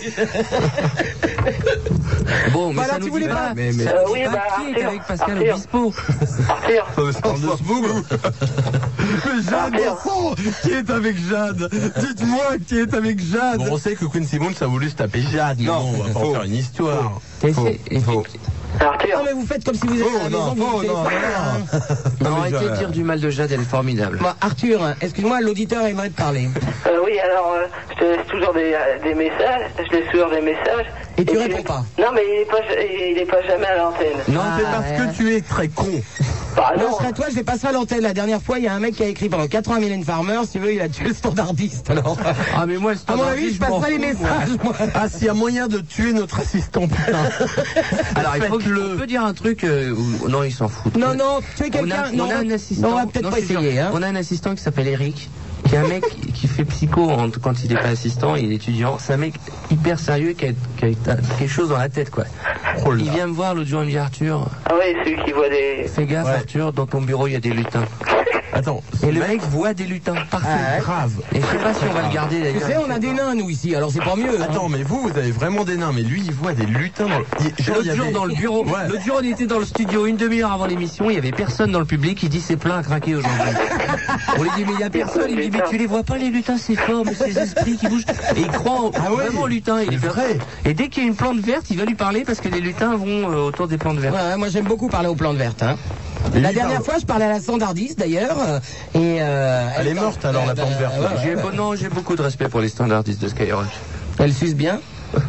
Speaker 2: Bon, mais
Speaker 1: Bah,
Speaker 2: ça nous
Speaker 1: alors, tu
Speaker 2: dit
Speaker 1: voulais pas-
Speaker 3: Mais, mais.
Speaker 7: Euh, oui,
Speaker 2: pas
Speaker 7: bah,
Speaker 2: qui est
Speaker 7: Arthur,
Speaker 2: avec Pascal
Speaker 7: Arthur,
Speaker 2: Obispo.
Speaker 7: Arthur,
Speaker 3: Euh, c'est parle de ce bougre.
Speaker 10: Mais Jade,
Speaker 3: oh,
Speaker 10: garçon, qui est avec Jade Dites-moi qui est avec Jade.
Speaker 3: Bon, on sait que Quincy Bones a voulu se taper Jade.
Speaker 10: Non,
Speaker 3: Non, on va pas
Speaker 10: faut.
Speaker 3: en faire une histoire.
Speaker 2: T'as
Speaker 3: Faut,
Speaker 2: essayé-
Speaker 3: faut.
Speaker 1: Non,
Speaker 7: Arthur,
Speaker 1: mais vous faites comme si vous étiez à
Speaker 3: Oh,
Speaker 1: la
Speaker 3: non,
Speaker 1: maison, vous
Speaker 3: oh,
Speaker 1: vous
Speaker 3: non,
Speaker 1: téléphonez, hein.
Speaker 2: Non,
Speaker 3: mais
Speaker 2: arrêtez
Speaker 3: je-
Speaker 2: de dire du mal de Jade, elle est formidable.
Speaker 1: Bon, Arthur, excuse-moi, l'auditeur aimerait te parler.
Speaker 7: euh, oui, alors, euh, je te laisse toujours des, euh, des messages, je laisse toujours des messages.
Speaker 1: Et tu
Speaker 7: puis-
Speaker 1: réponds pas.
Speaker 7: Non, mais il est pas, il est pas jamais à l'antenne.
Speaker 2: Non,
Speaker 1: Ah,
Speaker 2: c'est
Speaker 3: Parce
Speaker 2: parce
Speaker 3: que tu es très con.
Speaker 7: Bah
Speaker 1: Moi,
Speaker 7: non.
Speaker 1: je serais toi, je les passerai à l'antenne. La dernière fois, il y a un mec qui a écrit pendant 80 000 Farmer, si tu veux, il a tué le standardiste. Alors,
Speaker 2: Ah, mais moi, c'est
Speaker 1: à mon avis, je passerai les messages, moi.
Speaker 3: Ah, s'il y a moyen de tuer notre assistant, putain.
Speaker 2: Alors, il faut que je peux dire un truc. euh, ou- Non, ils s'en foutent.
Speaker 1: Non, non,
Speaker 2: On
Speaker 1: tuer
Speaker 2: a,
Speaker 1: quelqu'un, non,
Speaker 2: on a un assistant.
Speaker 1: non, on va peut-être
Speaker 2: Non,
Speaker 1: pas
Speaker 2: je te jure,
Speaker 1: essayer. Hein.
Speaker 2: On a un assistant qui s'appelle Eric, qui est un mec qui fait psycho en- quand il n'est pas assistant, il est étudiant. C'est un mec hyper sérieux qui a, qui a- qui a quelque chose dans la tête, quoi.
Speaker 3: Oh
Speaker 2: Il vient me voir l'autre jour, il me dit Arthur,
Speaker 7: Ah oui, celui qui voit des.
Speaker 2: fais gaffe,
Speaker 3: Ouais.
Speaker 2: Arthur, dans ton bureau, il y a des lutins.
Speaker 3: Attends,
Speaker 2: Et le mec voit des lutins, parfait.
Speaker 3: grave.
Speaker 2: Et je sais pas si on va le garder
Speaker 1: Ah, Tu
Speaker 2: d'ailleurs.
Speaker 1: sais, on a des nains, nous, ici, alors c'est pas mieux. hein.
Speaker 3: Attends, mais vous, vous avez vraiment des nains, mais lui, il voit des lutins dans le. il- genre, il y
Speaker 2: L'autre jour
Speaker 3: avait-
Speaker 2: dans le bureau,
Speaker 3: Ouais.
Speaker 2: l'autre jour on était dans le studio une demi-heure avant l'émission, il y avait personne dans le public qui dit c'est plein à craquer aujourd'hui. on lui dit mais il y a personne, il dit mais tu les vois pas les lutins c'est fort, mais ces esprits qui bougent et il croit en-
Speaker 3: Ah ouais,
Speaker 2: vraiment aux lutins. Il est
Speaker 3: vrai.
Speaker 2: Et dès qu'il y a une plante verte, il va lui parler parce que les lutins vont euh, autour des plantes vertes.
Speaker 1: Ouais, moi j'aime beaucoup parler aux plantes vertes. Hein.
Speaker 3: Et
Speaker 1: La
Speaker 3: lui,
Speaker 1: dernière
Speaker 3: parle-
Speaker 1: fois, je parlais à la standardiste d'ailleurs. euh, Et euh,
Speaker 3: Elle est morte alors, la plante verte. là.
Speaker 2: J'ai bon, non, j'ai beaucoup de respect pour les standardistes de Skyrock.
Speaker 1: Elle suce bien.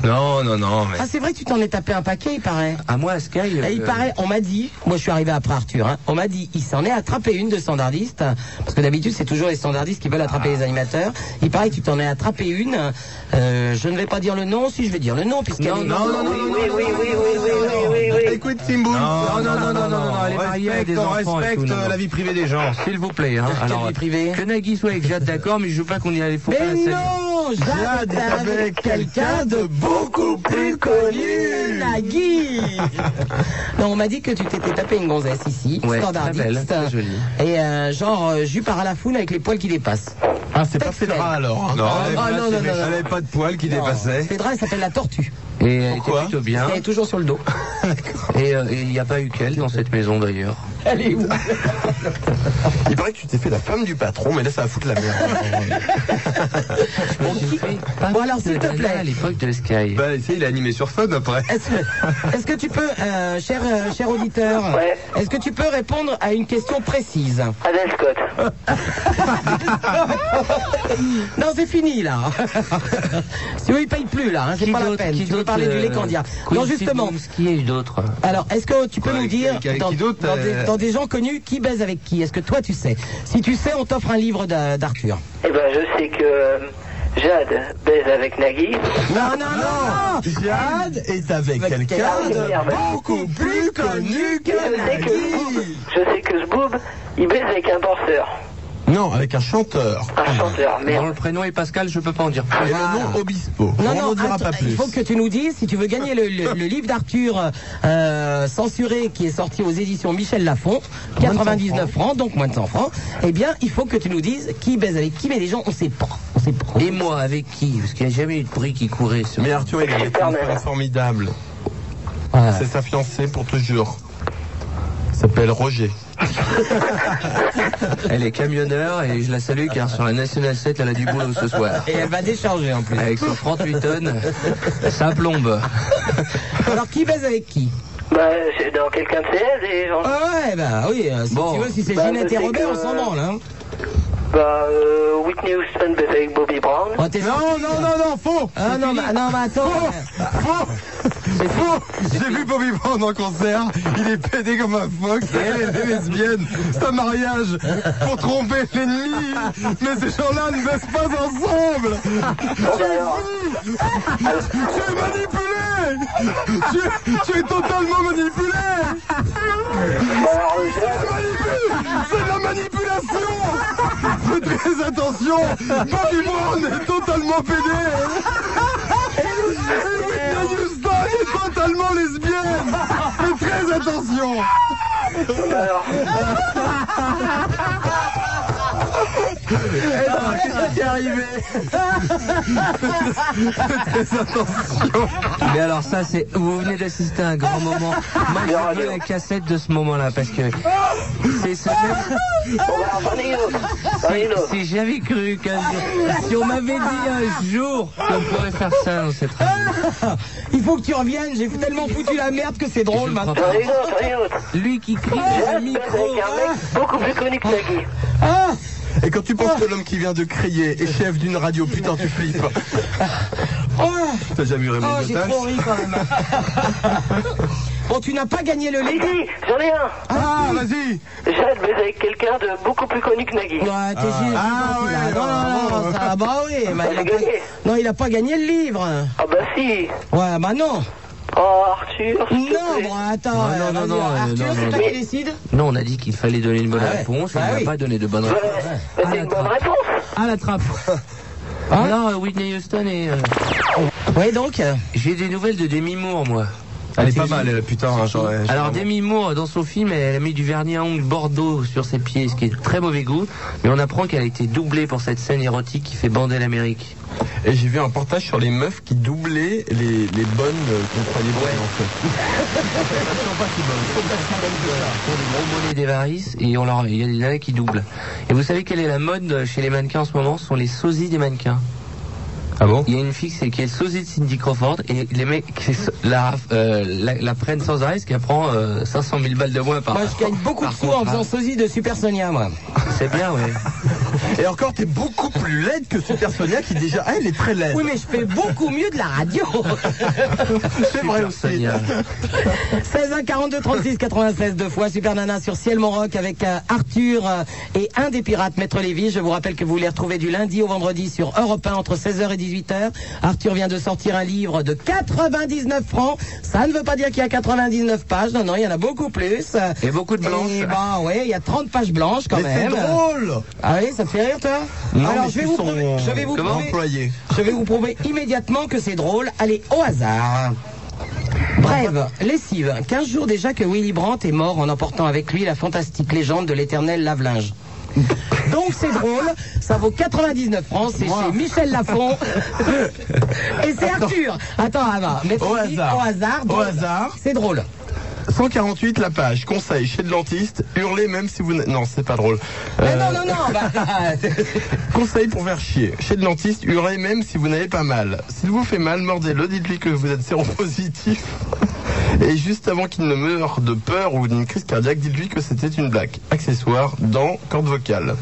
Speaker 3: Non, non, non, mais.
Speaker 1: Ah, c'est vrai que tu t'en es tapé un paquet, il paraît.
Speaker 2: À moi à Sky.
Speaker 1: Et Ah, il
Speaker 2: euh,
Speaker 1: paraît, on m'a dit, moi je suis arrivé après Arthur, hein, on m'a dit, il s'en est attrapé une de standardiste, parce que d'habitude c'est toujours les standardistes qui veulent attraper les animateurs. Il paraît que tu t'en es attrapé une, euh, je ne vais pas dire le nom, si je vais dire le nom, puisqu'elle
Speaker 2: Non,
Speaker 1: est-
Speaker 2: non,
Speaker 7: Oui, oui, oui, oui, oui, oui, oui, oui, oui.
Speaker 3: Écoute, Timbo.
Speaker 2: Non, non, non, non, non, non, elle est mariée, elle a des
Speaker 3: on
Speaker 2: enfants et
Speaker 3: respecte
Speaker 2: tout, non,
Speaker 3: euh,
Speaker 2: non.
Speaker 3: la vie privée des gens.
Speaker 2: S'il vous plaît, hein.
Speaker 1: vie privée
Speaker 2: que Nagui soit avec Jade d'accord, mais je veux pas qu'on y aille. Faut pas
Speaker 1: Mais
Speaker 2: la salir.
Speaker 1: non
Speaker 3: Jade est avec quelqu'un de beaucoup plus connu.
Speaker 1: Nagui Non, on m'a dit que tu t'étais tapé une gonzesse ici,
Speaker 2: Ouais,
Speaker 1: standardiste.
Speaker 2: très belle, très jolie.
Speaker 1: Et euh, genre euh, jus par la foule avec les poils qui dépassent.
Speaker 12: Ah, c'est pas
Speaker 1: Textuel.
Speaker 12: Fedra alors.
Speaker 3: Non,
Speaker 1: Ah,
Speaker 3: elle
Speaker 1: ah,
Speaker 3: avait-
Speaker 1: non, non,
Speaker 3: elle
Speaker 1: non, non.
Speaker 3: avait pas de poils qui dépassaient.
Speaker 1: Fedra, elle s'appelle la tortue.
Speaker 2: Et elle était
Speaker 3: Pourquoi
Speaker 2: plutôt bien.
Speaker 1: Elle est toujours sur le dos.
Speaker 2: Et euh, et il n'y a pas eu qu'elle dans cette maison d'ailleurs.
Speaker 1: Elle est où
Speaker 3: Il paraît que tu t'es fait la femme du patron, mais là ça va foutre la merde.
Speaker 1: Bon, qui- Bon, alors, s'il te plaît.
Speaker 2: À l'époque de Sky.
Speaker 3: bah, tu sais, il a animé sur Fun après.
Speaker 1: Est-ce que, est-ce que tu peux, euh, cher, euh, cher auditeur,
Speaker 7: Ouais.
Speaker 1: est-ce que tu peux répondre à une question précise
Speaker 7: Adèle Scott.
Speaker 1: Non, c'est fini là. Sinon, ils payent plus là. hein, c'est
Speaker 2: Qui
Speaker 1: pas la
Speaker 2: d'autre-
Speaker 1: peine.
Speaker 2: qui
Speaker 1: Tu veux
Speaker 2: d'autre,
Speaker 1: parler du
Speaker 2: euh,
Speaker 1: Lécandia. Non,
Speaker 2: Quincy
Speaker 1: justement.
Speaker 2: Jones, Qui est d'autre
Speaker 1: Alors, est-ce que tu peux
Speaker 3: Quoi,
Speaker 1: nous
Speaker 3: avec-
Speaker 1: dire,
Speaker 3: avec- avec
Speaker 1: dans,
Speaker 3: qui d'autre,
Speaker 1: dans des,
Speaker 3: euh,
Speaker 1: dans des gens connus, qui baise avec qui Est-ce que toi tu sais Si tu sais, on t'offre un livre d'A- d'Arthur.
Speaker 7: Eh ben, je sais que euh, Jade baise avec Nagui.
Speaker 1: Non, non, non
Speaker 3: Jade est avec
Speaker 7: Ah,
Speaker 3: quelqu'un
Speaker 7: oui,
Speaker 3: de
Speaker 7: merde.
Speaker 3: beaucoup plus connu
Speaker 7: Je
Speaker 3: que
Speaker 7: sais que Zboob, je sais que Zboob, il baise avec un danseur,
Speaker 12: Non, avec un chanteur.
Speaker 7: un chanteur,
Speaker 2: Dans
Speaker 7: merde.
Speaker 2: le prénom est Pascal, je peux pas en dire
Speaker 12: Et
Speaker 2: plus. Ah.
Speaker 12: le nom Obispo.
Speaker 1: Non,
Speaker 12: on
Speaker 1: non,
Speaker 12: ne dira
Speaker 1: attends,
Speaker 12: pas
Speaker 1: il
Speaker 12: plus.
Speaker 1: faut que tu nous dises si tu veux gagner le, le- le livre d'Arthur euh, censuré qui est sorti aux éditions Michel Lafon, 99 francs, donc moins de 100 francs, eh bien, il faut que tu nous dises qui baise avec qui, mais les gens, on sait pas. On sait pas.
Speaker 2: Et moi, avec qui Parce qu'il n'y a jamais eu de prix qui courait sur.
Speaker 12: Mais Arthur, il a une
Speaker 7: Superman.
Speaker 12: femme formidable.
Speaker 1: Ouais.
Speaker 12: C'est sa fiancée pour toujours. Il s'appelle Roger.
Speaker 2: Elle est camionneur et je la salue car sur la Nationale 7, elle a du boulot ce soir.
Speaker 1: Et elle va décharger en plus.
Speaker 2: Avec son 38 tonnes, ça plombe.
Speaker 1: Alors, qui baise avec qui
Speaker 7: Bah, c'est dans quelqu'un de CS et genre,
Speaker 1: Ah ouais, bah oui, euh, si
Speaker 2: Bon.
Speaker 1: tu veux, si c'est
Speaker 7: Bah,
Speaker 1: Ginette
Speaker 7: je
Speaker 1: et
Speaker 7: sais
Speaker 1: Robert,
Speaker 7: que-
Speaker 1: on s'en branle, hein.
Speaker 7: bah, euh, Whitney Houston baise avec Bobby Brown.
Speaker 1: Oh, t'es-
Speaker 12: Non, non, non, non, faux
Speaker 1: Ah non, mais, non, mais attends.
Speaker 3: Faux Faux J'ai vu Bobby Brown en concert, il est pédé comme un fox et elle elle est lesbienne. C'est un mariage pour tromper l'ennemi. Mais ces gens-là ne baissent pas ensemble
Speaker 7: Bon, bah, alors,
Speaker 3: Tu es manipulé tu, tu es totalement manipulé
Speaker 7: bah, alors, euh, Jade,
Speaker 3: Manipule C'est de la manipulation Fais très attention Bobby Brown est totalement pédé Et Whitney Houston est totalement lesbienne Fais très attention
Speaker 7: bah, alors,
Speaker 3: Eh ben, Qu'est-ce qui est arrivé
Speaker 2: Mais alors ça, c'est vous venez d'assister à un grand moment. Moi, j'ai vu la cassette de ce moment-là parce que
Speaker 1: Ah,
Speaker 2: c'est ce même-
Speaker 7: bon, bah, alors, j'en ai une autre. J'en ai une autre.
Speaker 2: si j'avais cru qu'un
Speaker 1: Ah,
Speaker 2: jour, si on m'avait dit un jour qu'on pourrait faire ça dans cette radio,
Speaker 1: Il faut que tu reviennes, j'ai tellement foutu la merde que c'est
Speaker 2: je
Speaker 1: drôle
Speaker 2: crois
Speaker 1: maintenant.
Speaker 7: J'en
Speaker 2: pas.
Speaker 7: ai une autre, j'en ai une autre.
Speaker 2: Lui qui crie dans le
Speaker 7: Jade baise
Speaker 2: micro.
Speaker 7: avec un
Speaker 1: hein.
Speaker 7: mec beaucoup plus connu que Nagui.
Speaker 1: Ah
Speaker 3: Et quand tu penses que l'homme qui vient de crier est chef d'une radio, putain tu flippes
Speaker 1: Oh,
Speaker 3: T'as jamais eu
Speaker 1: oh,
Speaker 3: Raymond
Speaker 1: j'ai
Speaker 3: Dotal
Speaker 1: trop ri quand même. bon, tu n'as pas gagné le livre.
Speaker 7: Nagui, j'en ai un.
Speaker 3: Ah vas-y
Speaker 7: Jade baise avec quelqu'un de beaucoup plus connu que Nagui.
Speaker 1: Ouais, t'es sûr.
Speaker 3: Ah,
Speaker 1: non,
Speaker 3: ouais,
Speaker 1: non, non, non,
Speaker 3: ouais,
Speaker 1: ça va, bah oui. bah, il a
Speaker 7: j'ai gagné.
Speaker 1: pas- Non, il a pas gagné le livre.
Speaker 7: Ah, bah, si.
Speaker 1: Ouais, bah non.
Speaker 7: Oh, Arthur, s'il te
Speaker 1: Non,
Speaker 7: plaît.
Speaker 1: bon, attends.
Speaker 2: Ah, non, non,
Speaker 1: euh, vas-y,
Speaker 2: non, euh, non,
Speaker 1: Arthur, c'est
Speaker 2: non,
Speaker 1: toi
Speaker 2: non.
Speaker 1: qui décides
Speaker 2: Non, on a dit qu'il fallait donner une bonne
Speaker 1: Ah ouais.
Speaker 2: réponse.
Speaker 1: Bah
Speaker 2: on n'a
Speaker 1: oui. Ah,
Speaker 2: pas donné de bonne
Speaker 7: Bah,
Speaker 2: réponse.
Speaker 7: bah, c'est une bonne réponse.
Speaker 13: À la trappe.
Speaker 2: non, euh, Whitney Houston et euh,
Speaker 1: Oui, Hein donc. euh,
Speaker 2: j'ai des nouvelles de Demi Moore, moi. Ah,
Speaker 3: Elle est pas mal elle putain hein, genre, elle-
Speaker 2: Alors Demi Moore, dans son film, elle a mis du vernis à ongles Bordeaux sur ses pieds, ce qui est de très mauvais goût. Mais on apprend qu'elle a été doublée pour cette scène érotique qui fait bander l'Amérique.
Speaker 12: Et j'ai vu un portage sur les meufs qui doublaient les, les bonnes euh, qu'on croyait bonnes en fait.
Speaker 2: Pour des gros bonnets des varices, et on leur, il y a des nanas qui doublent. Et vous savez quelle est la mode euh, chez les mannequins en ce moment Ce sont les sosies des mannequins.
Speaker 3: Ah bon
Speaker 2: Il y a une fille c'est- qui est le sosie de Cindy Crawford et les mecs qui so- la, euh, la, la prennent sans arrêt, ce qui apprend euh, 500 000 balles de moins par
Speaker 1: Moi, je gagne beaucoup de
Speaker 2: par hein.
Speaker 1: sous en
Speaker 2: contrat.
Speaker 1: faisant sosie de Super Sonia, moi.
Speaker 2: C'est bien, ouais.
Speaker 3: Et encore, t'es beaucoup plus laide que Super Sonia qui déjà, elle est très laide.
Speaker 1: Oui, mais je fais beaucoup mieux de la radio.
Speaker 3: c'est vrai
Speaker 2: Super
Speaker 3: aussi.
Speaker 2: Sonia.
Speaker 1: 16 1 42 36 96 deux fois Super Nana sur Ciel Monroc avec euh, Arthur euh, et un des pirates Maître Lévy. Je vous rappelle que vous les retrouvez du lundi au vendredi sur Europe 1 entre 16h et 18h. Arthur vient de sortir un livre de 99 francs. Ça ne veut pas dire qu'il y a 99 pages. Non non, il y en a beaucoup plus.
Speaker 2: Et beaucoup de blanches.
Speaker 1: Et bah ouais, il y a 30 pages blanches quand
Speaker 3: Mais c'est
Speaker 1: même.
Speaker 3: drôle
Speaker 1: Ah oui, ça fait
Speaker 6: fait rire, toi
Speaker 1: Alors, je vais, vous prouver, je, vais vous prouver,
Speaker 6: euh, employé.
Speaker 1: je vais vous prouver immédiatement que c'est drôle. Allez, au hasard. Brève, lessive. 15 jours déjà que Willy Brandt est mort en emportant avec lui la fantastique légende de l'éternel lave-linge. Donc c'est drôle, ça vaut 99 francs, c'est chez Michel Lafon. Et c'est Arthur. Attends, Ava, mais
Speaker 3: Au hasard.
Speaker 1: Au hasard.
Speaker 3: Au
Speaker 1: drôle.
Speaker 3: hasard.
Speaker 1: C'est drôle.
Speaker 3: 148 la page. Conseil chez le dentiste. Hurler même si vous. n'a- Non, c'est pas drôle.
Speaker 1: Mais
Speaker 3: Euh,
Speaker 1: Ah non, non, non. bah,
Speaker 3: Conseil pour faire chier. Chez le dentiste, hurlez même si vous n'avez pas mal. S'il vous fait mal, mordez-le, dites-lui que vous êtes séropositif. Et juste avant qu'il ne meure de peur ou d'une crise cardiaque, dites-lui que c'était une blague. Accessoire, dents, corde vocale.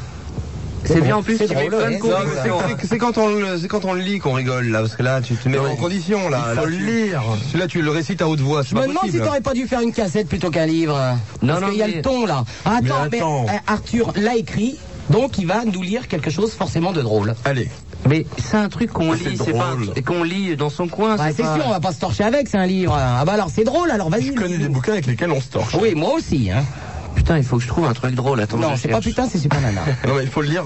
Speaker 2: C'est bien en plus qu'il met
Speaker 1: drôle,
Speaker 2: plein de
Speaker 1: ouais,
Speaker 2: cours.
Speaker 1: c'est
Speaker 6: C'est- c'est- C'est quand on le, c'est quand on le lit qu'on rigole là, parce que là tu te mets en condition là.
Speaker 3: Il faut
Speaker 6: là,
Speaker 3: le
Speaker 6: tu-
Speaker 3: lire.
Speaker 6: Celui-là tu le récites à haute voix, c'est
Speaker 1: Je me
Speaker 6: pas
Speaker 1: demande si
Speaker 6: possible.
Speaker 1: t'aurais pas dû faire une cassette plutôt qu'un livre.
Speaker 2: Non,
Speaker 1: Parce
Speaker 2: non,
Speaker 1: qu'il y a
Speaker 2: mais-
Speaker 1: le ton là. Attends, mais,
Speaker 6: attends.
Speaker 1: euh, Arthur l'a écrit, donc il va nous lire quelque chose forcément de drôle.
Speaker 6: Allez.
Speaker 2: Mais c'est un truc qu'on
Speaker 3: C'est
Speaker 2: lit, c'est pas un
Speaker 3: drôle.
Speaker 2: truc qu'on lit dans son coin.
Speaker 1: Ah, Bah, c'est
Speaker 2: pas-
Speaker 1: sûr, on va pas se torcher avec, c'est un livre. Ah bah alors c'est drôle, alors vas-y.
Speaker 3: Je connais des bouquins avec lesquels on se torche.
Speaker 1: Oui, moi aussi. Hein.
Speaker 2: Putain, il faut que je trouve un truc drôle. Attends,
Speaker 1: Non,
Speaker 2: je
Speaker 1: c'est pas
Speaker 2: cherche.
Speaker 1: putain, c'est super nana.
Speaker 3: Non, mais il faut le lire.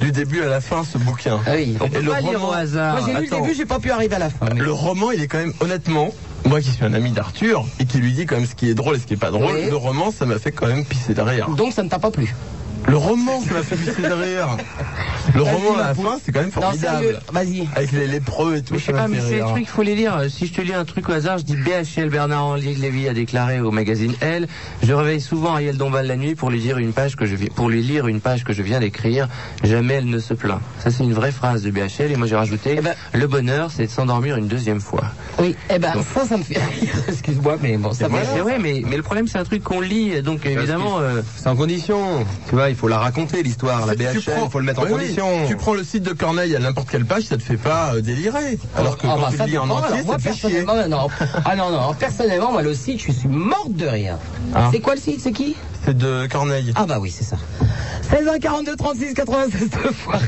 Speaker 3: Du début à la fin, ce bouquin.
Speaker 1: Ah oui.
Speaker 2: On peut
Speaker 3: Et le
Speaker 2: pas lire au
Speaker 3: roman-
Speaker 2: hasard. Ah,
Speaker 1: Moi j'ai lu le
Speaker 3: attends.
Speaker 1: début, j'ai pas pu arriver à la fin. mais-
Speaker 3: Le roman, il est quand même, honnêtement, moi qui suis un ami d'Arthur et qui lui dit quand même ce qui est drôle et ce qui est pas drôle,
Speaker 1: Oui.
Speaker 3: le roman, ça m'a fait quand même pisser de rire.
Speaker 1: Donc ça ne t'a pas plu.
Speaker 3: Le roman, ça m'a fait pisser de rire. Le roman à la fin, c'est quand même
Speaker 1: Non, sérieux,
Speaker 3: formidable.
Speaker 1: vas-y.
Speaker 3: Avec les lépreux et tout,
Speaker 2: Mais je sais
Speaker 3: ça m'a
Speaker 2: pas, mais
Speaker 3: fait
Speaker 2: c'est des
Speaker 3: rire.
Speaker 2: trucs, faut les lire. Si je te lis un truc au hasard, je dis BHL Bernard Henri Lévy a déclaré au magazine Elle. Je réveille souvent Ariel Dombal la nuit pour lui dire une page que je vi- pour lui lire une page que je viens d'écrire. Jamais elle ne se plaint. Ça, c'est une vraie phrase de BHL. Et moi, j'ai rajouté
Speaker 1: Eh ben-
Speaker 2: le bonheur, c'est de s'endormir une deuxième fois.
Speaker 1: Oui, eh ben ça, ça me fait. Excuse-moi, mais bon, ça
Speaker 2: Mais
Speaker 1: me
Speaker 2: c'est vrai, mais, mais le problème, c'est un truc qu'on lit. Donc, évidemment, euh,
Speaker 6: C'est en condition. Tu vois, il faut la raconter l'histoire, la
Speaker 3: Tu- tu
Speaker 6: BHL,
Speaker 3: prends-
Speaker 6: faut le mettre en
Speaker 3: Oui, oui.
Speaker 6: condition.
Speaker 3: Tu prends le site de Corneille à n'importe quelle page, ça te fait pas euh, délirer. Alors que
Speaker 1: Ah,
Speaker 3: quand
Speaker 1: bah,
Speaker 3: tu
Speaker 1: ça
Speaker 3: le lis en
Speaker 1: dépend. Alors,
Speaker 3: entier,
Speaker 1: moi,
Speaker 3: ça te fait chier.
Speaker 1: personnellement, non, non. Ah non, non, personnellement, moi, le site, je suis morte de rire.
Speaker 2: Ah.
Speaker 1: C'est quoi le site C'est qui
Speaker 3: C'est de Corneille.
Speaker 1: Ah bah oui, c'est ça. 16 1 42 36 96 deux fois.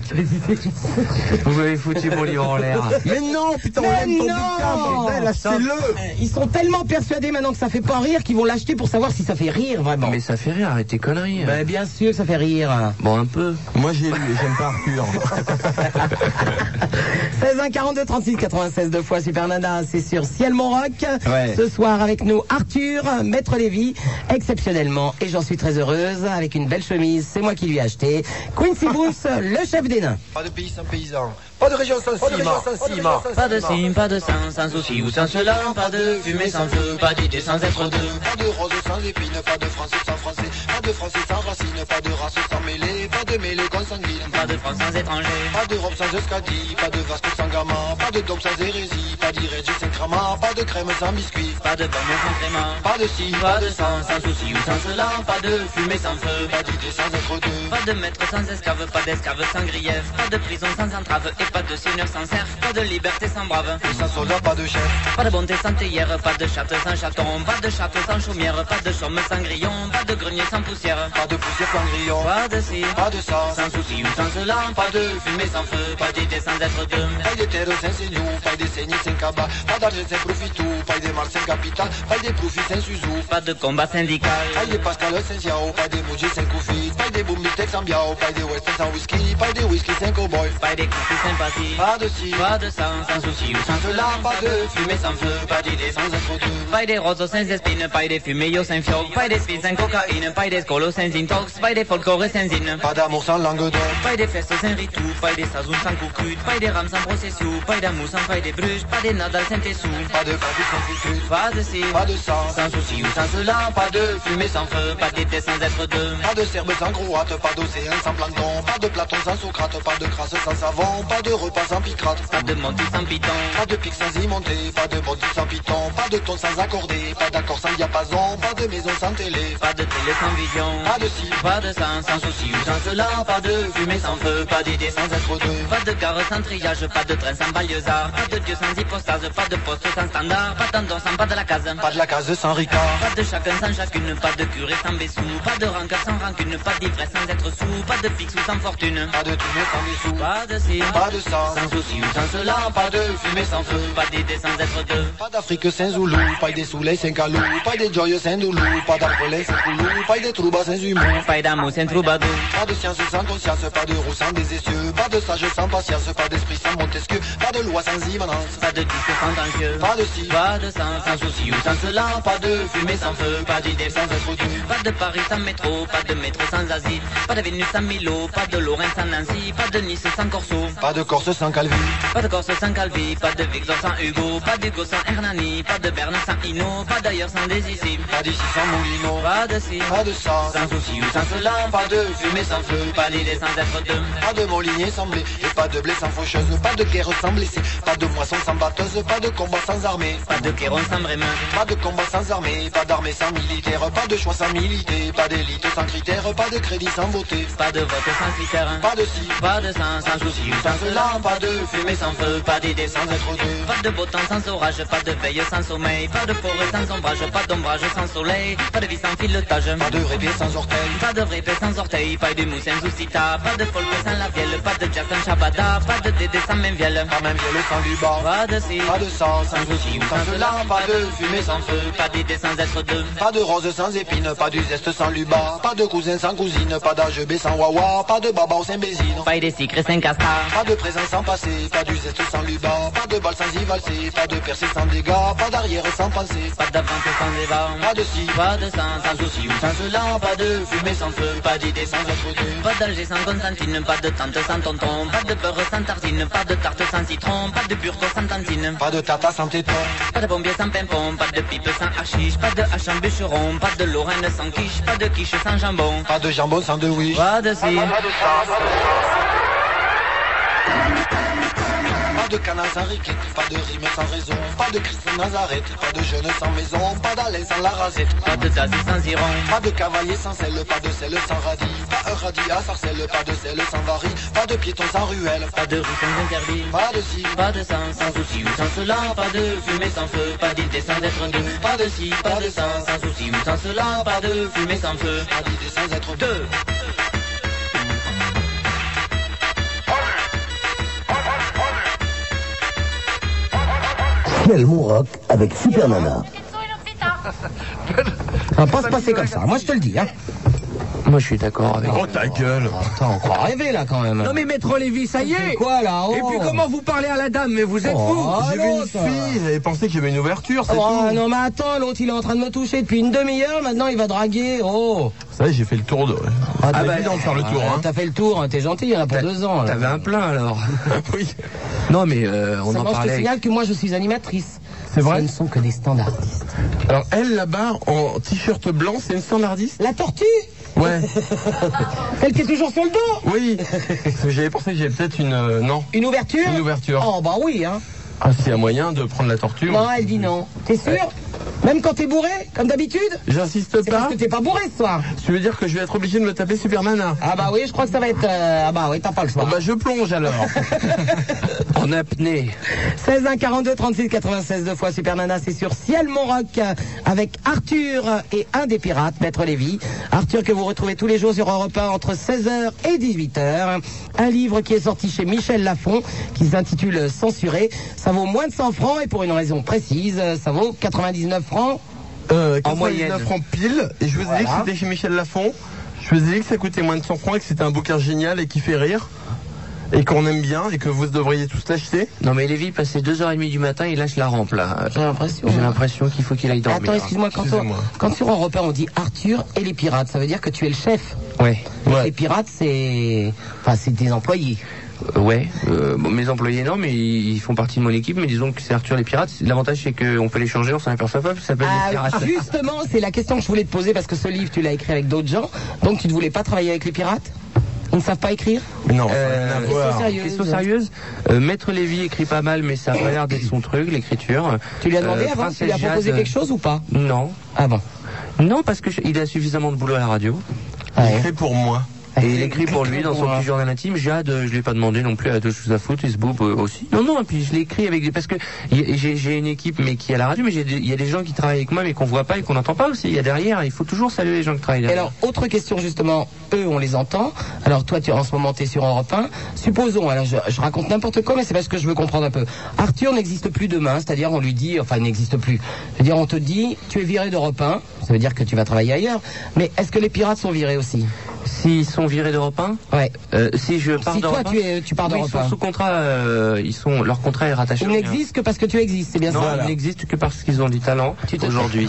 Speaker 2: vous m'avez foutu mon livre en l'air.
Speaker 3: Mais non, putain, on
Speaker 1: Mais
Speaker 3: aime ton
Speaker 1: non Euh,
Speaker 3: bouquin, bordel, achetez-le
Speaker 1: Ils sont tellement persuadés maintenant que ça fait pas rire qu'ils vont l'acheter pour savoir si ça fait rire vraiment.
Speaker 2: Mais ça fait rire, arrête tes conneries.
Speaker 1: Bah, bien sûr que ça fait rire.
Speaker 2: Bon, un peu.
Speaker 3: Moi j'ai lu et j'aime pas Arthur.
Speaker 1: 16 1 42 36 96 deux fois Super Nana, c'est sur Ciel Mon Rock.
Speaker 6: Ouais.
Speaker 1: Ce soir avec nous Arthur, Maître Lévy, exceptionnellement et j'en suis très heureuse avec une belle chemise, c'est moi qui lui ai acheté. Quincy Booth, le chef des nains.
Speaker 5: Pas de pays sans paysan. Pas de région sans ciment. Pas de cime, pas de sang, sans souci ou sans cela. Pas de fumée sans feu, pas d'idée sans être deux. Pas de rose sans épine, pas de français sans français. Pas de français sans racine, pas de race sans mêlée. Pas de mêlée consanguine. Pas de France sans étranger. Pas d'Europe sans escadie, pas de Vasco sans gamin. Pas de dôme sans hérésie, pas d'irrégie sans crama. Pas de crème sans biscuit. Pas de pomme sans crément. Pas de ci, pas de sang, sans souci ou sans cela. Pas de fumée sans feu, pas d'idée sans être deux.
Speaker 14: Pas de maître sans esclave, pas d'esclave sans grief, pas de prison sans entrave et pas de seigneur sans serf, pas de liberté sans brave,
Speaker 5: Sans soldat, pas de chef.
Speaker 14: pas de bonté sans théière, pas de chatte sans chaton, pas de chatte sans chaumière, pas de chaume sans grillon, pas de grenier sans poussière,
Speaker 5: Pas de poussière sans grillon.
Speaker 14: pas de si,
Speaker 5: Pas de sang,
Speaker 14: sans souci ou sans cela, pas de fumée sans feu, pas d'idée sans être deux.
Speaker 5: Paille de terre sans signaux, paille de saignée sans cabas, pas d'argent sans profitou, paille de mar sans capital, paille de profit sans Suzou,
Speaker 14: Pas de combat syndical,
Speaker 5: paille de Pascal sans Xiao, paille de Muji sans Koufi, paille de Boumistec sans Biao, paille de Western sans whisky, paille de whisky sans cowboy.
Speaker 14: pas des coups sympathie,
Speaker 5: Pas de ci,
Speaker 14: pas de sang, sans souci ou sans cela, pas de fumée sans feu, pas d'idée sans
Speaker 5: sans être deux.
Speaker 14: Pas des roses sans espines, pas des fumées sans fioc, pas des spins sans cocaïne, pas des scolos sans intox, pas des folklore sans zine.
Speaker 5: Pas d'amour sans langue d'or,
Speaker 14: Pas des festes sans ritou, pas des sazoun sans coucrute, pas des rames sans procession, pas d'amour sans pas des bruges, pas des nadal sans tessou.
Speaker 5: pas de papier sans foutu,
Speaker 14: Pas de si,
Speaker 5: pas de sang,
Speaker 14: sans souci ou sans cela, pas de fumée sans feu, pas d'été sans être deux.
Speaker 5: pas de serbe sans croate, pas d'océan sans plancton, pas de Platon sans Socrate, pas de crasse sans savon, pas de repas sans picrate.
Speaker 14: Pas de monty sans piton,
Speaker 5: Pas de pic sans immonter, pas de bandit sans piton, pas de ton sans accordé, pas d'accord sans diapason, pas de maison sans télé,
Speaker 14: pas de télé sans vision,
Speaker 5: pas de si,
Speaker 14: pas de sang sans souci ou sans cela, pas de fumée sans feu, pas d'idée sans être
Speaker 5: pas de,
Speaker 14: Pas de gare sans triage, pas de train sans balieusard, pas de dieu sans hypostase, pas de poste sans standard, pas d'endon sans pas de la case.
Speaker 5: pas de la case sans Ricard,
Speaker 14: Pas de chacun sans chacune, pas de curé sans vaisseau, pas de rancœur sans rancune, pas d'idée vrai sans être sous, pas de fixe ou sans fortune. Pas de thune sans des sous, pas de si, pas de sang. Sans souci ou sans cela, pas de fumée sans feu, pas d'idée sans être deux.
Speaker 5: Pas d'Afrique sans Zoulou, pas des Soulets sans Kalou, pas des Joyeux sans Doulou, pas d'Arpelais sans Koulou, pas des Troubas sans Humour.
Speaker 14: Pas d'amour sans troubadour.
Speaker 5: Pas de science sans conscience, pas de roux sans des essieux, pas de sage sans patience, pas d'esprit sans Montesquieu, pas de loi sans immanence.
Speaker 14: Pas de disque sans danger,
Speaker 5: Pas de si,
Speaker 14: pas de sang. Sans souci ou sans cela, pas de fumée sans feu, pas d'idée sans être deux. Pas de Paris sans métro, pas de métro sans Asie, pas de Vénus sans Milo, pas de Lorraine sans Nancy, pas de Nice sans Corso.
Speaker 5: pas de Corse sans Calvi,
Speaker 14: Pas de Corse sans Calvi, pas de Victor sans Hugo, pas d'Hugo sans Hernani, pas de Bernard sans Hino, pas d'ailleurs sans Désissi.
Speaker 5: pas d'ici sans Moulino,
Speaker 14: Pas de si,
Speaker 5: pas de sang,
Speaker 14: sans souci ou sans cela, pas de fumée sans feu, pas d'idée sans être deux.
Speaker 5: Pas de molinier sans blé, et pas de blé sans faucheuse, pas de guerre sans blessé, pas de moisson sans batteuse, pas de combat sans armée,
Speaker 14: Pas de Kéron sans Brémen,
Speaker 5: pas de combat sans armée, pas d'armée sans militaire, pas de choix sans milité, pas d'élite sans critère, pas de crédit sans beauté,
Speaker 14: pas de vote sans critère,
Speaker 5: pas de si,
Speaker 14: pas de sang sans souci ou sans cela, pas de fumée sans feu, pas d'idée sans
Speaker 5: sans être deux,
Speaker 14: Pas de beau temps sans orage, pas de veille sans sommeil, pas de forêt sans ombrage, pas d'ombrage sans soleil, pas de vie sans filetage,
Speaker 5: pas de rêver sans orteil,
Speaker 14: pas de vrai paix sans orteil, pas de mousse sans oustita, pas de folk sans la vielle, pas de jazz sans shabada, pas de dédé sans même vielle,
Speaker 5: pas même le sans luban,
Speaker 14: pas de si,
Speaker 5: pas de sang
Speaker 14: sans
Speaker 5: sans
Speaker 14: souci
Speaker 5: souci
Speaker 14: ou
Speaker 5: sans cela, pas de
Speaker 14: fumée sans feu, pas d'idée sans être deux,
Speaker 5: Pas de rose sans épine, pas du zeste sans luba, pas de cousin sans cousine, pas d'âge B sans wawa, pas de baba sans bésine,
Speaker 14: pas de secret sans casta,
Speaker 5: pas de présent sans passé, pas du zeste sans luba, pas de balle sans y valser, pas de percée sans dégâts, pas d'arrière sans pensée,
Speaker 14: pas d'avance sans débat,
Speaker 5: pas de si,
Speaker 14: pas de sang sans souci ou sans cela, pas de fumée sans feu, pas d'idée sans
Speaker 5: sans être deux,
Speaker 14: Pas d'Alger sans Constantine, pas de tante sans tonton, pas de beurre sans tartine, pas de tarte sans citron, pas de burco sans tantine,
Speaker 5: pas de tata sans téton,
Speaker 14: pas de bombier sans pimpon, pas de pipe sans hachiche, pas de hache en bûcheron, pas de lorraine sans quiche, pas de quiche sans jambon,
Speaker 5: pas de jambon sans de oui,
Speaker 14: pas de si,
Speaker 5: pas de canard sans riquette, pas de rime sans raison, pas de Christ sans Nazareth, pas de jeune sans maison, pas d'Alain sans la rasette.
Speaker 14: pas de zazie sans iron,
Speaker 5: Pas de cavalier sans selle, pas de selle sans radis, pas un radis à sarcelle, pas de selle sans varie, pas de piéton sans ruelle,
Speaker 14: pas de rue sans interdit.
Speaker 5: pas de si,
Speaker 14: Pas de sang sans souci ou sans cela, pas de fumée sans feu, pas d'idée sans être deux, pas de si, pas de sang sans souci ou sans cela, pas de fumée sans feu,
Speaker 5: pas d'idée sans être deux.
Speaker 14: deux.
Speaker 15: Quel mon rock avec Super Nana.
Speaker 1: Ça va pas se passer comme ça, moi je te le dis. Hein.
Speaker 2: Moi, je suis d'accord avec.
Speaker 3: Oh ta gueule
Speaker 1: Attends, on croit rêver là quand même.
Speaker 2: Non mais Maître Lévy, ça y est
Speaker 1: Quoi là oh.
Speaker 2: Et puis comment vous parlez à la dame Mais vous êtes
Speaker 1: Oh,
Speaker 2: fou
Speaker 3: J'ai vu
Speaker 1: non,
Speaker 3: une
Speaker 1: ça
Speaker 3: fille, j'avais pensé qu'il y avait une ouverture, c'est
Speaker 1: Oh,
Speaker 3: tout.
Speaker 1: non mais attends, l'autre il est en train de me toucher depuis une demi-heure, maintenant il va draguer. Oh,
Speaker 3: Ça y est, j'ai fait le tour de. Ah,
Speaker 1: bah,
Speaker 3: bah, évident de faire le tour,
Speaker 1: Ah,
Speaker 3: hein.
Speaker 1: t'as fait le tour, hein, t'es gentil, il y en a pour
Speaker 2: T'as-
Speaker 1: deux ans. là.
Speaker 2: T'avais un plein alors
Speaker 3: Oui.
Speaker 2: Non mais euh, on en
Speaker 1: Seulement, je te
Speaker 2: parlait.
Speaker 1: signale que moi je suis animatrice.
Speaker 3: C'est vrai
Speaker 1: Ce ne sont que des standardistes.
Speaker 3: hein. Alors elle là-bas en t-shirt blanc, c'est une standardiste
Speaker 1: La tortue
Speaker 3: Ouais.
Speaker 1: Elle qui est toujours sur le dos
Speaker 3: Oui. Parce que J'avais pensé que j'avais peut-être une. euh, non.
Speaker 1: Une ouverture
Speaker 3: Une ouverture.
Speaker 1: Oh bah oui, hein.
Speaker 3: Ah s'il y a moyen de prendre la tortue.
Speaker 1: Non,
Speaker 3: on-
Speaker 1: elle dit non. T'es sûr Même quand t'es bourré, comme d'habitude
Speaker 3: J'insiste
Speaker 1: C'est parce
Speaker 3: pas.
Speaker 1: que t'es pas bourré ce soir.
Speaker 3: Tu veux dire que je vais être obligé de me taper Superman hein
Speaker 1: Ah bah oui, je crois que ça va être... euh, Ah bah oui, t'as pas le choix.
Speaker 3: Bon, bah je plonge alors.
Speaker 2: En apnée.
Speaker 1: 16 1 42 36 96 deux fois Super Nana, c'est sur Ciel Montroc avec Arthur et un des pirates, Maître Lévy. Arthur que vous retrouvez tous les jours sur Europe 1 entre 16h et 18h. Un livre qui est sorti chez Michel Lafon qui s'intitule Censuré. Ça vaut moins de 100 francs et pour une raison précise, ça vaut 99 francs.
Speaker 3: Euh,
Speaker 2: En
Speaker 3: 99
Speaker 2: moyenne.
Speaker 3: francs pile. Et je vous ai dit que
Speaker 1: Voilà.
Speaker 3: c'était chez Michel Lafon. Je vous ai dit que ça coûtait moins de 100 francs et que c'était un bouquin génial et qui fait rire. Et qu'on aime bien et que vous devriez tous l'acheter.
Speaker 2: Non mais Lévy passait 2h30 du matin, il lâche la rampe là.
Speaker 1: J'ai l'impression.
Speaker 2: J'ai l'impression qu'il faut qu'il aille dormir.
Speaker 1: Attends, excuse-moi, quand, on-
Speaker 3: Excusez-moi.
Speaker 1: quand sur Europe 1 on dit Arthur et les pirates, ça veut dire que tu es le chef.
Speaker 2: Ouais.
Speaker 3: Ouais.
Speaker 1: Les pirates, c'est... Enfin, c'est des employés.
Speaker 2: Euh, Ouais, euh, bon, mes employés non, mais ils ils font partie de mon équipe, mais disons que c'est Arthur les pirates. L'avantage c'est qu'on peut les changer, on s'en aperçoit pas, parce que ça s'appelle les
Speaker 1: Ah,
Speaker 2: pirates.
Speaker 1: justement, c'est la question que je voulais te poser parce que ce livre, tu l'as écrit avec d'autres gens, donc tu ne voulais pas travailler avec les pirates Ils ne savent pas écrire
Speaker 3: Mais non, ça n'a
Speaker 2: Euh,
Speaker 3: rien à
Speaker 1: question
Speaker 3: voir.
Speaker 1: sérieuse.
Speaker 2: Question sérieuse Euh, Maître Lévy écrit pas mal, mais ça a pas l'air d'être son truc, l'écriture.
Speaker 1: Tu lui as demandé
Speaker 2: Euh,
Speaker 1: avant Tu lui as
Speaker 2: Princesse
Speaker 1: proposé
Speaker 2: Jade,
Speaker 1: quelque chose ou pas
Speaker 2: Non.
Speaker 1: Ah bon Ah
Speaker 2: Non, parce que je- il a suffisamment de boulot à la radio.
Speaker 3: Il fait pour moi.
Speaker 2: Et il écrit pour lui dans son petit journal intime. Jade, euh, je l'ai pas demandé non plus à deux choses à foutre. Et ce boob euh, aussi. Non, non. Et puis je l'écris avec des parce que y- j'ai j'ai une équipe mais qui est à la radio, mais j'ai des- il y a des gens qui travaillent avec moi mais qu'on voit pas et qu'on n'entend pas aussi. Il y a derrière. Il faut toujours saluer les gens qui travaillent.
Speaker 1: Et alors, autre question justement, eux, on les entend. Alors, toi, tu en ce moment, tu es sur Europe 1. Supposons, alors je, je raconte n'importe quoi, mais c'est parce que je veux comprendre un peu. Arthur n'existe plus demain, c'est-à-dire on lui dit, enfin, il n'existe plus. C'est-à-dire, on te dit, tu es viré d'Europe 1, ça veut dire que tu vas travailler ailleurs. Mais est-ce que les pirates sont virés aussi
Speaker 2: S'ils sont virés d'Europe 1
Speaker 1: Ouais.
Speaker 2: Euh, si je pars
Speaker 1: Si toi,
Speaker 2: d'Europe 1,
Speaker 1: tu es- tu pars
Speaker 2: oui,
Speaker 1: d'Europe
Speaker 2: ils sont
Speaker 1: 1.
Speaker 2: sous contrat. euh, ils sont leur contrat est rattaché.
Speaker 1: Ils
Speaker 2: au mien.
Speaker 1: n'existent que parce que tu existes, c'est bien
Speaker 2: Non,
Speaker 1: ça
Speaker 2: ils n'existent que parce qu'ils ont du talent aujourd'hui.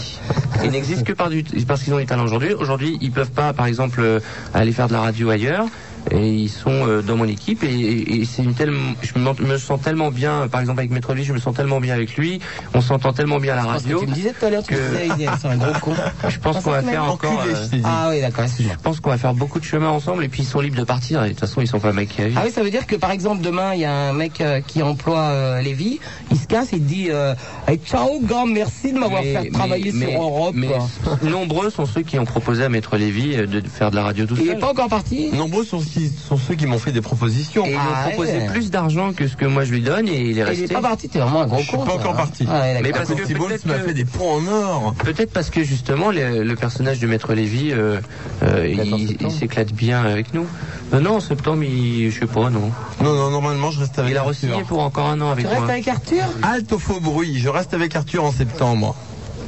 Speaker 2: Ils n'existent que par du- parce qu'ils ont du talent aujourd'hui. Aujourd'hui, ils peuvent pas, par exemple, euh, aller faire de la radio ailleurs. Et ils sont euh, dans mon équipe et, et- et c'est une telle, je me- me sens tellement bien, euh, par exemple avec Metrovis, je me sens tellement bien avec lui, on s'entend tellement bien à la
Speaker 1: Parce que
Speaker 2: radio.
Speaker 1: tu me disais tout à l'heure, tu me disais, il est- c'est un gros con.
Speaker 2: Je pense qu'on va faire encore. euh,
Speaker 1: Ah oui, d'accord, excuse-moi.
Speaker 2: je pense qu'on va faire beaucoup de chemin ensemble et puis ils sont libres de partir et de toute façon ils sont pas maquillés.
Speaker 1: Ah oui, ça veut dire que par exemple demain il y a un mec euh, qui emploie euh, Lévi, il se casse et il dit euh, Eh, ciao gars, merci de m'avoir fait travailler sur Europe.
Speaker 2: mais nombreux sont ceux qui ont proposé à Maître Lévy euh, de faire de la radio tout
Speaker 1: Il n'est
Speaker 2: seul.
Speaker 1: pas encore parti
Speaker 2: Nombreux sont, ceux qui m'ont fait des propositions. Et ils
Speaker 1: Ah
Speaker 2: m'ont proposé
Speaker 1: ouais.
Speaker 2: plus d'argent que ce que moi je lui donne et il est
Speaker 1: Et
Speaker 2: resté.
Speaker 1: il est pas parti, t'es vraiment un gros Je suis con, pas toi, encore hein. parti. Ah ouais,
Speaker 2: Mais
Speaker 1: d'accord.
Speaker 2: parce
Speaker 1: Un
Speaker 2: que
Speaker 1: petit bol,
Speaker 2: peut-être
Speaker 1: tu m'as
Speaker 2: que-
Speaker 1: fait des
Speaker 2: points en or. Peut-être parce que justement le, le personnage de Maître Lévy, euh, euh, il, il s'éclate bien avec nous. Non, non, en septembre, il, je sais pas, non.
Speaker 3: Non, non, normalement, je reste avec
Speaker 2: Il a
Speaker 3: Arthur.
Speaker 2: re-signé pour encore un an avec moi.
Speaker 1: Arthur
Speaker 3: Halte au faux bruit, je reste avec Arthur en septembre.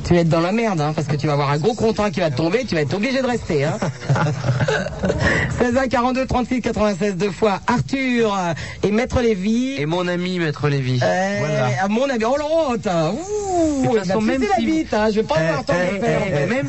Speaker 1: Tu vas être dans la merde, hein, parce que tu vas avoir un gros contrat qui va te tomber, tu vas être obligé de rester. Hein. 16 1 42 36 96 deux fois Arthur euh, et Maître Lévy.
Speaker 2: Et mon ami Maître Lévy.
Speaker 1: Euh, à mon ami, oh l'honte Ouh,
Speaker 2: De toute
Speaker 1: il va
Speaker 2: façon,
Speaker 1: te
Speaker 2: même
Speaker 1: laisser la
Speaker 2: si- Eh,
Speaker 1: bite, hein, je vais pas avoir le temps de le faire.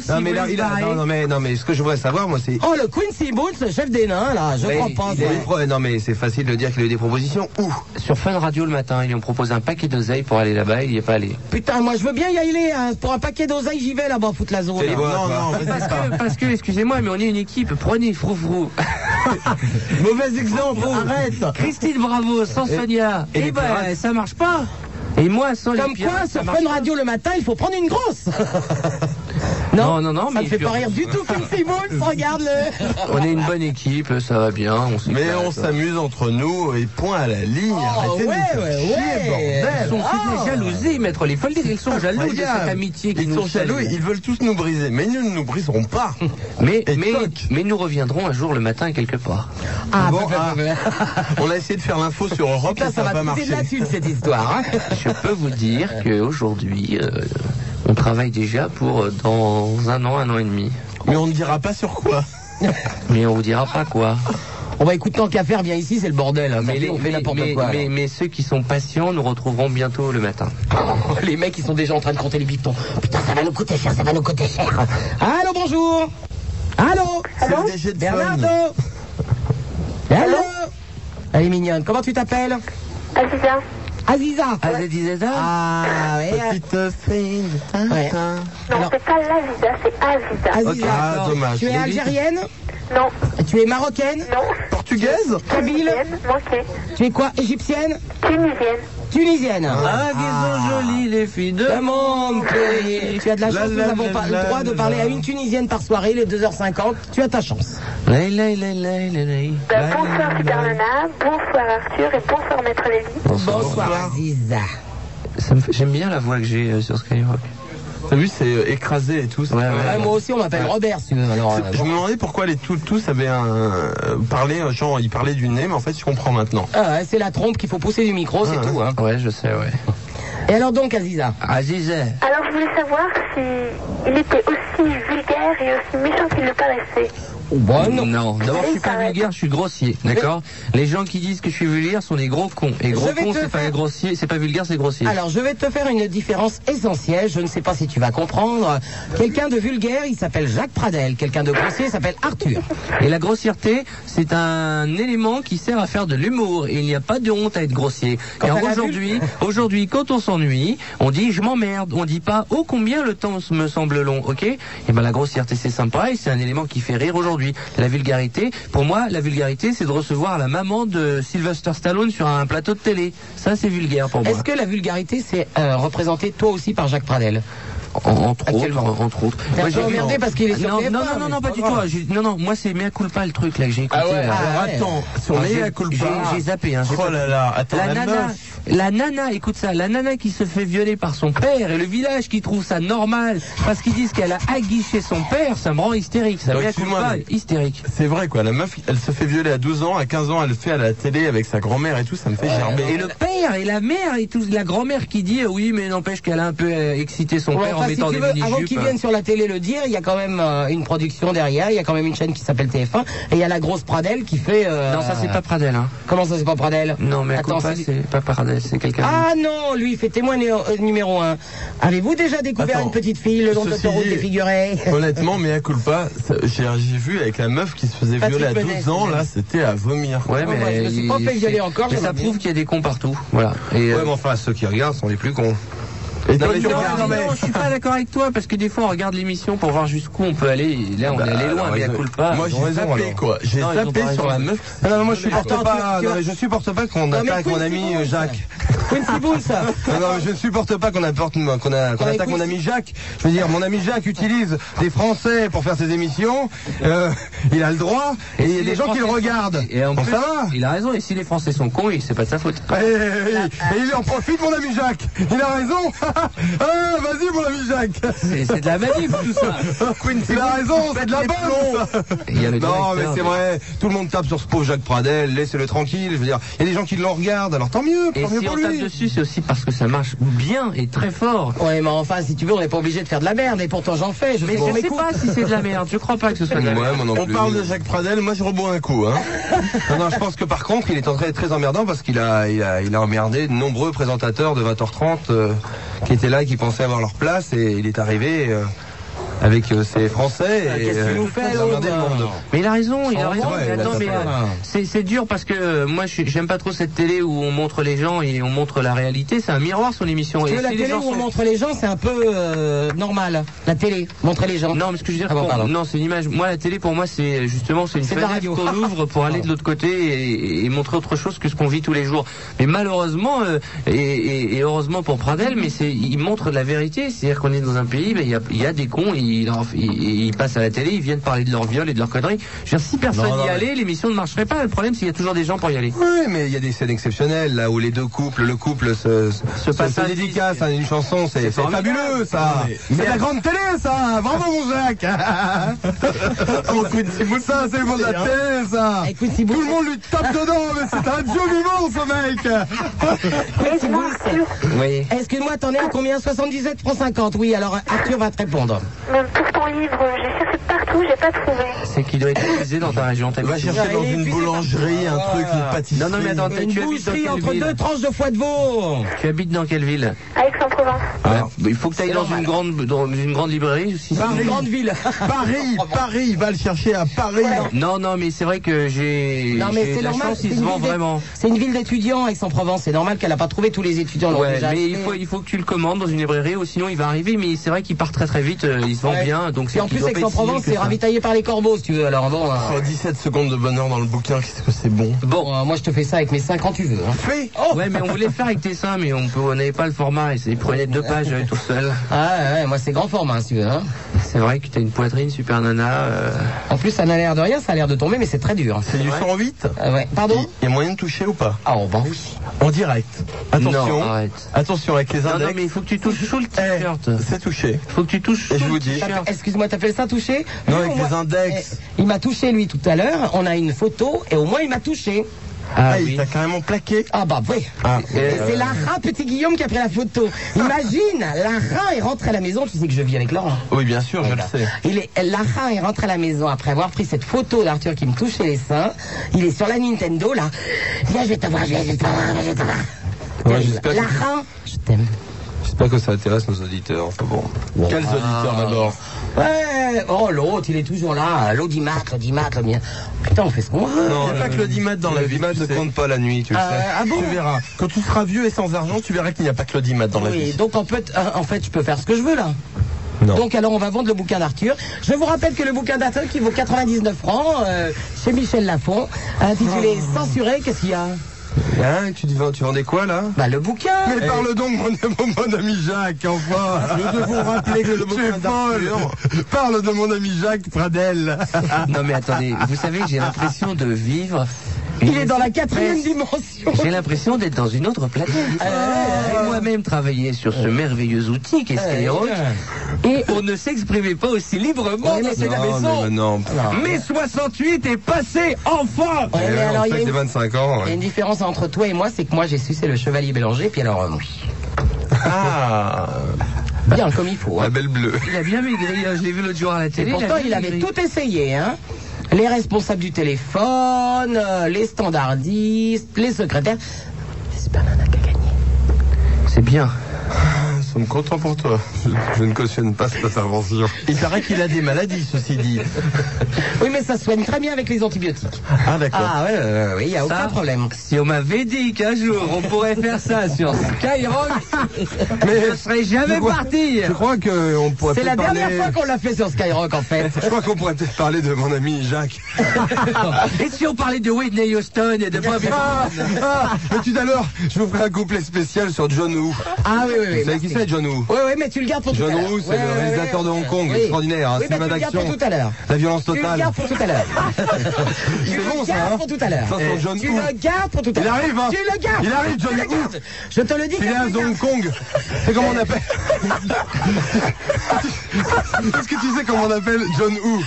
Speaker 6: Eh, non, mais là, il a- non, non, mais, non, mais ce que je voudrais savoir, moi, c'est.
Speaker 1: Oh, le Quincy Boone, le chef des nains,
Speaker 2: Ah,
Speaker 1: là, je
Speaker 6: Mais
Speaker 1: comprends pas.
Speaker 6: il a
Speaker 1: ça.
Speaker 6: eu pro- Non, mais c'est facile de dire qu'il a eu des propositions. Où
Speaker 2: Sur Fun Radio le matin, ils lui ont proposé un paquet d'oseilles pour aller là-bas, il n'y est pas allé.
Speaker 1: Putain, moi je veux bien y aller, hein. pour un paquet d'oseilles, j'y vais là-bas, foutre la zone.
Speaker 2: C'est
Speaker 1: hein.
Speaker 2: quoi, Non, toi non, vas-y, Parce que- parce que, excusez-moi, mais on est une équipe, prenez Froufrou.
Speaker 6: Mauvais exemple, arrête
Speaker 2: Christine Bravo, sans Sonia, eh ben, ça marche pas Et moi, sans les
Speaker 1: Comme
Speaker 2: pirates,
Speaker 1: quoi,
Speaker 2: ça
Speaker 1: sur
Speaker 2: marche
Speaker 1: Fun
Speaker 2: pas.
Speaker 1: Radio le matin, il faut prendre une grosse.
Speaker 2: Non, non, non,
Speaker 1: ça
Speaker 2: mais
Speaker 1: me fait
Speaker 2: puis
Speaker 1: pas
Speaker 2: on-
Speaker 1: rire du tout, Quincy Boone, regarde-le.
Speaker 2: On est une bonne équipe, ça va bien, on s'éclate.
Speaker 3: Mais on s'amuse entre nous et point à la ligne. Arrêtez de
Speaker 2: Oh,
Speaker 3: nous
Speaker 2: ouais,
Speaker 3: faire
Speaker 2: ouais,
Speaker 3: chier,
Speaker 2: ouais.
Speaker 3: bordel.
Speaker 2: Ils sont sous de la jalousie, maître les folles, ils sont jaloux de
Speaker 3: Incroyable.
Speaker 2: cette amitié qui
Speaker 3: Ils
Speaker 2: nous
Speaker 3: sont jaloux,
Speaker 2: salue.
Speaker 3: ils veulent tous nous briser, mais nous ne nous briserons pas.
Speaker 2: Mais, mais, mais nous reviendrons un jour le matin quelque part.
Speaker 1: Ah,
Speaker 3: bon, ah, on a essayé de faire l'info sur Europe,
Speaker 2: Putain,
Speaker 3: et
Speaker 2: ça
Speaker 3: ça
Speaker 2: va
Speaker 3: n'a pas
Speaker 2: coûter de
Speaker 3: marché.
Speaker 2: la thune, cette
Speaker 1: hein.
Speaker 2: histoire, Je peux vous dire qu'aujourd'hui, euh, on travaille déjà pour euh, dans un an, un an et demi.
Speaker 3: Mais on ne dira pas sur quoi.
Speaker 2: Mais on vous dira pas quoi.
Speaker 1: On va écouter tant qu'à faire, bien ici, c'est le bordel. hein.
Speaker 2: Mais, les-
Speaker 1: on fait
Speaker 2: mais-
Speaker 1: n'importe
Speaker 2: mais-
Speaker 1: quoi. alors.
Speaker 2: mais- mais ceux qui sont patients nous retrouveront bientôt le matin.
Speaker 1: Les mecs, ils sont déjà en train de compter les bifetons. Putain, ça va nous coûter cher, ça va nous coûter cher. Allô, bonjour. Allô. Allô. Bernardo. Allô. Elle est mignonne. Comment tu t'appelles Aziza. Aziza.
Speaker 2: Aziza.
Speaker 1: Ah, ouais. Ouais.
Speaker 7: Non, c'est pas l'Aziza, c'est Aziza.
Speaker 1: Aziza.
Speaker 3: Ah,
Speaker 1: Tu es algérienne Non. Tu es marocaine Non. Portugaise Kabyle Tu es quoi Égyptienne Tunisienne. Tunisienne.
Speaker 2: Ah, qu'ils sont jolies les filles de
Speaker 1: mon pays. Tu as de la
Speaker 2: La, la,
Speaker 1: chance, nous n'avons
Speaker 2: la,
Speaker 1: pas
Speaker 2: la,
Speaker 1: le droit de
Speaker 2: la.
Speaker 1: parler à une Tunisienne par soirée, les 2h50. Tu as ta chance.
Speaker 2: Lay, lay, lay, lay, lay, lay.
Speaker 7: Ben, bonsoir Supermana, bonsoir Arthur et bonsoir Maître Lévy.
Speaker 2: Bonsoir.
Speaker 1: Aziza.
Speaker 2: Ça me fait- J'aime bien la voix que j'ai euh, sur Skyrock.
Speaker 3: T'as vu, c'est euh, écrasé et tout. ça.
Speaker 1: Ouais, moi aussi, on m'appelle Robert, si tu veux. Alors,
Speaker 3: C'est- Je me demandais pourquoi les tous tous avaient un, euh, parlé, euh, genre ils parlaient du nez, mais en fait je comprends maintenant.
Speaker 1: Ah ouais, c'est la trompe qu'il faut pousser du micro, c'est tout. hein.
Speaker 2: Ouais, je sais, Ah ouais.
Speaker 1: Et alors donc, Aziza
Speaker 2: Aziza.
Speaker 7: Alors je voulais savoir si il était aussi vulgaire et aussi méchant qu'il le paraissait.
Speaker 1: Bon,
Speaker 2: non. D'abord, je suis pas vulgaire, je suis grossier, d'accord Les gens qui disent que je suis vulgaire sont des gros cons. Et gros
Speaker 1: Je vais
Speaker 2: cons,
Speaker 1: te
Speaker 2: c'est pas grossier, c'est pas vulgaire, c'est grossier.
Speaker 1: Alors, je vais te faire une différence essentielle. Je ne sais pas si tu vas comprendre. Quelqu'un de vulgaire, il s'appelle Jacques Pradel. Quelqu'un de grossier, il s'appelle Arthur.
Speaker 2: Et la grossièreté, c'est un élément qui sert à faire de l'humour. Et il n'y a pas de honte à être grossier.
Speaker 1: Quand
Speaker 2: Car
Speaker 1: t'as la
Speaker 2: aujourd'hui, aujourd'hui, quand on s'ennuie, on dit je m'emmerde. On dit pas oh combien le temps me semble long, ok Et ben la grossièreté c'est sympa et c'est un élément qui fait rire aujourd'hui. La vulgarité, pour moi, la vulgarité c'est de recevoir la maman de Sylvester Stallone sur un plateau de télé. Ça c'est vulgaire pour moi.
Speaker 1: Est-ce que la vulgarité, c'est euh, représentée toi aussi par Jacques Pradel
Speaker 2: en- entre autres, en- entre autres.
Speaker 1: T'es un
Speaker 2: Moi,
Speaker 1: peu
Speaker 2: j'ai- Ah,
Speaker 1: emmerdé parce qu'il est sur
Speaker 2: non,
Speaker 1: TF1,
Speaker 2: non,
Speaker 1: mais
Speaker 2: non, non, non,
Speaker 1: c'est
Speaker 2: pas
Speaker 1: pas
Speaker 2: du tout.
Speaker 1: grave.
Speaker 2: J'ai- Non, non, moi c'est mea culpa le truc là que j'ai écouté.
Speaker 1: Ah ouais,
Speaker 2: là.
Speaker 1: alors Ah ouais.
Speaker 3: attends, sur
Speaker 2: Ah,
Speaker 3: mea
Speaker 2: j'ai-
Speaker 3: culpa.
Speaker 2: j'ai- J'ai zappé. Hein, j'ai
Speaker 3: Oh
Speaker 2: pas-
Speaker 3: là là, attends, la
Speaker 2: nana,
Speaker 3: meuf.
Speaker 2: la nana, écoute ça, la nana qui se fait violer par son père et le village qui trouve ça normal parce qu'ils disent qu'elle a aguiché son père, ça me rend hystérique. Ça
Speaker 3: Donc,
Speaker 2: mea
Speaker 3: excuse-moi,
Speaker 2: culpa,
Speaker 3: mais-
Speaker 2: hystérique.
Speaker 3: C'est vrai quoi, la meuf, elle se fait violer à 12 ans, à 15 ans, elle le fait à la télé avec sa grand-mère et tout, ça me fait gerber.
Speaker 2: Et le père et la mère et tout, la grand-mère qui dit euh, oui mais n'empêche qu'elle a un peu euh, excité son
Speaker 1: Ouais,
Speaker 2: père en
Speaker 1: enfin, si
Speaker 2: mettant
Speaker 1: tu
Speaker 2: des
Speaker 1: veux, avant
Speaker 2: mini-jupes.
Speaker 1: qu'ils viennent sur la télé le dire, il y a quand même euh, une production derrière, il y a quand même une chaîne qui s'appelle TF1, et il y a la grosse Pradel qui fait. euh,
Speaker 2: Non ça
Speaker 3: Ah.
Speaker 2: c'est pas Pradel hein.
Speaker 1: Comment ça c'est pas Pradel
Speaker 2: Non mais à
Speaker 1: Attends,
Speaker 2: culpa,
Speaker 1: c'est-
Speaker 2: c'est pas Pradel, c'est quelqu'un.
Speaker 1: Ah non, lui il fait témoin né- euh, numéro 1. Avez-vous déjà découvert
Speaker 3: Attends,
Speaker 1: une petite fille le long de
Speaker 3: ceci
Speaker 1: l'autoroute
Speaker 3: dit,
Speaker 1: défigurée
Speaker 3: Honnêtement, mea culpa, ça- j'ai j'ai vu avec la meuf qui se faisait
Speaker 1: Patrick
Speaker 3: violer à 12
Speaker 1: Benet,
Speaker 3: ans,
Speaker 1: c'est Oh,
Speaker 3: là, c'était à vomir. quoi.
Speaker 2: Ouais, mais
Speaker 1: moi, je me suis
Speaker 2: il-
Speaker 1: pas fait violer
Speaker 2: c'est-
Speaker 1: encore,
Speaker 2: Mais
Speaker 1: ça
Speaker 2: ça
Speaker 1: va bien.
Speaker 2: prouve qu'il y a des cons partout. Voilà. Et, euh,
Speaker 16: Ouais, mais enfin, ceux qui regardent sont les plus cons.
Speaker 3: Et
Speaker 2: Non,
Speaker 3: toi,
Speaker 2: mais
Speaker 3: tu
Speaker 2: non,
Speaker 3: regardes-
Speaker 2: non, je suis pas d'accord avec toi parce que des fois on regarde l'émission pour voir jusqu'où on peut aller. Et là Ah, on
Speaker 3: Ah
Speaker 16: Bah,
Speaker 2: est allé loin,
Speaker 16: alors,
Speaker 2: mais à
Speaker 16: ils ont-
Speaker 2: culpa.
Speaker 3: Moi,
Speaker 2: ils
Speaker 3: j'ai
Speaker 2: ont raison,
Speaker 3: zappé,
Speaker 2: alors.
Speaker 3: quoi. J'ai
Speaker 2: Non, ils ont pas
Speaker 3: zappé sur
Speaker 2: raison.
Speaker 3: la meuf.
Speaker 6: Ah non, mais moi je supporte
Speaker 1: Attends,
Speaker 6: pas,
Speaker 1: tu- tu
Speaker 6: non,
Speaker 1: vas-
Speaker 6: mais je supporte pas qu'on
Speaker 1: Non, mais
Speaker 6: attaque mon
Speaker 1: Quincy
Speaker 6: ami
Speaker 1: Boone.
Speaker 6: euh, Jacques.
Speaker 1: Quincy Boone, ça
Speaker 6: Non, non, mais je ne supporte pas qu'on apporte- qu'on a- qu'on
Speaker 1: Ouais,
Speaker 6: attaque
Speaker 1: écoute.
Speaker 6: mon ami Jacques. Je veux dire, mon ami Jacques utilise des Français pour faire ses émissions. Euh, il a le droit et il y a
Speaker 2: Si
Speaker 6: des
Speaker 2: les
Speaker 6: gens qui le
Speaker 2: Français-
Speaker 6: regardent.
Speaker 2: Et en
Speaker 6: Bon,
Speaker 2: plus,
Speaker 6: ça va
Speaker 2: il a raison. Et si les Français sont cons, il- c'est pas de sa faute.
Speaker 6: Eh, eh, eh, Et il en profite, mon ami Jacques. Il a raison. ah, vas-y, mon ami Jacques.
Speaker 2: C'est c'est de la
Speaker 3: Ah,
Speaker 2: manip tout ça.
Speaker 6: il a raison, c'est de la
Speaker 2: les
Speaker 6: bonne.
Speaker 2: Il y a le
Speaker 6: Non,
Speaker 2: directeur,
Speaker 6: mais c'est vrai. Tout le monde tape sur ce pauvre Jacques Pradel. Laissez-le tranquille. Je veux dire, il y a des gens qui le regardent. Alors tant mieux.
Speaker 2: Et
Speaker 6: Tant mieux
Speaker 2: si
Speaker 6: pour
Speaker 2: on tape
Speaker 6: lui.
Speaker 2: dessus, c'est aussi parce que ça marche bien et très fort.
Speaker 1: Ouais, mais enfin, si tu veux, on n'est pas obligé de faire de la merde, et pourtant j'en fais. Je
Speaker 2: Mais
Speaker 1: fais pour
Speaker 2: je
Speaker 1: mes
Speaker 2: sais
Speaker 1: coups.
Speaker 2: pas si c'est de la merde. Je crois pas que ce soit de la merde.
Speaker 6: Ouais, moi non
Speaker 3: On
Speaker 6: plus.
Speaker 3: parle de Jacques Pradel, moi je rebois un coup, hein.
Speaker 6: Non, non, je pense que par contre, il est en très, très emmerdant parce qu'il a, il a, il a emmerdé de nombreux présentateurs de 20h30 euh, qui étaient là et qui pensaient avoir leur place et il est arrivé euh, avec euh, ses Français et
Speaker 1: Ah, Qu'est-ce que tu nous
Speaker 6: il
Speaker 1: fais,
Speaker 6: a emmerdé le
Speaker 1: l'autre
Speaker 6: monde.
Speaker 2: Mais il a raison, il a
Speaker 6: Oh,
Speaker 2: raison.
Speaker 6: ouais,
Speaker 2: mais
Speaker 6: il a
Speaker 2: attends,
Speaker 6: tapé
Speaker 2: mais
Speaker 6: là.
Speaker 2: euh, c'est c'est dur parce que euh, moi je suis- j'aime pas trop cette télé où on montre les gens et on montre la réalité. C'est un miroir son émission.
Speaker 1: Tu
Speaker 2: Et
Speaker 1: veux, la
Speaker 2: si les
Speaker 1: télé
Speaker 2: gens
Speaker 1: où on
Speaker 2: sont-
Speaker 1: montre les gens, c'est un peu euh, normal. La télé, montrer les gens.
Speaker 2: Non, mais ce que je veux dire,
Speaker 1: Ah bon,
Speaker 2: qu'on-
Speaker 1: pardon.
Speaker 2: non, c'est une image. Moi, la télé, pour moi, c'est justement, c'est une
Speaker 1: C'est de la
Speaker 2: fenêtre
Speaker 1: radio.
Speaker 2: qu'on ouvre pour aller de l'autre côté et, et montrer autre chose que ce qu'on vit tous les jours. Mais malheureusement, euh, et, et- et heureusement pour Pradel, mais c'est, il montre la vérité. C'est-à-dire qu'on est dans un pays, ben, il y, a, il y a des cons, ils, en- ils- ils passent à la télé, ils viennent parler de leur viol et de leur conneries. Je veux dire, si personne
Speaker 6: Non, non,
Speaker 2: y
Speaker 6: mais-
Speaker 2: allait, l'émission ne marcherait pas. Le problème, c'est qu'il y a toujours des gens pour y aller.
Speaker 6: Oui, mais il y a des scènes exceptionnelles là où les deux couples, le couple se, se, se,
Speaker 2: passe
Speaker 6: se
Speaker 2: un
Speaker 6: dédicace à une chanson, c'est c'est
Speaker 2: formidable.
Speaker 6: fabuleux ça. C'est la grande télé ça. Bravo mon Jacques. ça, c'est le monde de la télé ça.
Speaker 1: Eh, Quincy
Speaker 6: Tout le
Speaker 1: Boone,
Speaker 6: monde lui tape dedans, mais c'est un dieu vivant ce mec.
Speaker 1: Quincy Boone, c'est-
Speaker 2: Oui.
Speaker 1: Excuse-moi, t'en es à combien 77 francs 50. Oui, alors Arthur va te répondre.
Speaker 17: Même pour ton livre, j'ai cherché partout, j'ai pas trouvé.
Speaker 2: C'est qu'il doit être diffusé dans ta région. t'as
Speaker 3: Va
Speaker 2: vu.
Speaker 3: chercher dans
Speaker 1: Et
Speaker 3: une
Speaker 1: puis, c'est
Speaker 3: boulangerie, un truc, une pâtisserie.
Speaker 2: Ah. Non, non, mais attends,
Speaker 1: Une
Speaker 2: tu habites dans
Speaker 1: boucherie
Speaker 2: quelle
Speaker 1: entre
Speaker 2: ville
Speaker 1: deux tranches de foie de veau.
Speaker 2: Tu habites dans quelle ville
Speaker 17: Aix-en-Provence.
Speaker 2: Ouais, Il faut que tu ailles dans une grande, dans une grande librairie. Si Oh,
Speaker 1: Une grande ville.
Speaker 3: Paris, Paris, va le chercher à Paris.
Speaker 2: Non, non, mais c'est vrai que j'ai
Speaker 1: Non, mais
Speaker 2: j'ai
Speaker 1: c'est
Speaker 2: de la
Speaker 1: normal.
Speaker 2: chance, il
Speaker 1: une
Speaker 2: se vend
Speaker 1: ville d'é-
Speaker 2: vraiment.
Speaker 1: C'est une ville d'étudiants, Aix-en-Provence. C'est normal qu'elle n'a pas trouvé tous les étudiants. l'ont
Speaker 2: Ouais,
Speaker 1: déjà
Speaker 2: mais il
Speaker 1: acheté.
Speaker 2: faut, il faut que tu le commandes dans une librairie, ou sinon il va arriver, mais c'est vrai qu'il part très très vite, euh, il se vend
Speaker 1: Ouais.
Speaker 2: bien, donc c'est
Speaker 1: Et en
Speaker 2: qu'il
Speaker 1: plus,
Speaker 2: doit pas être
Speaker 1: Aix-en-Provence,
Speaker 2: si nul
Speaker 1: c'est
Speaker 2: que ça.
Speaker 1: ravitaillé par les corbeaux, si tu veux. Alors bon, euh,
Speaker 3: Oh, 17 secondes de bonheur dans le bouquin, qu'est-ce que c'est bon.
Speaker 2: Bon,
Speaker 1: bon, euh, moi je te fais ça avec mes seins quand tu veux. hein.
Speaker 3: Fais
Speaker 2: ouais, mais on voulait le faire avec tes seins, mais on peut- on n'avait pas le format, et c'est- il prenait deux pages euh, tout seul.
Speaker 1: Ah ouais, ouais, moi c'est grand format, si tu veux. hein.
Speaker 2: C'est vrai que t'as une poitrine super nana. euh,
Speaker 1: En plus, ça n'a l'air de rien, ça a l'air de tomber, mais c'est très dur.
Speaker 3: C'est du
Speaker 2: Ouais.
Speaker 3: 108
Speaker 1: Ah ouais. Pardon
Speaker 3: Il y a moyen de toucher ou pas
Speaker 1: Ah oh, bah oui.
Speaker 3: En direct. Attention,
Speaker 2: Non, arrête.
Speaker 3: attention avec les
Speaker 2: Non, non,
Speaker 3: index.
Speaker 2: mais il faut que tu touches sous le
Speaker 3: Eh,
Speaker 2: t-shirt.
Speaker 3: c'est touché.
Speaker 2: Faut que tu touches
Speaker 3: Et je
Speaker 2: sous
Speaker 3: vous
Speaker 2: le
Speaker 3: dis-
Speaker 1: T'appelles-
Speaker 2: t-shirt.
Speaker 1: Excuse-moi, t'appelles ça touché
Speaker 3: Non,
Speaker 1: Lui,
Speaker 3: avec
Speaker 1: au moins-
Speaker 3: les index.
Speaker 1: Eh, Il m'a touché lui tout à l'heure, on a une photo et au moins il m'a touché.
Speaker 2: Ah,
Speaker 3: Ah, il
Speaker 2: oui.
Speaker 3: t'a carrément plaqué.
Speaker 1: Ah bah oui.
Speaker 3: Ah,
Speaker 1: Et C'est Lara, petit Guillaume, qui a pris la photo. Imagine, Lara est rentrée à la maison, tu sais que je vis avec Laurent.
Speaker 3: oui, bien sûr, je le sais.
Speaker 1: Il est, Lara est rentrée à la maison après avoir pris cette photo d'Arthur qui me touchait les seins. Il est sur la Nintendo là. Viens, je vais t'avoir, je vais t'avoir, je vais t'avoir.
Speaker 6: Ouais, j'espère que-
Speaker 1: Lara, je t'aime.
Speaker 6: J'espère que ça intéresse nos auditeurs. Enfin bon.
Speaker 3: Quels auditeurs
Speaker 6: Ah.
Speaker 3: d'abord
Speaker 1: Ouais, oh l'autre, il est toujours là, l'audimat, l'audimat, le mien. Putain, on fait ce qu'on veut.
Speaker 3: Il n'y a pas que l'audimat dans la vie.
Speaker 6: L'audimat
Speaker 3: tu
Speaker 6: ne
Speaker 3: sais.
Speaker 6: compte pas la nuit, tu le
Speaker 1: Ah,
Speaker 6: sais.
Speaker 1: ah bon
Speaker 3: Tu verras. Quand tu seras vieux et sans argent, tu verras qu'il n'y a pas que l'audimat dans la
Speaker 1: Oui,
Speaker 3: vie.
Speaker 1: donc en fait, euh, en fait, je peux faire ce que je veux là.
Speaker 3: Non.
Speaker 1: Donc alors on va vendre le bouquin d'Arthur. Je vous rappelle que le bouquin d'Arthur
Speaker 3: Oh.
Speaker 1: qui vaut 99 francs euh, chez Michel Lafon, intitulé Censuré, qu'est-ce qu'il y a
Speaker 3: Hein, tu, dis- tu vendais quoi là
Speaker 6: Bah le bouquin
Speaker 3: Mais
Speaker 1: Euh,
Speaker 6: Eh.
Speaker 3: parle donc mon, mon- mon ami Jacques, enfin
Speaker 6: Nous devons rappeler que le
Speaker 3: Tu
Speaker 6: bouquin
Speaker 3: es folle.
Speaker 18: hein.
Speaker 3: Parle de mon ami Jacques Pradel
Speaker 2: Non mais attendez, vous savez, j'ai l'impression de vivre.
Speaker 1: Il est dans la quatrième dimension. Ah
Speaker 2: J'ai l'impression d'être dans une autre planète. J'ai moi-même travaillé sur ce merveilleux outil qu'est Skyrock. Et on ne s'exprimait pas aussi librement
Speaker 6: Ouais,
Speaker 2: dans
Speaker 6: mais c'est
Speaker 2: cette
Speaker 6: la
Speaker 2: maison.
Speaker 6: maison.
Speaker 2: Mais 68 est passé enfin
Speaker 1: Ouais, mais alors, il y a une-
Speaker 3: ans.
Speaker 1: Il y a une différence entre toi et moi, c'est que moi j'ai sucé le chevalier Bélanger, puis alors. euh, oui.
Speaker 3: Ah
Speaker 1: Bien comme il faut.
Speaker 3: La belle bleue.
Speaker 2: Il a bien maigri, hein, je l'ai vu l'autre jour à la
Speaker 1: Et
Speaker 2: télé.
Speaker 1: pourtant, il avait tout essayé, hein. Les responsables du téléphone, euh, les standardistes, les secrétaires.
Speaker 2: C'est bien.
Speaker 3: Nous sommes contents pour toi. Je, je ne cautionne pas cette intervention.
Speaker 18: Il paraît qu'il a des maladies, ceci dit.
Speaker 1: Oui, mais ça se soigne très bien avec les antibiotiques.
Speaker 18: Ah, d'accord.
Speaker 1: Ah, ouais, ouais, ouais, oui, il n'y a aucun
Speaker 2: Ça,
Speaker 1: problème.
Speaker 2: Si on m'avait dit qu'un jour on pourrait faire ça sur Skyrock,
Speaker 3: Mais
Speaker 2: je serais jamais
Speaker 3: je crois-
Speaker 2: parti.
Speaker 3: Je crois qu'on pourrait
Speaker 1: C'est la
Speaker 3: peut-être
Speaker 1: dernière
Speaker 3: parler-
Speaker 1: fois qu'on l'a fait sur Skyrock, en fait.
Speaker 3: Je crois qu'on pourrait peut-être parler de mon ami Jacques.
Speaker 2: Et si on parlait de Whitney Houston et de Bobby
Speaker 3: Ah, ah, mais tout à l'heure, je vous ferai un couplet spécial sur John Woo.
Speaker 1: Ah oui, oui, oui.
Speaker 3: Vous savez qui
Speaker 1: merci.
Speaker 3: c'est, John Woo
Speaker 1: Oui, oui, mais tu le gardes pour
Speaker 3: John
Speaker 1: tout à l'heure.
Speaker 3: Woo, c'est
Speaker 1: Ouais,
Speaker 3: le
Speaker 1: ouais,
Speaker 3: réalisateur de
Speaker 1: ouais,
Speaker 3: Hong Kong,
Speaker 1: oui.
Speaker 3: extraordinaire, un
Speaker 1: Oui, bah,
Speaker 3: cinéma
Speaker 1: tu le gardes
Speaker 3: d'action.
Speaker 1: pour tout à l'heure.
Speaker 3: La violence
Speaker 1: Tu le
Speaker 3: totale.
Speaker 1: gardes pour tout à l'heure. tu
Speaker 3: bon,
Speaker 1: le
Speaker 3: ça,
Speaker 1: gardes
Speaker 3: hein.
Speaker 1: pour tout à l'heure.
Speaker 3: Ça, c'est
Speaker 1: Eh,
Speaker 3: John
Speaker 1: Tu
Speaker 3: Woo.
Speaker 1: le gardes pour tout à
Speaker 3: Il
Speaker 1: l'heure.
Speaker 3: arrive, hein.
Speaker 1: Tu le gardes.
Speaker 3: Il arrive, John
Speaker 1: Tu le
Speaker 3: Woo.
Speaker 1: gardes. Je te le dis.
Speaker 3: Il est à
Speaker 1: que tu le gardes.
Speaker 3: Hong Kong. C'est comment on appelle Est-ce que tu sais comment on appelle John Woo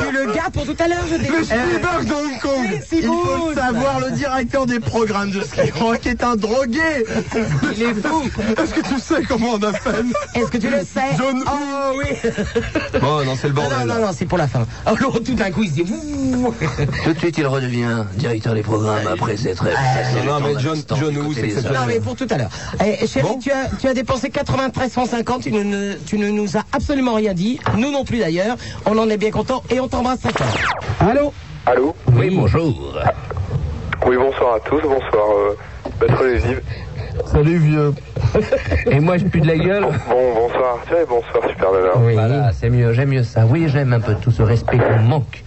Speaker 1: Tu le gardes pour tout à l'heure, je t'ai
Speaker 3: Le
Speaker 1: dit.
Speaker 3: Spielberg de Hong Kong
Speaker 1: Mais c'est
Speaker 3: Il faut
Speaker 1: bon.
Speaker 3: le savoir, le directeur des programmes de Skyrock est un drogué
Speaker 2: Il est fou.
Speaker 3: Est-ce que tu sais comment on appelle
Speaker 1: Est-ce que tu le sais
Speaker 3: John Woo
Speaker 1: Oh oui.
Speaker 3: Bon, Oh non, c'est le
Speaker 1: Ah Non, non, non, c'est pour la fin. Alors tout d'un coup, il se dit. Ouh.
Speaker 2: Tout de suite, il redevient directeur des programmes après cette
Speaker 1: Ah,
Speaker 2: rêve.
Speaker 3: non, mais John- John Woo, c'est
Speaker 1: Non, mais pour tout à l'heure. Eh, chérie,
Speaker 3: Bon.
Speaker 1: tu, as, tu as dépensé 93 150. Tu ne- ne, tu ne nous as absolument rien dit. Nous non plus d'ailleurs. On en est bien contents et on t'embrasse très fort. Allô
Speaker 4: Allô
Speaker 2: Oui, bonjour.
Speaker 4: Oui, bonsoir à tous, bonsoir euh, Maître Lévy.
Speaker 3: Salut vieux
Speaker 2: Et moi, je pue de la gueule.
Speaker 4: Bon, bonsoir Arthur et bonsoir Super Nana.
Speaker 2: Oui. Voilà, c'est mieux, j'aime mieux ça. Oui, j'aime un peu tout ce respect qu'on manque.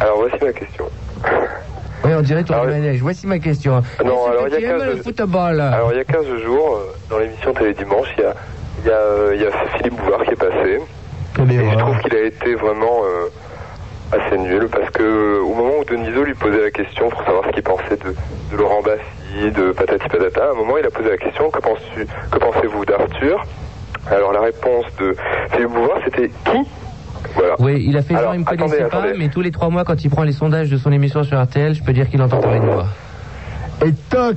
Speaker 4: Alors voici ma question.
Speaker 2: Oui, on dirait ton
Speaker 4: Ah oui.
Speaker 2: manège. Voici ma question.
Speaker 4: Ah Non,
Speaker 2: Est-ce
Speaker 4: alors,
Speaker 2: que
Speaker 4: il y a
Speaker 2: tu
Speaker 4: qu'un
Speaker 2: aimes
Speaker 4: seul-
Speaker 2: le football
Speaker 4: Alors il y a 15 jours, euh, dans l'émission Télé Dimanche, il y a, il y a, euh, il y a Philippe Bouvard qui est passé.
Speaker 2: Eh ben
Speaker 4: Et je trouve qu'il a été vraiment euh, assez nul parce que euh, au moment où Deniso lui posait la question pour savoir ce qu'il pensait de, de Laurent Baffy, de Patati Patata, à un moment il a posé la question que penses-tu, que pensez-vous d'Arthur Alors la réponse de Philippe Bouvard c'était qui Voilà.
Speaker 2: Oui, il a fait genre,
Speaker 4: Alors,
Speaker 2: il me
Speaker 4: attendez,
Speaker 2: connaissait pas,
Speaker 4: attendez.
Speaker 2: mais tous les trois mois, quand il prend les sondages de son émission sur RTL, je peux dire qu'il entend parler de moi.
Speaker 3: Et toc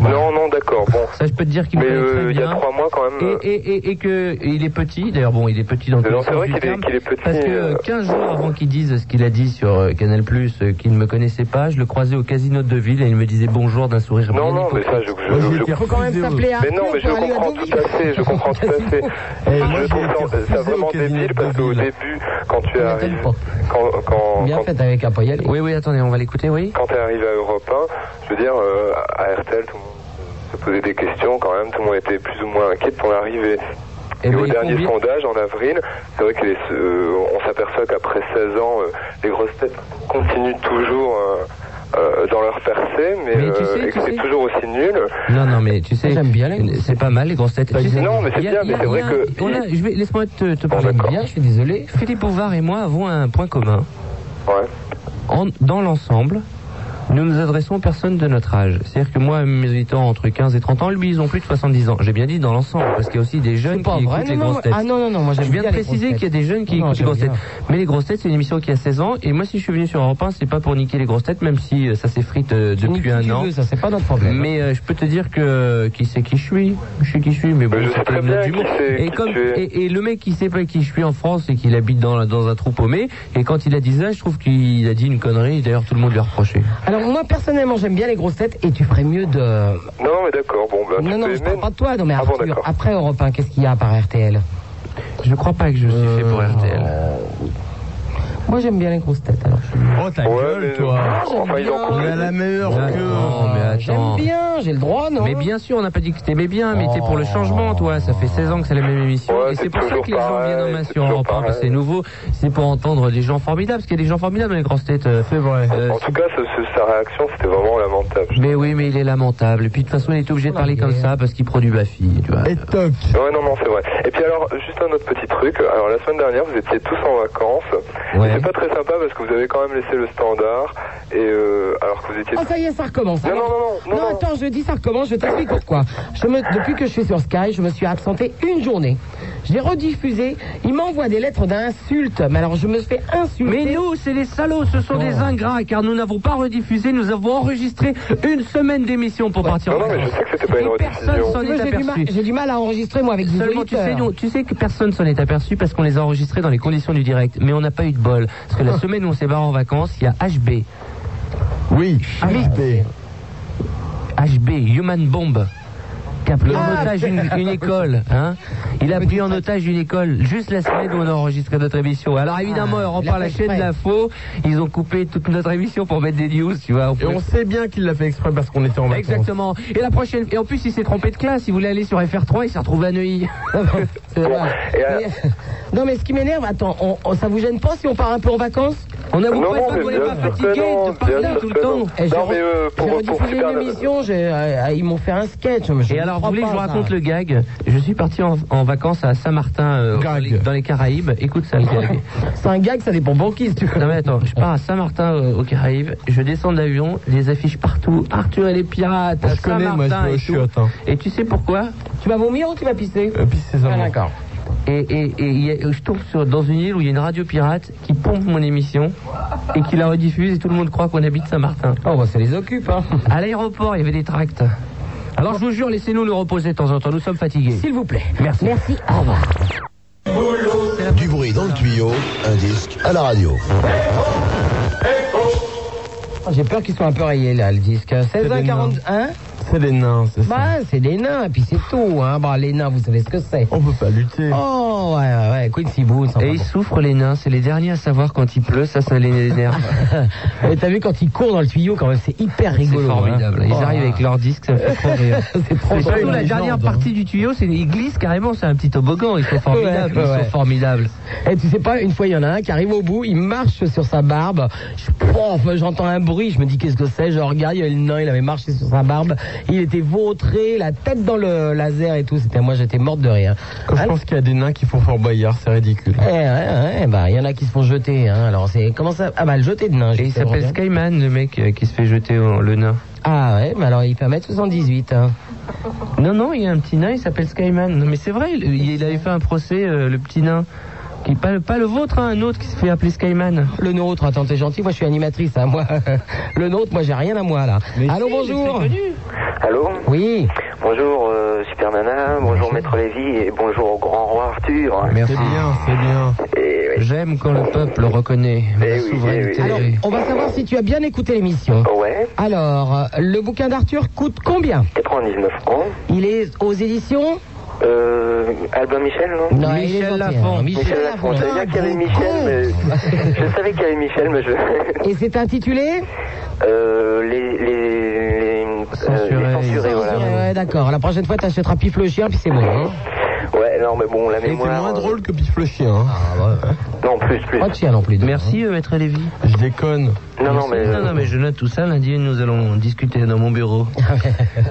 Speaker 4: Non, non, d'accord, bon.
Speaker 2: Ça, je peux te dire qu'il me
Speaker 4: Mais
Speaker 2: connaît
Speaker 4: euh,
Speaker 2: très
Speaker 4: il y a
Speaker 2: bien.
Speaker 4: trois mois quand même. euh,
Speaker 2: Et, et, et, et que et il est petit, d'ailleurs bon, il est petit dans
Speaker 4: Mais
Speaker 2: tous
Speaker 4: non,
Speaker 2: les
Speaker 4: c'est
Speaker 2: sens
Speaker 4: vrai
Speaker 2: du
Speaker 4: qu'il est-
Speaker 2: terme,
Speaker 4: qu'il est petit,
Speaker 2: Parce que
Speaker 4: euh.
Speaker 2: 15 jours avant qu'il dise ce qu'il a dit sur euh, Canal+, euh, qu'il ne me connaissait pas, je le croisais au casino de Ville et il me disait bonjour d'un sourire
Speaker 4: Non,
Speaker 2: bien
Speaker 4: non, mais
Speaker 2: hypocrite.
Speaker 4: ça, je, je, je- je-
Speaker 1: Faut quand même s'appeler
Speaker 4: Mais non,
Speaker 1: Arthur
Speaker 4: mais je
Speaker 1: pour aller à
Speaker 4: comprends
Speaker 1: Deauville.
Speaker 4: tout à fait, je comprends tout à fait. je trouve ça- ça vraiment débile parce qu'au début, quand tu es arrivé, quand, quand,
Speaker 1: Bien
Speaker 4: quand,
Speaker 1: fait avec un poil.
Speaker 2: Oui, oui, attendez, on va l'écouter, oui
Speaker 4: quand t'es arrivé à Europe 1, je veux dire, euh, à RTL, tout le monde euh, se posait des questions quand même, tout le monde était plus ou moins inquiet de ton arrivée. Et,
Speaker 2: Eh ben,
Speaker 4: au
Speaker 2: il
Speaker 4: dernier
Speaker 2: convient-
Speaker 4: sondage, en avril, c'est vrai qu'on s'aperçoit qu'après 16 ans, euh, les grosses têtes continuent toujours euh, euh, dans leur percée, mais,
Speaker 2: Mais tu
Speaker 4: euh,
Speaker 2: sais,
Speaker 4: et que
Speaker 2: tu
Speaker 4: c'est
Speaker 2: sais.
Speaker 4: toujours aussi nul.
Speaker 2: Non, non, mais tu sais,
Speaker 1: J'aime bien les grosses
Speaker 2: c'est pas mal les grosses têtes. Tu sais,
Speaker 4: Non, mais c'est
Speaker 2: il y a-
Speaker 4: bien,
Speaker 2: il y
Speaker 4: mais
Speaker 2: a-
Speaker 4: c'est vrai
Speaker 2: il y a-
Speaker 4: que-
Speaker 2: on a- je vais, laisse-moi te,
Speaker 1: Ah,
Speaker 2: te
Speaker 4: Bon,
Speaker 2: parler
Speaker 4: d'accord.
Speaker 2: bien, je suis désolé. Philippe Bouvard et moi avons un point commun.
Speaker 4: Ouais.
Speaker 2: En- dans l'ensemble, nous nous adressons aux personnes de notre âge. C'est-à-dire que moi, mes auditeurs entre 15 et 30 ans, lui, ils ont plus de 70 ans. J'ai bien dit dans l'ensemble, parce qu'il y a aussi des jeunes
Speaker 1: C'est
Speaker 2: qui
Speaker 1: pas
Speaker 2: écoutent
Speaker 1: vrai.
Speaker 2: les
Speaker 1: non, non,
Speaker 2: grosses têtes.
Speaker 1: Ah non, non, non, moi j'aime
Speaker 2: Je viens de
Speaker 1: bien les grosses
Speaker 2: préciser
Speaker 1: têtes.
Speaker 2: qu'il y a des jeunes qui
Speaker 1: Non, non,
Speaker 2: écoutent les
Speaker 1: j'aime
Speaker 2: grosses têtes.
Speaker 1: bien.
Speaker 2: Mais les grosses têtes, c'est une émission qui a 16 ans. Et moi, si je suis venu sur Europe 1, c'est pas pour niquer les grosses têtes, même si euh, ça s'effrite euh,
Speaker 1: Ni
Speaker 2: depuis
Speaker 1: qui
Speaker 2: un
Speaker 1: tu
Speaker 2: an.
Speaker 1: veux, Ça, c'est pas notre problème.
Speaker 2: Mais euh, je peux te dire que qui c'est qui je suis, je sais qui je suis, mais bon,
Speaker 4: Mais je sais
Speaker 2: c'était
Speaker 4: Euh, très
Speaker 2: une
Speaker 4: bien
Speaker 2: note
Speaker 4: qui
Speaker 2: d'humour.
Speaker 4: c'est,
Speaker 2: Et
Speaker 4: qui
Speaker 2: comme
Speaker 4: tu es.
Speaker 2: et, et le mec qui sait pas qui je suis en France et qu'il habite dans dans un trou paumé, et quand il a dit ça, je trouve qu'il a dit une connerie. D'ailleurs, tout le monde lui a reproché.
Speaker 1: Alors moi personnellement j'aime bien les grosses têtes et tu ferais mieux de.
Speaker 4: Non, mais d'accord, bon, ben,
Speaker 1: non
Speaker 4: tu
Speaker 1: non
Speaker 4: peux
Speaker 1: je parle
Speaker 4: aimer.
Speaker 1: pas de toi non mais
Speaker 4: Ah bon,
Speaker 1: Arthur.
Speaker 4: d'accord.
Speaker 1: Après Europe 1 qu'est-ce qu'il y a par RTL
Speaker 2: Je crois pas que je suis fait pour RTL.
Speaker 1: Euh, Moi j'aime bien les grosses têtes alors.
Speaker 3: Oh ta
Speaker 4: Ouais, mais,
Speaker 1: j'aime
Speaker 4: enfin, ils
Speaker 1: bien.
Speaker 4: ont
Speaker 3: Mais à la meilleure
Speaker 2: Ah, non, mais
Speaker 1: J'aime
Speaker 2: attends.
Speaker 1: bien j'ai le droit non
Speaker 2: Mais bien sûr, on n'a pas dit que t'aimais bien, mais t'es pour le changement, toi. Ça fait 16 ans que c'est la même émission.
Speaker 4: Ouais,
Speaker 2: et
Speaker 4: c'est
Speaker 2: c'est pour ça
Speaker 4: toujours
Speaker 2: que les gens
Speaker 4: pareil,
Speaker 2: viennent en masse
Speaker 4: c'est
Speaker 2: sur
Speaker 4: toujours
Speaker 2: Europe 1, parce que
Speaker 4: pareil.
Speaker 2: euh. c'est nouveau. C'est pour entendre des gens formidables, parce qu'il y a des gens formidables dans les grosses têtes. C'est vrai.
Speaker 4: En tout cas, ce, ce-
Speaker 19: sa réaction, c'était vraiment lamentable.
Speaker 2: Mais oui, mais il est lamentable. Et puis de toute façon, il est obligé de parler comme ça parce qu'il produit ma fille. Tu vois.
Speaker 19: Ouais, non, non, c'est vrai. Et puis alors, juste un autre petit truc. Alors, la semaine dernière, vous étiez tous en vacances.
Speaker 2: Ouais.
Speaker 19: Et C'est pas très sympa parce que vous avez quand même laissé le standard. Et euh, alors que vous étiez.
Speaker 1: Oh, ça y est, ça recommence.
Speaker 19: Non, non,
Speaker 1: Alors-
Speaker 19: non, non, non,
Speaker 1: attends, je dis ça recommence, je t'explique pourquoi. Je me, depuis que je suis sur Sky, je me suis absenté une journée. Je l'ai rediffusé, il m'envoie des lettres d'insultes. Mais alors, je me fais insulter.
Speaker 2: Mais nous, c'est des salauds, ce sont
Speaker 16: Oh.
Speaker 2: des ingrats, car nous n'avons pas rediffusé, nous avons enregistré une semaine d'émission pour partir en vacances. Et personne s'en
Speaker 1: Tu
Speaker 2: est
Speaker 1: vois, J'ai du, mal-
Speaker 2: aperçu.
Speaker 1: j'ai du mal à enregistrer, moi, avec
Speaker 2: Seulement,
Speaker 1: 18
Speaker 2: tu sais,
Speaker 1: heures.
Speaker 2: nous- tu sais que personne s'en est aperçu parce qu'on les a enregistrés dans les conditions du direct, mais on n'a pas eu de bol. Parce que
Speaker 16: Ah.
Speaker 2: la semaine où on s'est barré en vacances, il y a Ah HB.
Speaker 6: Oui,
Speaker 2: HB. HB, Human Bomb. Qui a pris en
Speaker 16: Ah,
Speaker 2: otage une, une école, hein Il a pris en otage une école juste la semaine où on a enregistré notre émission. Alors évidemment,
Speaker 16: Ah,
Speaker 2: on
Speaker 16: il a
Speaker 2: par la
Speaker 16: fait
Speaker 2: chaîne
Speaker 16: exprès.
Speaker 2: d'info, ils ont coupé toute notre émission pour mettre des news, tu vois.
Speaker 6: Et on sait bien qu'il l'a fait exprès parce qu'on était en vacances.
Speaker 2: Exactement. Et la prochaine, et en plus, il s'est trompé de classe. Il voulait aller sur FR3, il s'est retrouvé à Neuilly. euh,
Speaker 1: Mais- Non, mais ce qui m'énerve, attends, on- on- ça vous gêne pas si on part un peu en vacances
Speaker 2: On
Speaker 19: avoue Non, pas, non, toi, mais qu'on est bien pas sûr que fatigué non, de parler bien sûr tout le que temps. non.
Speaker 1: Eh, j'ai
Speaker 19: Non, mais, euh, pour-
Speaker 1: j'ai
Speaker 19: pour
Speaker 1: rediffusé
Speaker 19: Superman.
Speaker 1: une émission, j'ai, euh, ils m'ont fait un sketch. je
Speaker 2: Et
Speaker 1: ne
Speaker 2: alors, vous
Speaker 1: crois
Speaker 2: voulez que je vous
Speaker 1: pas, ça.
Speaker 2: raconte le gag Je suis parti en, en vacances à Saint-Martin, euh, dans, les, dans les Caraïbes. Écoute ça, le gag.
Speaker 1: C'est un gag, ça dépend bon qui, si tu veux.
Speaker 2: Non, mais attends, je pars à Saint-Martin, euh, aux Caraïbes. Je descends de l'avion, des affiches partout. Arthur et les pirates, à
Speaker 6: Je connais, moi,
Speaker 2: Saint-Martin
Speaker 6: je
Speaker 2: et
Speaker 6: suis
Speaker 2: tout.
Speaker 6: hautain.
Speaker 2: Et tu sais pourquoi
Speaker 1: Tu vas vomir ou tu vas pisser
Speaker 2: Euh,
Speaker 6: Pisser
Speaker 1: Ah, d'accord.
Speaker 2: Et, et- et il y a- je tombe sur, dans une île où il y a une radio pirate qui pompe mon émission et qui la rediffuse et tout le monde croit qu'on habite Saint-Martin.
Speaker 1: Oh, bah ça les occupe, hein.
Speaker 2: À l'aéroport, il y avait des tracts. Alors je vous jure, laissez-nous nous reposer de temps en temps, nous sommes fatigués.
Speaker 1: S'il vous plaît.
Speaker 2: Merci.
Speaker 1: Merci, au revoir.
Speaker 15: Du bruit dans le tuyau, un disque à la radio.
Speaker 1: Ah, J'ai peur qu'ils soient un peu rayés, là, le disque. 16 1 41
Speaker 6: C'est les nains, c'est
Speaker 1: Bah, c'est des nains, et puis c'est tout, hein. Bah, les nains, vous savez ce que c'est.
Speaker 6: On peut pas lutter.
Speaker 1: Oh, ouais, ouais, ouais. Quincy Booth. enfin,
Speaker 2: Et ils
Speaker 1: bon.
Speaker 2: souffrent les nains, c'est les derniers à savoir quand il pleut, ça, ça les énerve.
Speaker 1: Et T'as vu quand ils courent dans le tuyau, quand même, c'est hyper
Speaker 2: C'est
Speaker 1: rigolo.
Speaker 2: formidable.
Speaker 1: hein.
Speaker 2: Ils
Speaker 1: Oh.
Speaker 2: arrivent avec leur disque, ça me fait trop rire.
Speaker 1: C'est trop
Speaker 2: Et
Speaker 1: drôle.
Speaker 2: surtout, la dernière partie du tuyau, c'est ils glissent carrément, c'est un petit toboggan. Ils sont formidables,
Speaker 1: Ouais, ouais,
Speaker 2: ils
Speaker 1: ouais.
Speaker 2: sont formidables.
Speaker 1: Et tu sais pas, une fois, il y en a un qui arrive au bout, il marche sur sa barbe. Je- Pof, j'entends un bruit, je me dis qu'est-ce que c'est, je regarde, il y avait le nain, il avait marché sur sa barbe, il était vautré, la tête dans le laser et tout. C'était moi, j'étais morte de rire. Hein?
Speaker 6: Quand je pense qu'il y a des nains qui font Fort Boyard, c'est ridicule.
Speaker 1: Eh, ouais, ouais, bah, il y en a qui se font jeter, hein. Alors, c'est, comment ça? Ah, bah, le jeter de nain,
Speaker 2: Et il
Speaker 1: justement,
Speaker 2: s'appelle
Speaker 1: bien.
Speaker 2: Skyman, le mec euh, qui se fait jeter au- le nain.
Speaker 1: Ah, ouais, mais alors, il fait 1m78, hein.
Speaker 2: Non, non, il y a un petit nain, il s'appelle Skyman. Non, mais c'est vrai, il, il avait fait un procès, euh, le petit nain. Qui, pas, le- pas le vôtre, hein, un autre qui se fait appeler Skyman.
Speaker 1: Le nôtre, attends, t'es gentil, moi, je suis animatrice, hein, moi. Le nôtre, moi, j'ai rien à moi, là. Allô, bonjour.
Speaker 7: Allô
Speaker 1: Oui.
Speaker 7: Bonjour euh, Super Nana, bonjour Maître Lévy et bonjour au grand roi Arthur.
Speaker 2: Merci. C'est bien, c'est bien.
Speaker 7: Eh
Speaker 2: J'aime quand le peuple reconnaît la souveraineté.
Speaker 1: Alors, on va savoir si tu as bien écouté l'émission.
Speaker 7: Ouais.
Speaker 1: Alors, euh, le bouquin d'Arthur coûte combien
Speaker 7: 99 francs.
Speaker 1: Il est aux éditions
Speaker 7: Euh, Albin Michel, non
Speaker 1: Non, Michel il est gentil, Lafont. Ah, hein. Michel
Speaker 7: Michel Lafont. Je savais bien qu'il y avait Michel, mais... je savais qu'il y avait Michel, mais je...
Speaker 1: et c'est intitulé
Speaker 7: Euh, les... les... les... euh, les censurés, voilà.
Speaker 1: Ouais, d'accord. La prochaine fois, t'achèteras Pif le chien, puis c'est bon. hein.
Speaker 7: Ouais, non, mais bon, la mémoire...
Speaker 6: C'est moins drôle que Pif le chien. hein.
Speaker 2: Ah, bah
Speaker 7: Non, plus, plus.
Speaker 1: Pas de chien non plus. donc.
Speaker 2: Merci, euh, Maître Lévy.
Speaker 6: Je déconne.
Speaker 7: Non,
Speaker 2: Merci.
Speaker 7: non, mais...
Speaker 2: non, non, mais je note tout ça. Lundi, nous allons discuter dans mon bureau.
Speaker 1: Ah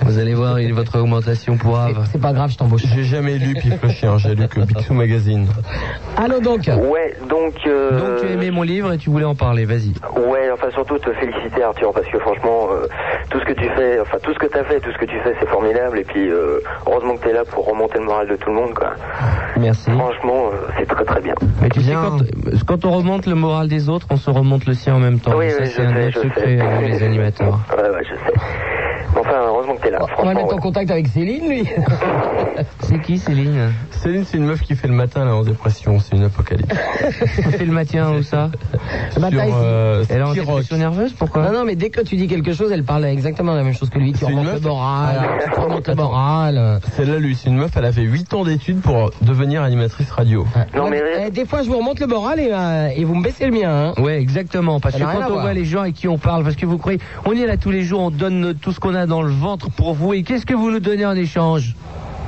Speaker 2: Vous allez voir il- votre augmentation pourrave.
Speaker 1: C'est pas grave, je t'embauche.
Speaker 6: J'ai jamais lu Pif le chien, j'ai lu que Picsou Magazine.
Speaker 1: Allô donc
Speaker 7: Ouais, donc... euh,
Speaker 2: Donc, tu aimais mon livre et tu voulais en parler, vas-y.
Speaker 7: Ouais, enfin surtout te féliciter Arthur parce que franchement euh, tout ce que tu fais, enfin tout ce que t'as fait, tout ce que tu fais c'est formidable et puis euh, heureusement que t'es là pour remonter le moral de tout le monde quoi.
Speaker 2: Merci.
Speaker 7: Franchement euh, c'est très très bien.
Speaker 2: Mais tu sais, quand, quand on remonte le moral des autres, on se remonte le sien en même temps.
Speaker 7: oui,
Speaker 2: ça,
Speaker 7: oui, je
Speaker 2: c'est un
Speaker 7: sais,
Speaker 2: autre
Speaker 7: je
Speaker 2: secret,
Speaker 7: sais.
Speaker 2: à nous, les animateurs.
Speaker 7: Ouais, ouais, je sais. Mais Enfin heureusement que t'es là.
Speaker 1: On va
Speaker 7: franchement,
Speaker 1: mettre en
Speaker 7: ouais.
Speaker 1: contact avec Céline, lui.
Speaker 2: C'est qui, Céline
Speaker 6: Céline, c'est une meuf qui fait le matin là en dépression, c'est une apocalypse.
Speaker 2: Tu fais le matin ou ça
Speaker 1: Le matin,
Speaker 6: Sur,
Speaker 1: ici.
Speaker 6: euh,
Speaker 2: Ah, Elle est en
Speaker 6: Skyrock.
Speaker 2: dépression nerveuse, pourquoi
Speaker 1: Non, non, mais dès que tu dis quelque chose, elle parle exactement la même chose que lui. Tu
Speaker 6: C'est une
Speaker 1: remontes le
Speaker 6: meuf
Speaker 2: Ah.
Speaker 1: moral, tu remontes le
Speaker 2: euh.
Speaker 1: moral.
Speaker 6: Celle-là, lui, c'est une meuf, elle a fait 8 ans d'études pour devenir animatrice radio.
Speaker 7: Non mais
Speaker 1: Eh, des fois, je vous remonte le moral et, euh, et vous me baissez le mien. hein.
Speaker 2: Ouais, exactement. Parce
Speaker 1: Ça
Speaker 2: que
Speaker 1: n'a rien à
Speaker 2: quand on
Speaker 1: voir.
Speaker 2: voit les gens avec qui on parle, parce que vous croyez, on est là tous les jours, on donne notre- tout ce qu'on a dans le ventre pour vous. Et qu'est-ce que vous nous donnez en échange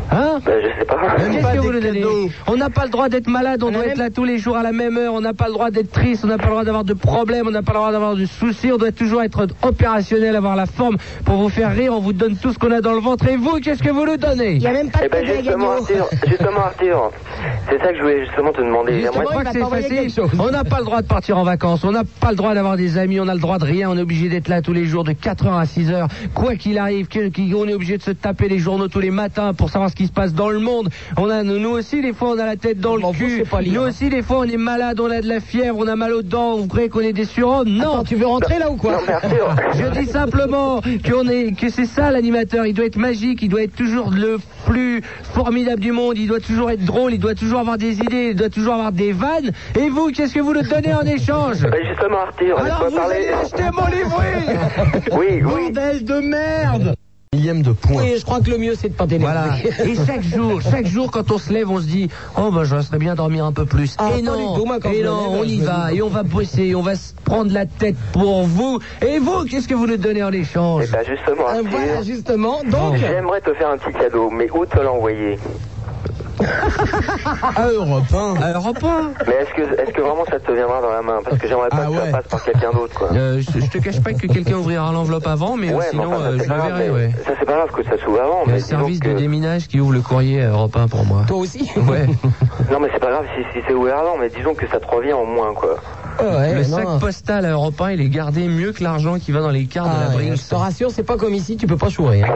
Speaker 2: Hein
Speaker 7: Euh, Je sais pas.
Speaker 2: Qu'est-ce que vous voulez donner On n'a pas le droit d'être malade, on, doit être là tous les jours à la même heure, on n'a pas le droit d'être triste, on n'a pas le droit d'avoir de problèmes, on n'a pas le droit d'avoir de soucis, on doit toujours être opérationnel, avoir la forme pour vous faire rire, on vous donne tout ce qu'on a dans le ventre et vous, qu'est-ce que vous nous donnez Il n'y a même
Speaker 7: Eh ben justement Arthur, justement Arthur, c'est ça que je voulais justement te demander.
Speaker 2: Justement,
Speaker 7: Moi,
Speaker 2: il va t'envoyer quelque chose. On n'a pas le droit de partir en vacances, on n'a pas le droit d'avoir des amis, on a le droit de rien, on est obligé d'être là tous les jours de 4h à 6h, quoi qu'il arrive, que- qu'il- on est obligé de se taper les journaux tous les matins pour savoir ce qui se passe dans le monde. On a, nous nous aussi, des fois, on a la tête dans le cul. nous aussi, des fois, on est malade, on a de la fièvre, on a mal aux dents, vous croyez qu'on est des surhommes Non Tu veux rentrer là ou quoi Je dis simplement qu'on est, que c'est ça l'animateur, il doit être magique, il doit être toujours le plus formidable du monde, il doit toujours être drôle, il doit toujours avoir des idées, il doit toujours avoir des vannes. Et vous, qu'est-ce que vous le donnez en échange
Speaker 7: Ben justement Arthur, laisse-moi parler. oui, oui.
Speaker 2: Bordel de merde
Speaker 6: Millième de point.
Speaker 1: Oui, je crois que le mieux c'est de pas t'énerver.
Speaker 2: Voilà. Et chaque jour, chaque jour, quand on se lève, on se dit Oh, ben, je serais bien dormir un peu plus.
Speaker 1: Ah,
Speaker 2: et
Speaker 1: pas
Speaker 2: non,
Speaker 1: du tout, moi, quand
Speaker 2: et
Speaker 1: je me
Speaker 2: non,
Speaker 1: lève,
Speaker 2: on
Speaker 1: je
Speaker 2: y
Speaker 1: me
Speaker 2: va,
Speaker 1: dis-
Speaker 2: et on va bosser, on va se prendre la tête pour vous. Et vous, qu'est-ce que vous nous donnez en échange
Speaker 7: Eh ben
Speaker 2: Euh,
Speaker 7: justement Arthur,
Speaker 1: justement,
Speaker 7: j'aimerais te faire un petit cadeau, mais où te l'envoyer
Speaker 6: À Europe 1.
Speaker 2: À Europe 1
Speaker 7: Mais est-ce que, est-ce que vraiment ça te viendra dans la main Parce que j'aimerais pas que ça passe par quelqu'un d'autre quoi.
Speaker 2: Ah Euh, je, je te cache pas que quelqu'un ouvrira l'enveloppe avant, mais euh,
Speaker 7: Ouais, mais
Speaker 2: sinon,
Speaker 7: enfin, ça,
Speaker 2: euh,
Speaker 7: c'est
Speaker 2: je
Speaker 7: pas
Speaker 2: le
Speaker 7: grave,
Speaker 2: verrai,
Speaker 7: mais
Speaker 2: ouais.
Speaker 7: Ça c'est pas grave que ça s'ouvre avant,
Speaker 2: Il y a
Speaker 7: Oh, mais euh,
Speaker 2: le service
Speaker 7: disons
Speaker 2: de
Speaker 7: que-
Speaker 2: déminage qui ouvre le courrier à Europe 1 pour moi.
Speaker 1: Toi aussi
Speaker 2: Ouais.
Speaker 7: Non mais c'est pas grave si, si c'est ouvert avant, mais disons que ça te revient au moins quoi.
Speaker 1: Oh,
Speaker 2: le sac postal à Europe 1, il est gardé mieux que l'argent qui va dans les cartes de la Brinks.
Speaker 1: Ah, Je te rassure, c'est pas comme ici, tu peux pas chourer. hein.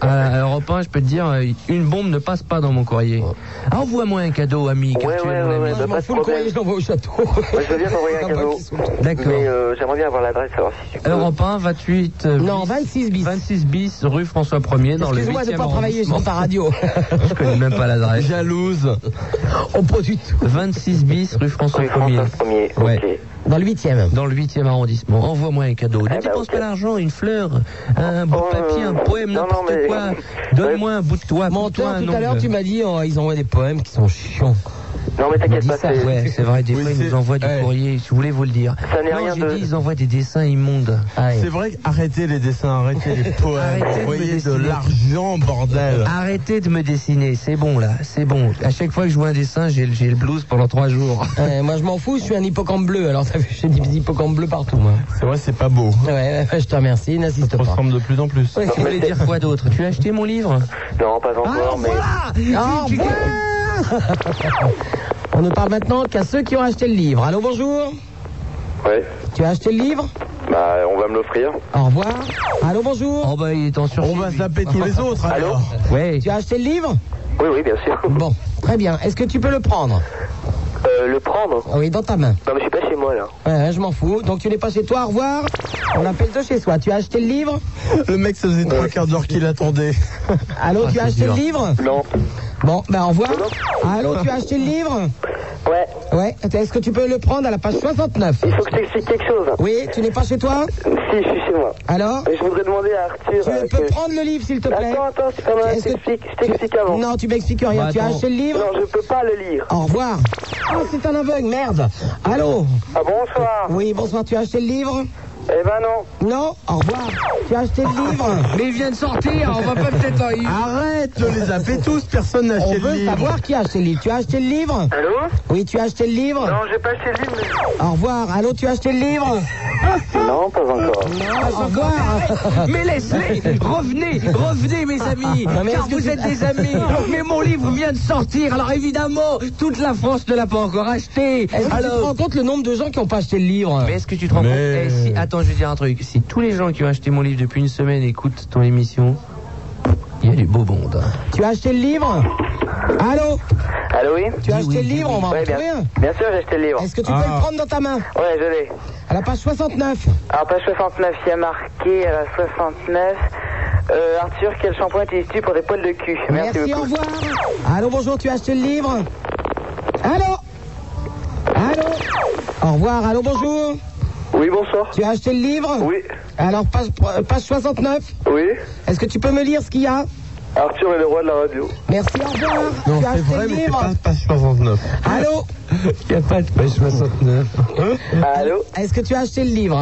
Speaker 2: À Europe 1, je peux te dire, euh, une bombe ne passe pas dans mon courrier. Ah, Envoie-moi un cadeau, ami. car tu es mon ami.
Speaker 7: bah,
Speaker 1: je m'en fous, le courrier, je l'envoie au château.
Speaker 7: Moi je veux bien t'envoyer un cadeau.
Speaker 2: D'accord.
Speaker 7: Mais euh, j'aimerais bien avoir l'adresse alors si tu peux.
Speaker 2: Europe 1, 28 euh,
Speaker 1: Non,
Speaker 2: bis,
Speaker 1: 26 bis.
Speaker 2: 26 bis, rue François 1er, dans le 8e
Speaker 1: Excuse-moi de pas travailler sur ta radio.
Speaker 2: Je connais même pas l'adresse.
Speaker 6: Jalouse.
Speaker 1: On pas du tout.
Speaker 2: 26 bis, rue François 1er. Ouais.
Speaker 1: Dans le 8e.
Speaker 2: Dans le 8e arrondissement. Envoie-moi un cadeau. Ne
Speaker 7: bah,
Speaker 2: dépense
Speaker 7: ok.
Speaker 2: pas l'argent, une fleur, un bout
Speaker 1: Oh,
Speaker 2: de papier,
Speaker 1: euh,
Speaker 2: un poème,
Speaker 7: non, non,
Speaker 2: n'importe
Speaker 7: mais-
Speaker 2: quoi. Donne-moi un bout de toi.
Speaker 1: Menteur,
Speaker 2: coupe-toi un
Speaker 1: tout à l'heure,
Speaker 2: ongle.
Speaker 1: tu m'as dit, oh, ils envoient des poèmes qui sont chiants.
Speaker 7: Non mais t'inquiète pas, c'est-
Speaker 2: Ouais, c'est vrai, des
Speaker 7: Oui,
Speaker 2: fois ils
Speaker 7: c'est-
Speaker 2: nous envoient du
Speaker 7: ouais.
Speaker 2: courrier, je voulais vous le dire.
Speaker 7: Ça n'est
Speaker 2: Non,
Speaker 7: rien
Speaker 2: j'ai
Speaker 7: de-
Speaker 2: dit, ils envoient des dessins immondes.
Speaker 6: C'est vrai qu'arrêtez les dessins, arrêtez les
Speaker 2: Arrêtez
Speaker 6: poèmes,
Speaker 2: de me
Speaker 6: envoyez de
Speaker 2: dessiner.
Speaker 6: l'argent, bordel.
Speaker 2: Arrêtez de me dessiner, c'est bon là, c'est bon. À chaque fois que je vois un dessin, j'ai le j'ai le blues pendant trois jours.
Speaker 1: Ouais, Eh, moi, je m'en fous, je suis un hippocampe bleu. Alors, ça fait, j'ai des hippocampes bleus partout, moi.
Speaker 6: C'est vrai, c'est pas beau.
Speaker 1: Ouais, Ouais, ouais, je te remercie, n'assiste pas.
Speaker 6: ressemble de plus en plus.
Speaker 1: Ouais,
Speaker 2: Tu voulais dire quoi d'autre Tu as acheté mon livre Ah,
Speaker 7: Non, pas encore, mais.
Speaker 1: Ah, Au revoir. On ne parle maintenant qu'à ceux qui ont acheté le livre. Allô, bonjour.
Speaker 19: Ouais.
Speaker 1: Tu as acheté le livre
Speaker 19: Bah, on va me l'offrir.
Speaker 1: Au revoir. Allô, bonjour.
Speaker 2: Oh bah il est en sursis.
Speaker 6: On va zapper tous les autres. alors.
Speaker 2: Ouais.
Speaker 1: Tu as acheté le livre
Speaker 7: Oui, oui, bien sûr.
Speaker 1: Bon, très bien. Est-ce que tu peux le prendre
Speaker 7: Euh, le prendre
Speaker 1: Ah Oui, dans ta main.
Speaker 7: Non, mais je suis pas chez moi là.
Speaker 1: Ouais, ouais, je m'en fous. Donc tu n'es pas chez toi, au revoir. On appelle de chez soi. Tu as acheté le livre
Speaker 6: Le mec, ça faisait trois quarts d'heure qu'il attendait.
Speaker 1: Allô,
Speaker 2: Ah,
Speaker 1: tu as acheté le livre
Speaker 7: Non.
Speaker 1: Bon, ben au revoir. Allô, tu as acheté le livre
Speaker 7: Ouais.
Speaker 1: Ouais. Est-ce que tu peux le prendre à la page 69
Speaker 7: Il faut que je t'explique quelque chose.
Speaker 1: Oui, tu n'es pas chez toi
Speaker 7: Si, je suis chez moi.
Speaker 1: Alors
Speaker 7: Mais je voudrais demander à Arthur.
Speaker 1: Tu
Speaker 7: euh,
Speaker 1: peux
Speaker 7: que-
Speaker 1: prendre le livre, s'il te plaît
Speaker 7: Attends, attends, c'est pas mal, je
Speaker 1: Est-ce que-
Speaker 7: t'explique, je t'explique avant.
Speaker 1: Non, tu m'expliques rien.
Speaker 2: Bah,
Speaker 1: tu as
Speaker 2: attends.
Speaker 1: acheté le livre
Speaker 7: Non, je peux pas le lire.
Speaker 1: Au revoir. Oh, c'est un aveugle, merde. Allô
Speaker 7: Ah, bonsoir.
Speaker 1: Oui, bonsoir, tu as acheté le livre
Speaker 7: Eh ben non.
Speaker 1: Non Au revoir. Tu as acheté le livre
Speaker 2: Ah,
Speaker 1: Ah,
Speaker 2: Mais il vient de sortir, on va pas peut-être... en- il-
Speaker 6: Arrête de les zapper tous, personne n'a
Speaker 1: On
Speaker 6: acheté le
Speaker 1: veut
Speaker 6: livre.
Speaker 1: savoir qui a acheté le livre. Tu as acheté le livre
Speaker 7: Allô
Speaker 1: Oui, tu as acheté le livre
Speaker 7: Non, j'ai pas acheté le livre.
Speaker 1: Au revoir. Allô, tu as acheté le livre
Speaker 7: Non, pas encore.
Speaker 1: Au revoir.
Speaker 2: Mais laisse-les Revenez Revenez, mes amis
Speaker 1: Non, Ah, mais
Speaker 2: Car
Speaker 1: est-ce que
Speaker 2: vous
Speaker 1: tu-
Speaker 2: êtes des amis Mais mon livre vient de sortir, alors évidemment, toute la France ne l'a pas encore acheté
Speaker 1: Est-ce que tu te
Speaker 2: Alors...
Speaker 1: rends compte le nombre de gens qui n'ont pas acheté le livre
Speaker 2: Mais est-ce que tu te rends compte
Speaker 6: Mais-
Speaker 2: Eh, si- Attends, je vais dire un truc. Si tous les gens qui ont acheté mon livre depuis une semaine écoutent ton émission, il y a du beau monde. hein.
Speaker 1: Tu as acheté le livre Allô
Speaker 7: Allô, oui
Speaker 1: Tu as acheté le livre, on va en
Speaker 7: Ouais,
Speaker 1: trouver
Speaker 7: bien,
Speaker 1: un.
Speaker 7: bien sûr, j'ai acheté le livre.
Speaker 1: Est-ce que tu
Speaker 6: Ah.
Speaker 1: peux le prendre dans ta main
Speaker 7: Ouais, je l'ai.
Speaker 1: À la page 69.
Speaker 7: Alors, page 69, il y a marqué à la 69. Euh, Arthur, quel shampoing utilises-tu pour des poils de cul
Speaker 1: Merci, au revoir. Allô, bonjour, tu as acheté le livre Allô Allô Au revoir, allô, bonjour.
Speaker 7: Oui, bonsoir.
Speaker 1: Tu as acheté le livre
Speaker 19: Oui,
Speaker 1: Alors, page, page 69.
Speaker 19: oui.
Speaker 1: Est-ce que tu peux me lire ce qu'il y a
Speaker 19: Arthur est le roi de la radio.
Speaker 1: Merci, au revoir.
Speaker 6: Non,
Speaker 1: tu as
Speaker 6: c'est
Speaker 1: acheté
Speaker 6: vrai,
Speaker 1: le
Speaker 6: mais c'est
Speaker 1: livre
Speaker 6: pas page 69.
Speaker 1: Allô
Speaker 6: Il n'y a pas de page 69.
Speaker 7: Allô
Speaker 1: Est-ce que tu as acheté le livre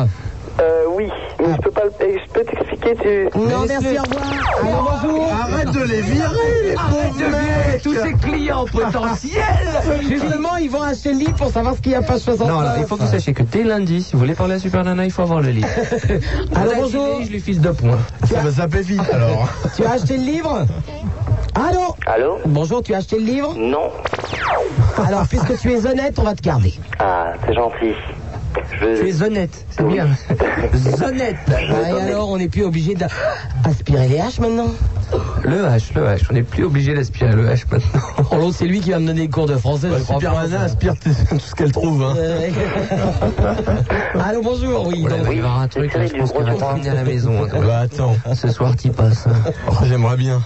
Speaker 1: Ah.
Speaker 7: euh, oui, mais je peux pas le- eh, je peux t'expliquer, tu...
Speaker 14: Non, merci, au revoir. Allez, bonjour.
Speaker 7: Arrête de les virer, les
Speaker 2: Ah,
Speaker 14: Arrête
Speaker 7: pauvres
Speaker 14: de virer
Speaker 7: mecs.
Speaker 14: tous ces clients potentiels.
Speaker 1: Justement, ils vont acheter le lit pour savoir ce qu'il y a pas 60
Speaker 2: Non, alors, il faut que vous sachiez que dès lundi, si vous voulez parler à Super Nana, il faut avoir le livre.
Speaker 1: Alors, bonjour.
Speaker 2: Je lui fisse deux points.
Speaker 3: Ça va zapper vite alors.
Speaker 1: Tu as acheté le livre Allô
Speaker 7: Allô
Speaker 1: Bonjour, tu as acheté le livre
Speaker 7: Non.
Speaker 1: Alors, puisque tu es honnête, on va te garder.
Speaker 7: Ah, c'est gentil. Je vais...
Speaker 1: Tu es honnête, c'est bien. honnête. et alors, on n'est plus obligé d'aspirer les haches maintenant
Speaker 2: Le H, le H. On n'est plus obligé d'aspirer le H maintenant.
Speaker 1: Oh, l'autre, c'est lui qui va me donner des cours de français, je crois pas.
Speaker 3: Nana aspire tout ce qu'elle trouve. Hein.
Speaker 1: Allô, bonjour, oui. donc-
Speaker 2: Euh, Il va y avoir un truc, là, je pense qu'il va terminer à la maison. hein, quand même.
Speaker 3: Bah attends,
Speaker 2: Ce soir, t'y passes. hein.
Speaker 3: Oh, j'aimerais bien.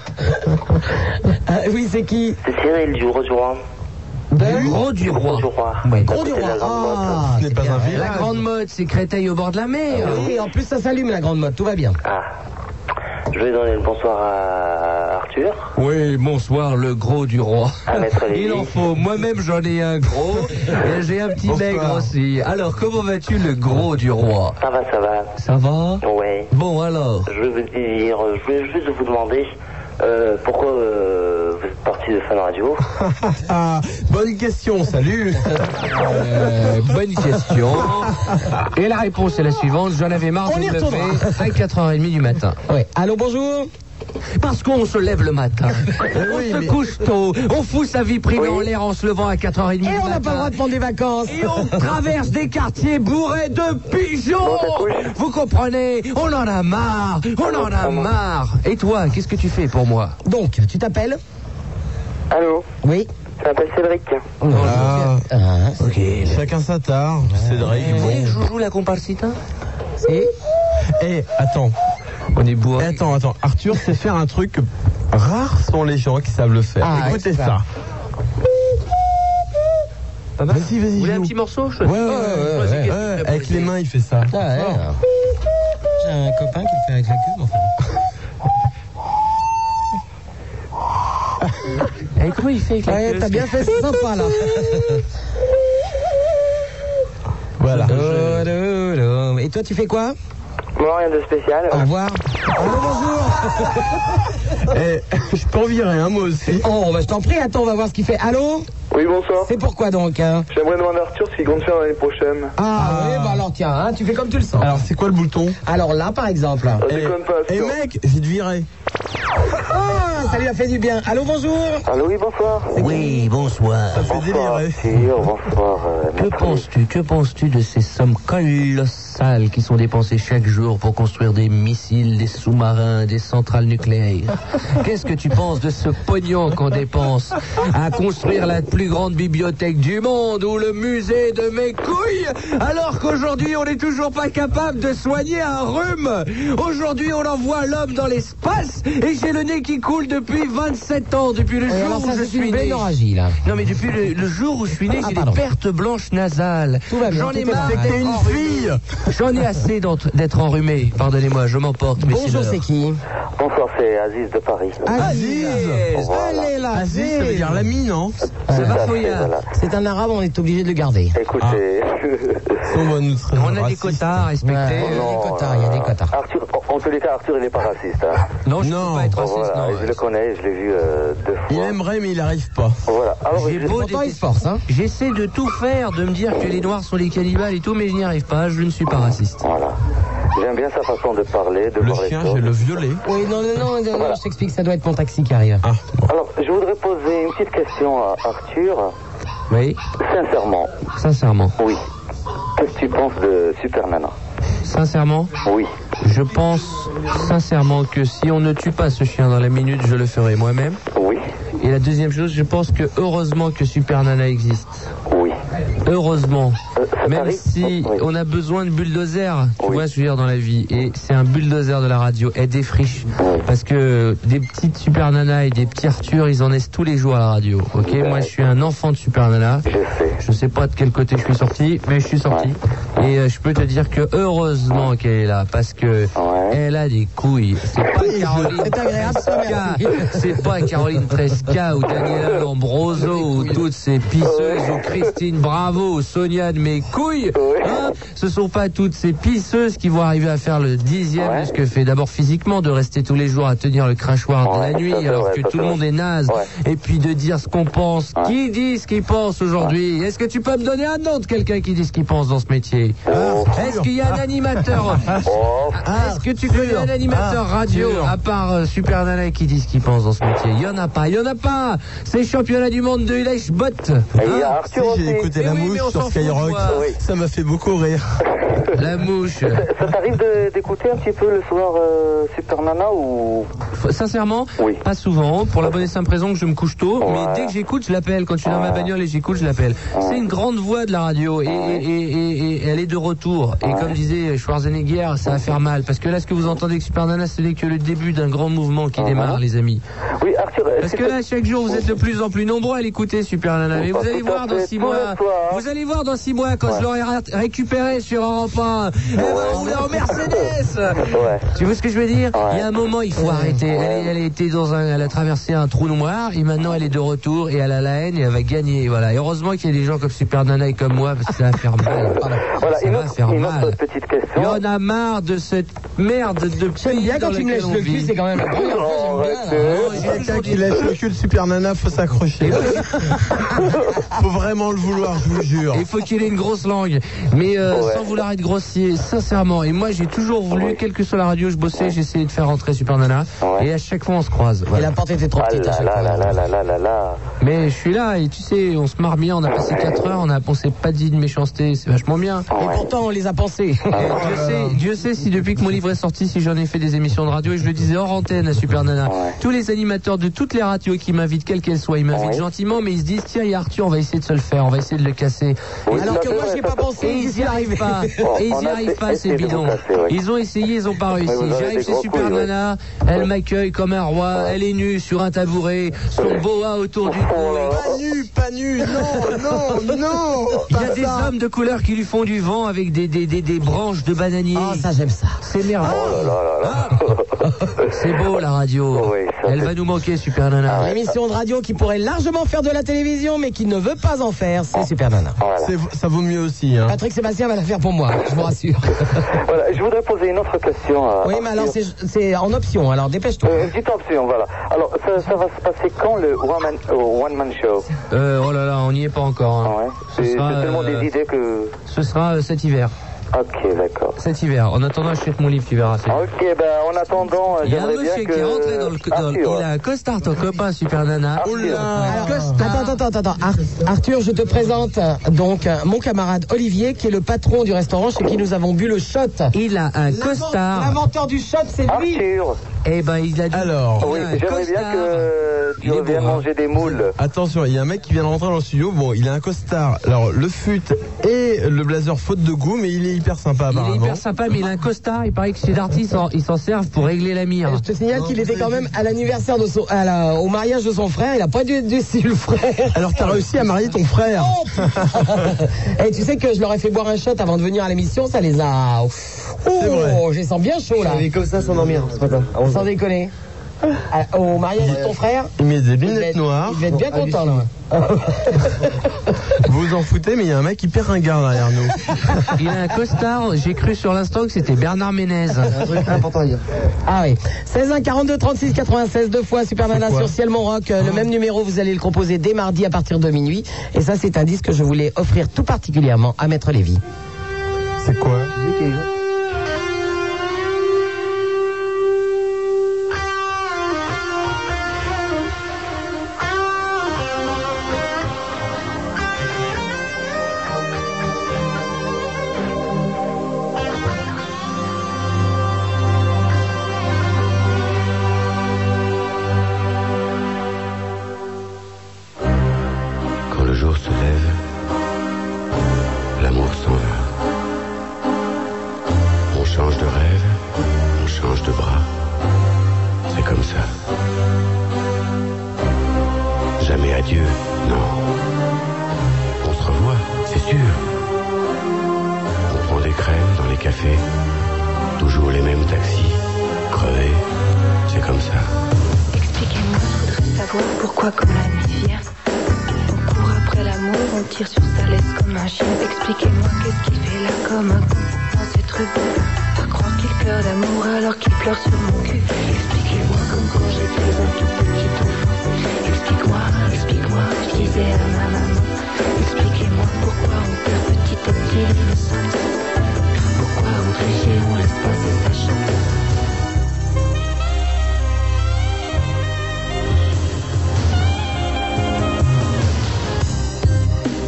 Speaker 1: Ah, oui, c'est qui
Speaker 7: C'est Cyril du Rose du Roi.
Speaker 1: Ben,
Speaker 2: Gros du roi.
Speaker 7: Du Roi.
Speaker 2: Ouais.
Speaker 1: Gros du roi. Ah,
Speaker 3: Ce n'est pas un Ah
Speaker 2: La
Speaker 3: village.
Speaker 2: grande mode, c'est Créteil au bord de la mer.
Speaker 1: Et en plus, ça s'allume la grande mode, tout va bien.
Speaker 7: Ah. Je vais donner le bonsoir à Arthur,
Speaker 2: Oui, bonsoir, le gros du roi.
Speaker 7: à Maître
Speaker 2: Il en
Speaker 7: Lévy.
Speaker 2: faut. Moi-même, j'en ai un gros. Et j'ai un petit maigre aussi. Alors, comment vas-tu, le gros du roi
Speaker 7: Ça va, ça va.
Speaker 2: Ça va
Speaker 7: Ouais.
Speaker 2: Bon, alors.
Speaker 7: Je veux dire, je voulais juste vous demander euh, pourquoi euh, vous êtes parti de Fun Radio.
Speaker 3: Ah, bonne question, salut.
Speaker 2: Euh, bonne question. Et la réponse est la suivante. J'en avais marre
Speaker 1: On
Speaker 2: de
Speaker 1: y
Speaker 2: me lever
Speaker 1: retournera.
Speaker 2: à 4h30 du matin.
Speaker 1: Ouais. Allô, bonjour.
Speaker 2: Parce qu'on se lève le matin. on
Speaker 3: oui,
Speaker 2: se
Speaker 3: mais-
Speaker 2: couche tôt. On fout sa vie privée en l'air en se levant à 4h30
Speaker 1: Et
Speaker 2: du
Speaker 1: on n'a pas le
Speaker 2: matin.
Speaker 1: droit de prendre des vacances.
Speaker 2: Et on traverse des quartiers bourrés de pigeons Vous comprenez On en a marre On en a marre Et toi, qu'est-ce que tu fais pour moi
Speaker 1: Donc, tu t'appelles
Speaker 7: Allô,
Speaker 1: Oui.
Speaker 7: ça m'appelle Cédric.
Speaker 3: Ah,
Speaker 1: Ah,
Speaker 3: ok. Chacun sa tare. Cédric, bon.
Speaker 2: Eh, Joujou la comparsita
Speaker 1: Et
Speaker 3: Eh, attends. Eh,
Speaker 2: On est bourré.
Speaker 3: Attends, attends. Arthur sait faire un truc que rares sont les gens qui savent le faire.
Speaker 1: Ah,
Speaker 3: Écoutez
Speaker 1: c'est ça.
Speaker 3: ça.
Speaker 2: Pas mal.
Speaker 3: Vas-y,
Speaker 2: Vous
Speaker 3: vas-y.
Speaker 2: voulez un
Speaker 3: joue.
Speaker 2: petit morceau je-
Speaker 3: Ouais, ouais, ouais, ouais, ouais, ouais. Avec les mains, il fait ça.
Speaker 2: Ah,
Speaker 1: J'ai un copain qui le fait avec la queue, enfin.
Speaker 2: Eh, comment il fait avec la
Speaker 1: Ouais,
Speaker 2: queue,
Speaker 1: t'as
Speaker 2: ce
Speaker 1: bien fait, c'est sympa là.
Speaker 3: Voilà.
Speaker 1: Et toi, tu fais quoi
Speaker 7: Moi, rien de spécial.
Speaker 1: Au revoir.
Speaker 3: Oh, Eh, je peux en virer un mot aussi.
Speaker 1: Oh, bah, je t'en prie, attends, on va voir ce qu'il fait. Allô
Speaker 19: Oui, bonsoir.
Speaker 1: C'est pourquoi donc hein
Speaker 19: J'aimerais demander à Arthur ce qu'il compte faire l'année prochaine.
Speaker 1: Ah, oui, bah alors tiens, hein, tu fais comme tu le sens.
Speaker 3: Alors, c'est quoi le bouton
Speaker 1: Alors là, par exemple.
Speaker 19: Ah, déconne pas,
Speaker 3: Eh
Speaker 19: Arthur.
Speaker 3: mec, j'ai de virer.
Speaker 1: Ah, ça lui a fait du bien. Allô, bonjour.
Speaker 7: Allô, oui, bonsoir.
Speaker 2: Oui, bonsoir.
Speaker 3: Ça fait
Speaker 7: Bonsoir,
Speaker 3: délirer.
Speaker 7: Arthur, bonsoir. euh,
Speaker 2: Que
Speaker 7: Maître
Speaker 2: penses-tu Que penses-tu de ces sommes colossales qui sont dépensées chaque jour pour construire des missiles, des sous-marins, des centrales nucléaires Qu'est-ce que tu penses de ce pognon qu'on dépense à construire la plus grande bibliothèque du monde ou le musée de mes couilles alors qu'aujourd'hui on n'est toujours pas capable de soigner un rhume Aujourd'hui on envoie l'homme dans l'espace et j'ai le nez qui coule depuis 27 ans, depuis le
Speaker 1: Oui,
Speaker 2: jour
Speaker 1: alors
Speaker 2: où
Speaker 1: ça,
Speaker 2: je
Speaker 1: c'est une
Speaker 2: suis né.
Speaker 1: bénorragie là.
Speaker 2: Non mais depuis le, le jour où je suis né,
Speaker 1: Ah,
Speaker 2: j'ai
Speaker 1: pardon.
Speaker 2: des pertes blanches nasales.
Speaker 1: Tout va bien,
Speaker 2: J'en
Speaker 1: tout
Speaker 2: ai
Speaker 1: est
Speaker 2: marre
Speaker 1: parfait.
Speaker 2: d'être
Speaker 1: T'es une
Speaker 2: enrhumé. J'en ai assez d'entre- d'être enrhumé. Pardonnez-moi, je m'emporte. mais
Speaker 1: Bonjour,
Speaker 2: l'heure.
Speaker 1: c'est qui
Speaker 7: Bonsoir, c'est Aziz de Paris.
Speaker 1: Aziz.
Speaker 7: Voilà.
Speaker 1: Allez là,
Speaker 3: Vas-y, ça veut dire l'ami,
Speaker 1: hein.
Speaker 3: non
Speaker 2: C'est
Speaker 7: Tout à fait,
Speaker 2: bafouillard.
Speaker 7: voilà.
Speaker 1: C'est un arabe, on est obligé de le garder.
Speaker 7: Écoutez,
Speaker 1: Ah.
Speaker 3: On
Speaker 1: bah,
Speaker 3: va nous traiter
Speaker 2: On a des
Speaker 3: raciste.
Speaker 2: quotas à respecter.
Speaker 1: Ouais. Il y a des
Speaker 7: Oh, non,
Speaker 1: quotas, il y a des
Speaker 7: euh,
Speaker 1: quotas.
Speaker 7: Arthur, en, en tous les cas, Arthur, il n'est pas raciste. hein.
Speaker 2: Non, je ne
Speaker 3: Non.
Speaker 2: peux pas être
Speaker 7: Bon,
Speaker 2: raciste.
Speaker 7: voilà,
Speaker 2: non.
Speaker 7: je le connais, je l'ai vu euh, deux fois.
Speaker 3: Il aimerait, mais il arrive pas.
Speaker 7: Voilà. Alors,
Speaker 2: J'ai
Speaker 7: je-
Speaker 2: beau
Speaker 1: Pourtant, il se
Speaker 2: détester-
Speaker 1: force, hein.
Speaker 2: J'essaie de tout faire, de me dire que les Noirs sont les cannibales et tout, mais je n'y arrive pas. Je ne suis pas raciste.
Speaker 7: Voilà. J'aime bien sa façon de parler, de
Speaker 3: Le
Speaker 7: voir les
Speaker 3: chien,
Speaker 7: choses.
Speaker 3: j'ai le violet.
Speaker 1: Oui, non, non, non, non, non, je t'explique, ça doit être mon taxi qui arrive.
Speaker 3: Ah, bon.
Speaker 7: Alors, je voudrais poser une petite question à Arthur.
Speaker 2: Oui,
Speaker 7: Sincèrement,
Speaker 2: sincèrement,
Speaker 7: oui. Qu'est-ce que tu penses de Super
Speaker 20: hein
Speaker 7: Nana
Speaker 2: sincèrement,
Speaker 7: Oui.
Speaker 2: je pense sincèrement que si on ne tue pas ce chien dans la minute, je le ferai moi-même.
Speaker 7: Oui.
Speaker 2: Et la deuxième chose, je pense que heureusement que Super Nana existe.
Speaker 7: Oui.
Speaker 2: Heureusement.
Speaker 7: Euh, ça
Speaker 2: Même
Speaker 7: t'arrive
Speaker 2: si
Speaker 7: Oui.
Speaker 2: on a besoin de bulldozers, tu
Speaker 7: Oui.
Speaker 2: vois ce que je veux dire dans la vie. Et c'est un bulldozer de la radio. Elle défriche. Parce que des petites super nanas et des petits Arthur, ils en naissent tous les jours à la radio. Ok
Speaker 7: Ben.
Speaker 2: Moi, je suis un enfant de super nana.
Speaker 7: Je sais.
Speaker 2: Je sais pas de quel côté je suis sorti, mais je suis sorti. Et euh, je peux te dire que heureusement qu'elle est là, parce que
Speaker 7: Ouais.
Speaker 2: elle a des couilles. C'est pas Caroline Tresca, c'est pas Caroline Tresca ou Daniela Lombroso ou toutes ces pisseuses ou Christine Bravo ou Sonia de mes couilles. Ah, ce sont pas toutes ces pisseuses qui vont arriver à faire le dixième de ce que fait d'abord physiquement, de rester tous les jours à tenir le crachoir de la nuit alors que tout le monde est naze, et puis de dire ce qu'on pense. Qui dit ce qu'il pense aujourd'hui Est-ce que tu peux me donner un nom de quelqu'un qui dit ce qu'il pense dans ce métier Est-ce qu'il y a un animateur Ah, Est-ce que tu connais un animateur radio à part euh, Super Nana qui dit ce qu'il pense dans ce métier Il y en a pas, il y en a pas. C'est championnat du monde de Ah, Eh Ilèche Bot.
Speaker 6: Si, j'ai écouté la mouche sur Skyrock. Ça m'a fait beaucoup rire.
Speaker 2: La mouche.
Speaker 20: Ça t'arrive de- d'écouter un petit peu le soir euh, Super Nana ou.
Speaker 2: F- Sincèrement, pas souvent, pour la bonne et simple raison que je me couche tôt, mais dès que j'écoute, je l'appelle. Quand je suis dans ma bagnole et j'écoute, je l'appelle. C'est une grande voix de la radio et, et- et- et- et elle est de retour. Et comme disait Schwarzenegger, ça va faire mal. Parce que là, ce que vous entendez avec Super Nana, ce n'est que le début d'un grand mouvement qui démarre, les amis.
Speaker 20: Uh-huh. Oui, Arthur,
Speaker 2: Parce que là, chaque jour, vous êtes de plus en plus nombreux à l'écouter, Super Nana. Ah
Speaker 20: Oh,
Speaker 2: Mais vous allez voir dans six mois.
Speaker 20: hein.
Speaker 2: Vous allez voir dans six mois quand je l'aurai ra- récupéré sur Europe eh ben, 1. Elle va rouler en Mercedes. Tu vois ce que je veux dire Il y a un moment, il faut arrêter. Elle, elle était dans un, elle a traversé un trou noir et maintenant elle est de retour et elle a la haine et elle va gagner. Voilà. Et heureusement qu'il y a des gens comme Super Nana et comme moi parce que ça va faire mal. ça va faire mal. Il y en a marre de cette merde de pays. J'aime bien
Speaker 1: quand tu me lèches le cul, c'est quand même la première fois que j'aime bien, là.
Speaker 6: Oh, Quelqu'un qui lèche le cul de Super Nana, faut s'accrocher.
Speaker 2: faut vraiment le vouloir, je vous jure. Il faut qu'il ait une grosse langue, mais euh, sans vouloir être grossier, sincèrement. Et moi, j'ai toujours voulu, quelle que soit la radio, je bossais, j'essayais de faire rentrer Super Nana, et à chaque fois, on se croise. Et la porte était
Speaker 6: Ah
Speaker 7: Ah
Speaker 2: trop petite à chaque fois. Mais je suis là, et tu sais, on se marre bien, on a passé 4 heures, on a on s'est pas dit de méchanceté, c'est vachement bien.
Speaker 1: Et pourtant, on les a pensés.
Speaker 7: Ah
Speaker 2: Dieu sait, Dieu sait si depuis que mon livre est sorti, si j'en ai fait des émissions de radio, et je le disais hors antenne à Super Nana, tous les animateurs de toutes les radios qui m'invitent, quelles qu'elles soient, ils m'invitent gentiment, mais ils se disent tiens, il y a Arthur, on va essayer de se le faire, on va essayer de le casser.
Speaker 1: Alors que moi, j'y ai pas pensé,
Speaker 2: Et
Speaker 1: j'y
Speaker 2: ils
Speaker 1: suis
Speaker 2: y
Speaker 1: arrivé.
Speaker 2: arrivent pas, et ils y arrivent pas, c'est bidon. Ils ont essayé, ils ont pas réussi.
Speaker 1: vous avez
Speaker 2: J'arrive
Speaker 1: des
Speaker 2: chez
Speaker 1: gros
Speaker 2: Super
Speaker 1: couilles, ouais.
Speaker 2: Nana, elle m'accueille comme un roi, elle est nue sur un tabouret, son boa autour du cou. Pas nu, pas nu, non, non, non. Il y a
Speaker 6: Ah
Speaker 2: des hommes de couleur qui lui font du vent avec des, des, des, des branches de bananier. Ah, ça j'aime ça. C'est merveilleux.
Speaker 7: Oh
Speaker 2: C'est beau la radio. elle va nous manquer, Super
Speaker 7: Ah
Speaker 2: Nana.
Speaker 1: L'émission de radio qui pourrait largement faire de la télévision, mais qui ne veut pas en faire,
Speaker 7: Ah.
Speaker 1: c'est Super Nana.
Speaker 6: C'est- Ça vaut mieux aussi. Hein.
Speaker 1: Patrick Sébastien va la faire pour moi, je vous rassure.
Speaker 7: Voilà, je voudrais poser une autre question. à
Speaker 1: Oui, mais alors
Speaker 7: Arthur.
Speaker 1: c'est c'est en option, alors dépêche-toi.
Speaker 7: Ah. Euh, une petite option, voilà. Alors, ça, ça va se passer quand le One Man, euh, one man Show
Speaker 2: Euh, oh là là, on n'y est pas encore. hein.
Speaker 7: Ah C'est c'est
Speaker 2: sera,
Speaker 7: tellement
Speaker 2: euh,
Speaker 7: des idées que.
Speaker 2: Ce sera euh, cet hiver.
Speaker 7: Ok, d'accord.
Speaker 2: Cet hiver. En attendant, achète mon livre, tu verras. c'est-
Speaker 7: Ok, ben en attendant, euh,
Speaker 2: Il y a un
Speaker 7: j'aimerais bien
Speaker 2: monsieur
Speaker 7: que. Ah,
Speaker 2: qui est rentré dans le. dans le- il a un costard, ton copain, Super Nana. Oh
Speaker 1: Alors, attends, attends, attends, attends. Ar- Arthur, je te présente euh, donc euh, mon camarade Olivier, qui est le patron du restaurant chez qui nous avons bu le shot.
Speaker 2: Il a un costard.
Speaker 1: L'inventeur du shot, c'est lui.
Speaker 2: Eh ben, il a dit.
Speaker 6: Alors,
Speaker 1: Oui,
Speaker 6: j'aimerais bien que
Speaker 7: tu reviennes manger des moules.
Speaker 6: hein. Attention, il y a un mec qui vient de rentrer dans le studio. Bon, il a un costard. Alors, le fut et le blazer faute de goût, mais il est hyper sympa apparemment.
Speaker 2: Il est hyper sympa, mais il a un costard. Il paraît que chez Darty, ils s'en- ils s'en servent pour régler la mire.
Speaker 1: Je te signale qu'il était quand même à l'anniversaire de son, à la- au mariage de son frère. Il a pas dû dû- si le frère. Oh,
Speaker 6: Alors, t'as réussi à marier ton frère.
Speaker 1: Et tu sais que je leur ai fait boire un shot avant de venir à l'émission. Ça les a. Oh, je les sens bien chaud là.
Speaker 21: comme ça sans dormir ce matin.
Speaker 6: Ah,
Speaker 1: Sans déconner. À- Au mariage de ton frère.
Speaker 6: Il met des
Speaker 1: Il devait
Speaker 6: lunettes
Speaker 1: être-
Speaker 6: noires.
Speaker 1: Il devait être bien content là.
Speaker 6: Vous vous en foutez, mais il y a un mec hyper ringard derrière nous.
Speaker 2: Il a un costard. J'ai cru sur l'instant que c'était Bernard Ménez.
Speaker 1: Ah oui. 16 1 42 36 96 deux fois Superman
Speaker 2: C'est quoi
Speaker 1: sur Ciel Mon Rock. Euh, Le même numéro, vous allez le composer dès mardi à partir de minuit. Et ça, c'est un disque que je voulais offrir tout particulièrement à Maître Lévy.
Speaker 6: C'est quoi
Speaker 22: Quand le jour se lève, l'amour s'en va. On change de rêve, on change de bras. C'est comme ça. Jamais adieu, non. On se revoit, c'est sûr. On prend des crèmes dans les cafés. Toujours les mêmes taxis. Crevés, c'est comme ça.
Speaker 23: Expliquez-moi, je voudrais savoir pourquoi, comme la nuit hier, on court après l'amour, on
Speaker 21: on tire sur sa laisse comme un chien. Expliquez-moi qu'est-ce qu'il fait là comme un con dans cette rue. Faire croire qu'il pleure d'amour alors qu'il pleure sur mon cul. Expliquez-moi comme quand j'étais un tout petit enfant. Explique-moi, explique-moi, je disais à ma maman. Expliquez-moi pourquoi on perd petit à petit l'innocence. Pourquoi on triche et on laisse passer sa chance.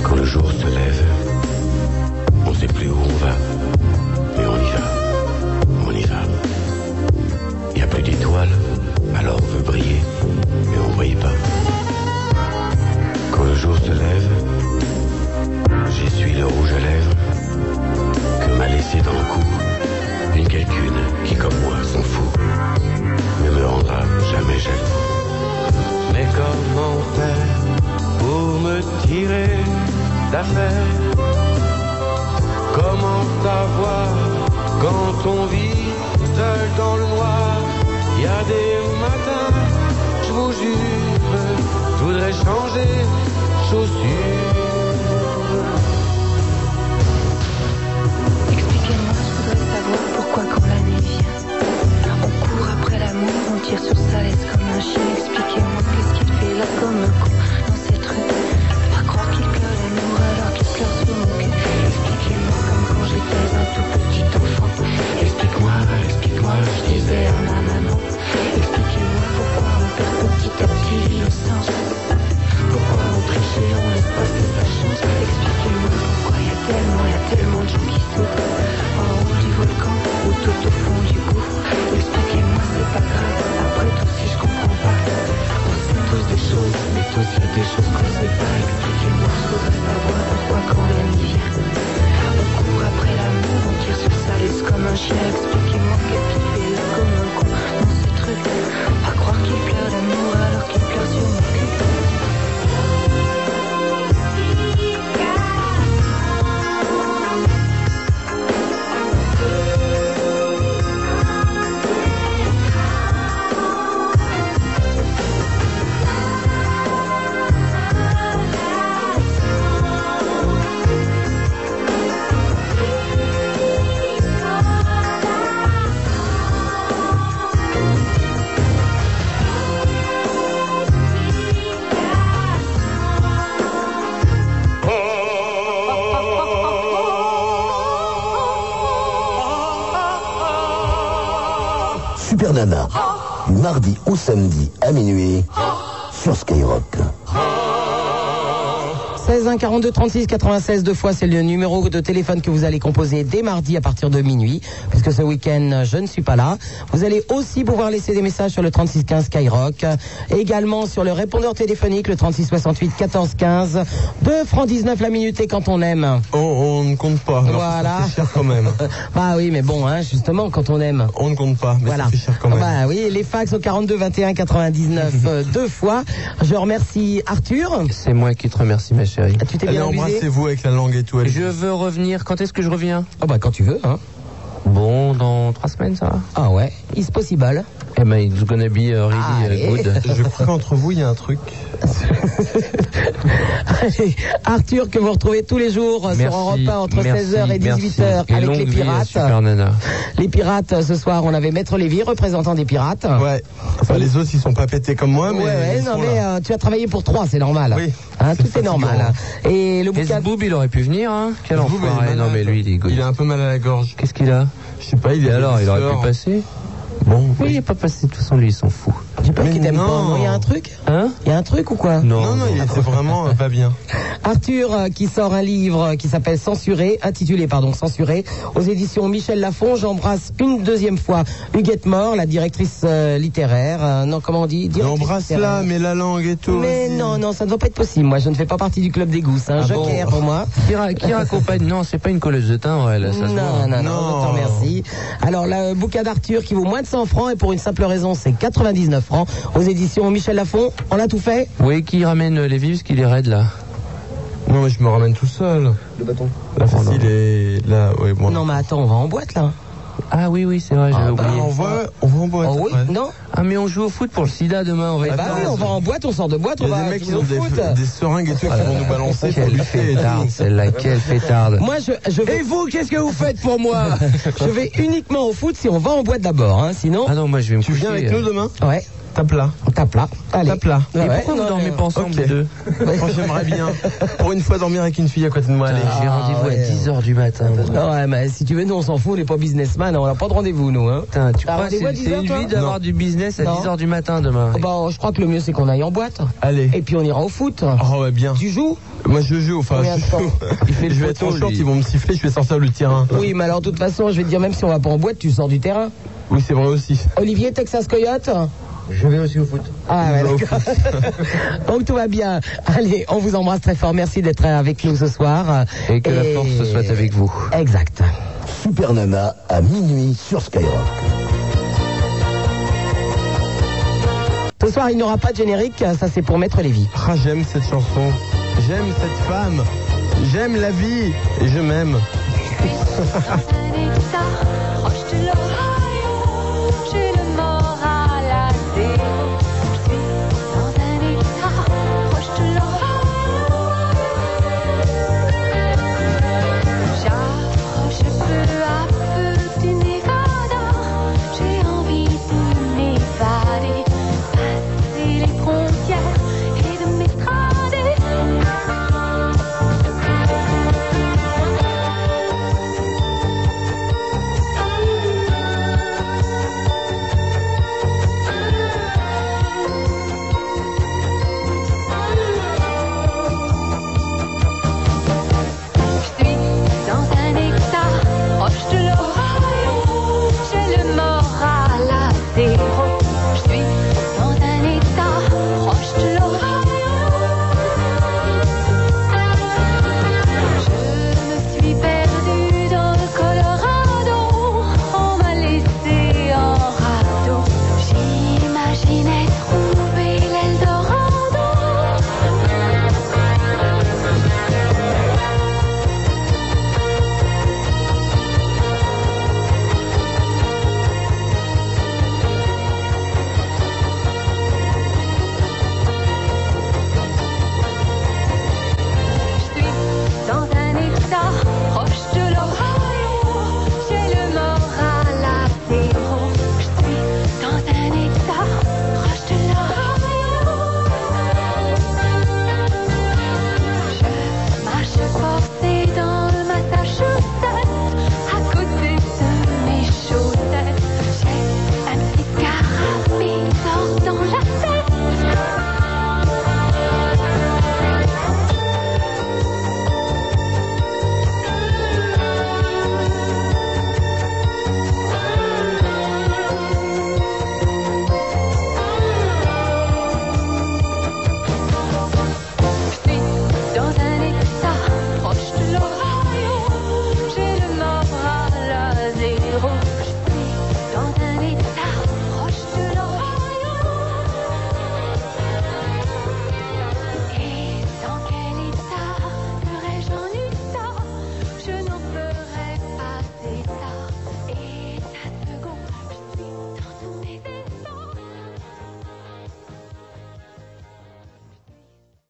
Speaker 7: Quand le jour se lève, on sait plus où on va, mais on y va, on y va. Il n'y a plus d'étoiles, alors on veut briller, mais on ne brille pas. Quand le jour se lève, j'essuie le rouge à lèvres que m'a laissé dans le cou une quelqu'une qui, comme moi, s'en fout, ne me rendra jamais jaloux.
Speaker 24: Mais comment faire pour me tirer d'affaire Comment t'avoir quand on vit seul dans le noir Il y a des matins, je vous jure, je voudrais changer de chaussures.
Speaker 21: Expliquez-moi, je voudrais savoir pourquoi quand la nuit vient, on court après l'amour, on tire sur sa laisse comme un chien. Expliquez-moi qu'est-ce qu'il fait là comme un con dans cette rue. Pas croire qu'il pleure l'amour alors qu'il pleure sur mon cul. Expliquez-moi comme quand j'étais un tout petit enfant. Explique-moi, explique-moi, je disais à ma maman. Expliquez-moi pourquoi on perd petit à petit l'innocence. Pourquoi on triche et on laisse passer sa chance. Expliquez-moi pourquoi il y a tellement, il y a tellement de gens qui souffrent. En haut du volcan ou tout au fond du gouffre. Expliquez-moi, c'est pas grave. Après tout, si je comprends pas, on sait tous des choses, mais tous il y a des choses qu'on sait pas. Expliquez-moi, je voudrais savoir pourquoi quand la nuit vient, on court après l'amour, on tire sur sa laisse comme un chien. Expliquez-moi qu'est-ce qu'il fait là comme un con dans ce truc. Pas croire qu'il pleure d'amour alors qu'il pleure sur mon cul.
Speaker 25: Super Nana, du mardi au samedi à minuit sur Skyrock.
Speaker 1: 16 1 42 36 96 deux fois, c'est le numéro de téléphone que vous allez composer dès mardi à partir de minuit, puisque ce week-end euh, je ne suis pas là. Vous allez aussi pouvoir laisser des messages sur le 36 15 Skyrock, euh, également sur le répondeur téléphonique le 36 68 14 15, 2 francs 19 la minute et quand on aime.
Speaker 3: On, Oh, on ne compte pas. Alors,
Speaker 1: Voilà.
Speaker 3: ça fait cher quand même.
Speaker 1: Bah oui, mais bon, hein, justement, quand on aime.
Speaker 3: On ne compte pas, mais ça fait cher quand même.
Speaker 1: Bah oui, les fax au 42 21 99 euh, deux fois. Je remercie Arthur. Ah,
Speaker 2: C'est moi qui te remercie, ma chérie.
Speaker 1: Tu t'es
Speaker 3: Allez,
Speaker 1: bien amusé
Speaker 3: embrassez-vous avec la langue et tout. allez.
Speaker 2: Je veux revenir. Quand est-ce que je reviens
Speaker 1: Ah bah quand tu veux, hein.
Speaker 2: Bon, dans trois semaines, ça va
Speaker 1: Ah ouais, is possible. Ah,
Speaker 2: Eh ben, it's gonna be uh, really uh,
Speaker 1: Allez.
Speaker 2: good.
Speaker 3: Je crois qu'entre vous, il y a un truc.
Speaker 1: Allez, Arthur que vous retrouvez tous les jours euh, sur Europe 1 entre
Speaker 2: merci,
Speaker 1: 16h et
Speaker 2: merci.
Speaker 1: 18h
Speaker 2: Et
Speaker 1: avec
Speaker 2: longue
Speaker 1: les
Speaker 2: vie à
Speaker 1: pirates.
Speaker 2: Super Nana.
Speaker 1: Les pirates, euh, ce soir, on avait Maître Lévy, représentant des pirates.
Speaker 3: Ouais. Enfin, les autres, ils sont pas pétés comme moi, mais.
Speaker 1: Ouais, ouais,
Speaker 3: ils
Speaker 1: non,
Speaker 3: sont
Speaker 1: mais
Speaker 3: là.
Speaker 1: euh, tu as travaillé pour trois, c'est normal.
Speaker 3: Oui.
Speaker 1: Hein,
Speaker 3: C'est
Speaker 1: tout est normal. Et le
Speaker 2: Et ce
Speaker 1: bouquin.
Speaker 2: boob, il aurait pu venir, hein Quel
Speaker 3: Vous, mais il est
Speaker 2: enfoiré. Non,
Speaker 3: malade.
Speaker 2: mais lui, il est good.
Speaker 3: Il a un peu mal à la gorge.
Speaker 2: Qu'est-ce qu'il a
Speaker 3: Je sais pas, il
Speaker 2: Et
Speaker 3: est.
Speaker 2: alors, il aurait pu passer
Speaker 3: Bon.
Speaker 2: Oui, il n'est pas passé. De toute façon, lui, il s'en fout.
Speaker 1: J'ai peur
Speaker 3: Mais
Speaker 1: qu'il t'aime pas.
Speaker 3: non.
Speaker 1: Non, Il y a un truc
Speaker 2: Oh. Hein
Speaker 1: Il y a un truc ou quoi
Speaker 3: Non, non, il était vraiment euh, pas
Speaker 1: Ah,
Speaker 3: bien.
Speaker 1: Arthur euh, qui sort un livre euh, qui s'appelle Censuré, intitulé pardon Censuré, aux éditions Michel Lafon. J'embrasse une deuxième fois Huguette Mort, la directrice euh, littéraire. Euh, non, comment on dit
Speaker 3: Mais
Speaker 1: Directrice
Speaker 3: Embrasse-la,
Speaker 1: littéraire.
Speaker 3: mais la langue et tout.
Speaker 1: Mais
Speaker 3: aussi.
Speaker 1: non, non, ça ne doit pas être possible. Moi, je ne fais pas partie du club des gousses. Hein.
Speaker 2: Ah bon
Speaker 1: Joker pour moi.
Speaker 2: Qui, ra- qui raccompagne Non, c'est pas une colleuse de teint, ouais, là, ça se voit. hein.
Speaker 1: Non, non, non,
Speaker 3: Non.
Speaker 1: je t'en remercie. Alors, le bouquin d'Arthur qui vaut moins de 100 francs et pour une simple raison, c'est 99 francs aux éditions Michel Lafon. On a tout fait
Speaker 2: Oui, qui ramène euh, les vives, parce qu'il est raide, là.
Speaker 3: Non, mais je me ramène tout seul. Le bâton. La
Speaker 2: Oh, non.
Speaker 3: facile et. Là, ouais, bon. bah,
Speaker 1: Non, mais attends, on va en boîte là.
Speaker 7: Ah oui, oui, c'est vrai, j'avais oublié.
Speaker 3: on va, on va en boîte.
Speaker 1: Oh oui, non
Speaker 7: Ah, mais on joue au foot pour le sida demain, on va
Speaker 1: Bah oui, on va en boîte, on sort de boîte,
Speaker 3: Il
Speaker 1: on
Speaker 3: y a
Speaker 1: va
Speaker 3: des mecs qui
Speaker 1: jouer
Speaker 3: ont
Speaker 1: au
Speaker 3: des,
Speaker 1: foot.
Speaker 3: des seringues et tout qui vont nous balancer pour
Speaker 7: Quelle
Speaker 3: lutter et
Speaker 7: fêtarde,
Speaker 3: tout.
Speaker 7: celle-là, quelle fêtarde.
Speaker 1: Moi, je, je vais... Et vous, qu'est-ce que vous faites pour moi Je vais uniquement au foot si on va en boîte d'abord, hein, sinon...
Speaker 7: Ah non, moi, je vais me
Speaker 1: Tu
Speaker 7: coucher,
Speaker 1: viens avec
Speaker 7: euh.
Speaker 1: nous demain Ouais. Tape là. Tape là. Allez.
Speaker 3: Tape là.
Speaker 7: Et
Speaker 1: Ouais, ouais.
Speaker 7: pourquoi vous
Speaker 1: Non,
Speaker 7: dormez
Speaker 1: mais-
Speaker 7: pas ensemble, les deux
Speaker 3: Moi, j'aimerais bien, pour une fois, dormir avec une fille à côté de moi. Allez,
Speaker 7: J'ai rendez-vous à 10h du matin. moi.
Speaker 1: Ah ouais, mais si tu veux, nous on s'en fout, on n'est pas businessman, on n'a pas de rendez-vous, nous. Hein.
Speaker 7: Putain, tu
Speaker 1: T'as
Speaker 7: crois que
Speaker 1: rendez-vous à
Speaker 7: c'est
Speaker 1: 10
Speaker 7: c'est
Speaker 1: heures,
Speaker 7: une
Speaker 1: toi
Speaker 7: vie d'avoir du business à
Speaker 1: Non.
Speaker 7: 10h du matin demain
Speaker 1: Bah, je crois que le mieux c'est qu'on aille en boîte.
Speaker 3: Allez.
Speaker 1: Et puis on ira au foot.
Speaker 3: Oh, ouais, bien.
Speaker 1: Tu joues
Speaker 3: Moi, je joue, enfin,
Speaker 1: Combien
Speaker 3: je
Speaker 1: de temps
Speaker 3: joue.
Speaker 7: Il fait le
Speaker 3: Je vais être en
Speaker 7: poteau,
Speaker 3: short,
Speaker 7: lui.
Speaker 3: ils vont me siffler, je vais sortir le terrain.
Speaker 1: Oui, mais alors de toute façon, je vais te dire, même si on va pas en boîte, tu sors du terrain.
Speaker 3: Oui, c'est vrai aussi.
Speaker 1: Olivier, Texas Coyote
Speaker 26: Je vais aussi au foot.
Speaker 1: Ah ouais, d'accord. Donc tout va bien. Allez, on vous embrasse très fort. Merci d'être avec nous ce soir.
Speaker 7: Et que la force soit avec vous.
Speaker 1: Exact.
Speaker 27: Super Nana à minuit sur Skyrock.
Speaker 1: Ce soir, il n'y aura pas de générique. Ça, c'est pour Maître Lévy.
Speaker 3: Ah, j'aime cette chanson. J'aime cette femme. J'aime la vie. Et je m'aime.
Speaker 21: Je suis sans un nectar, roche de l'or.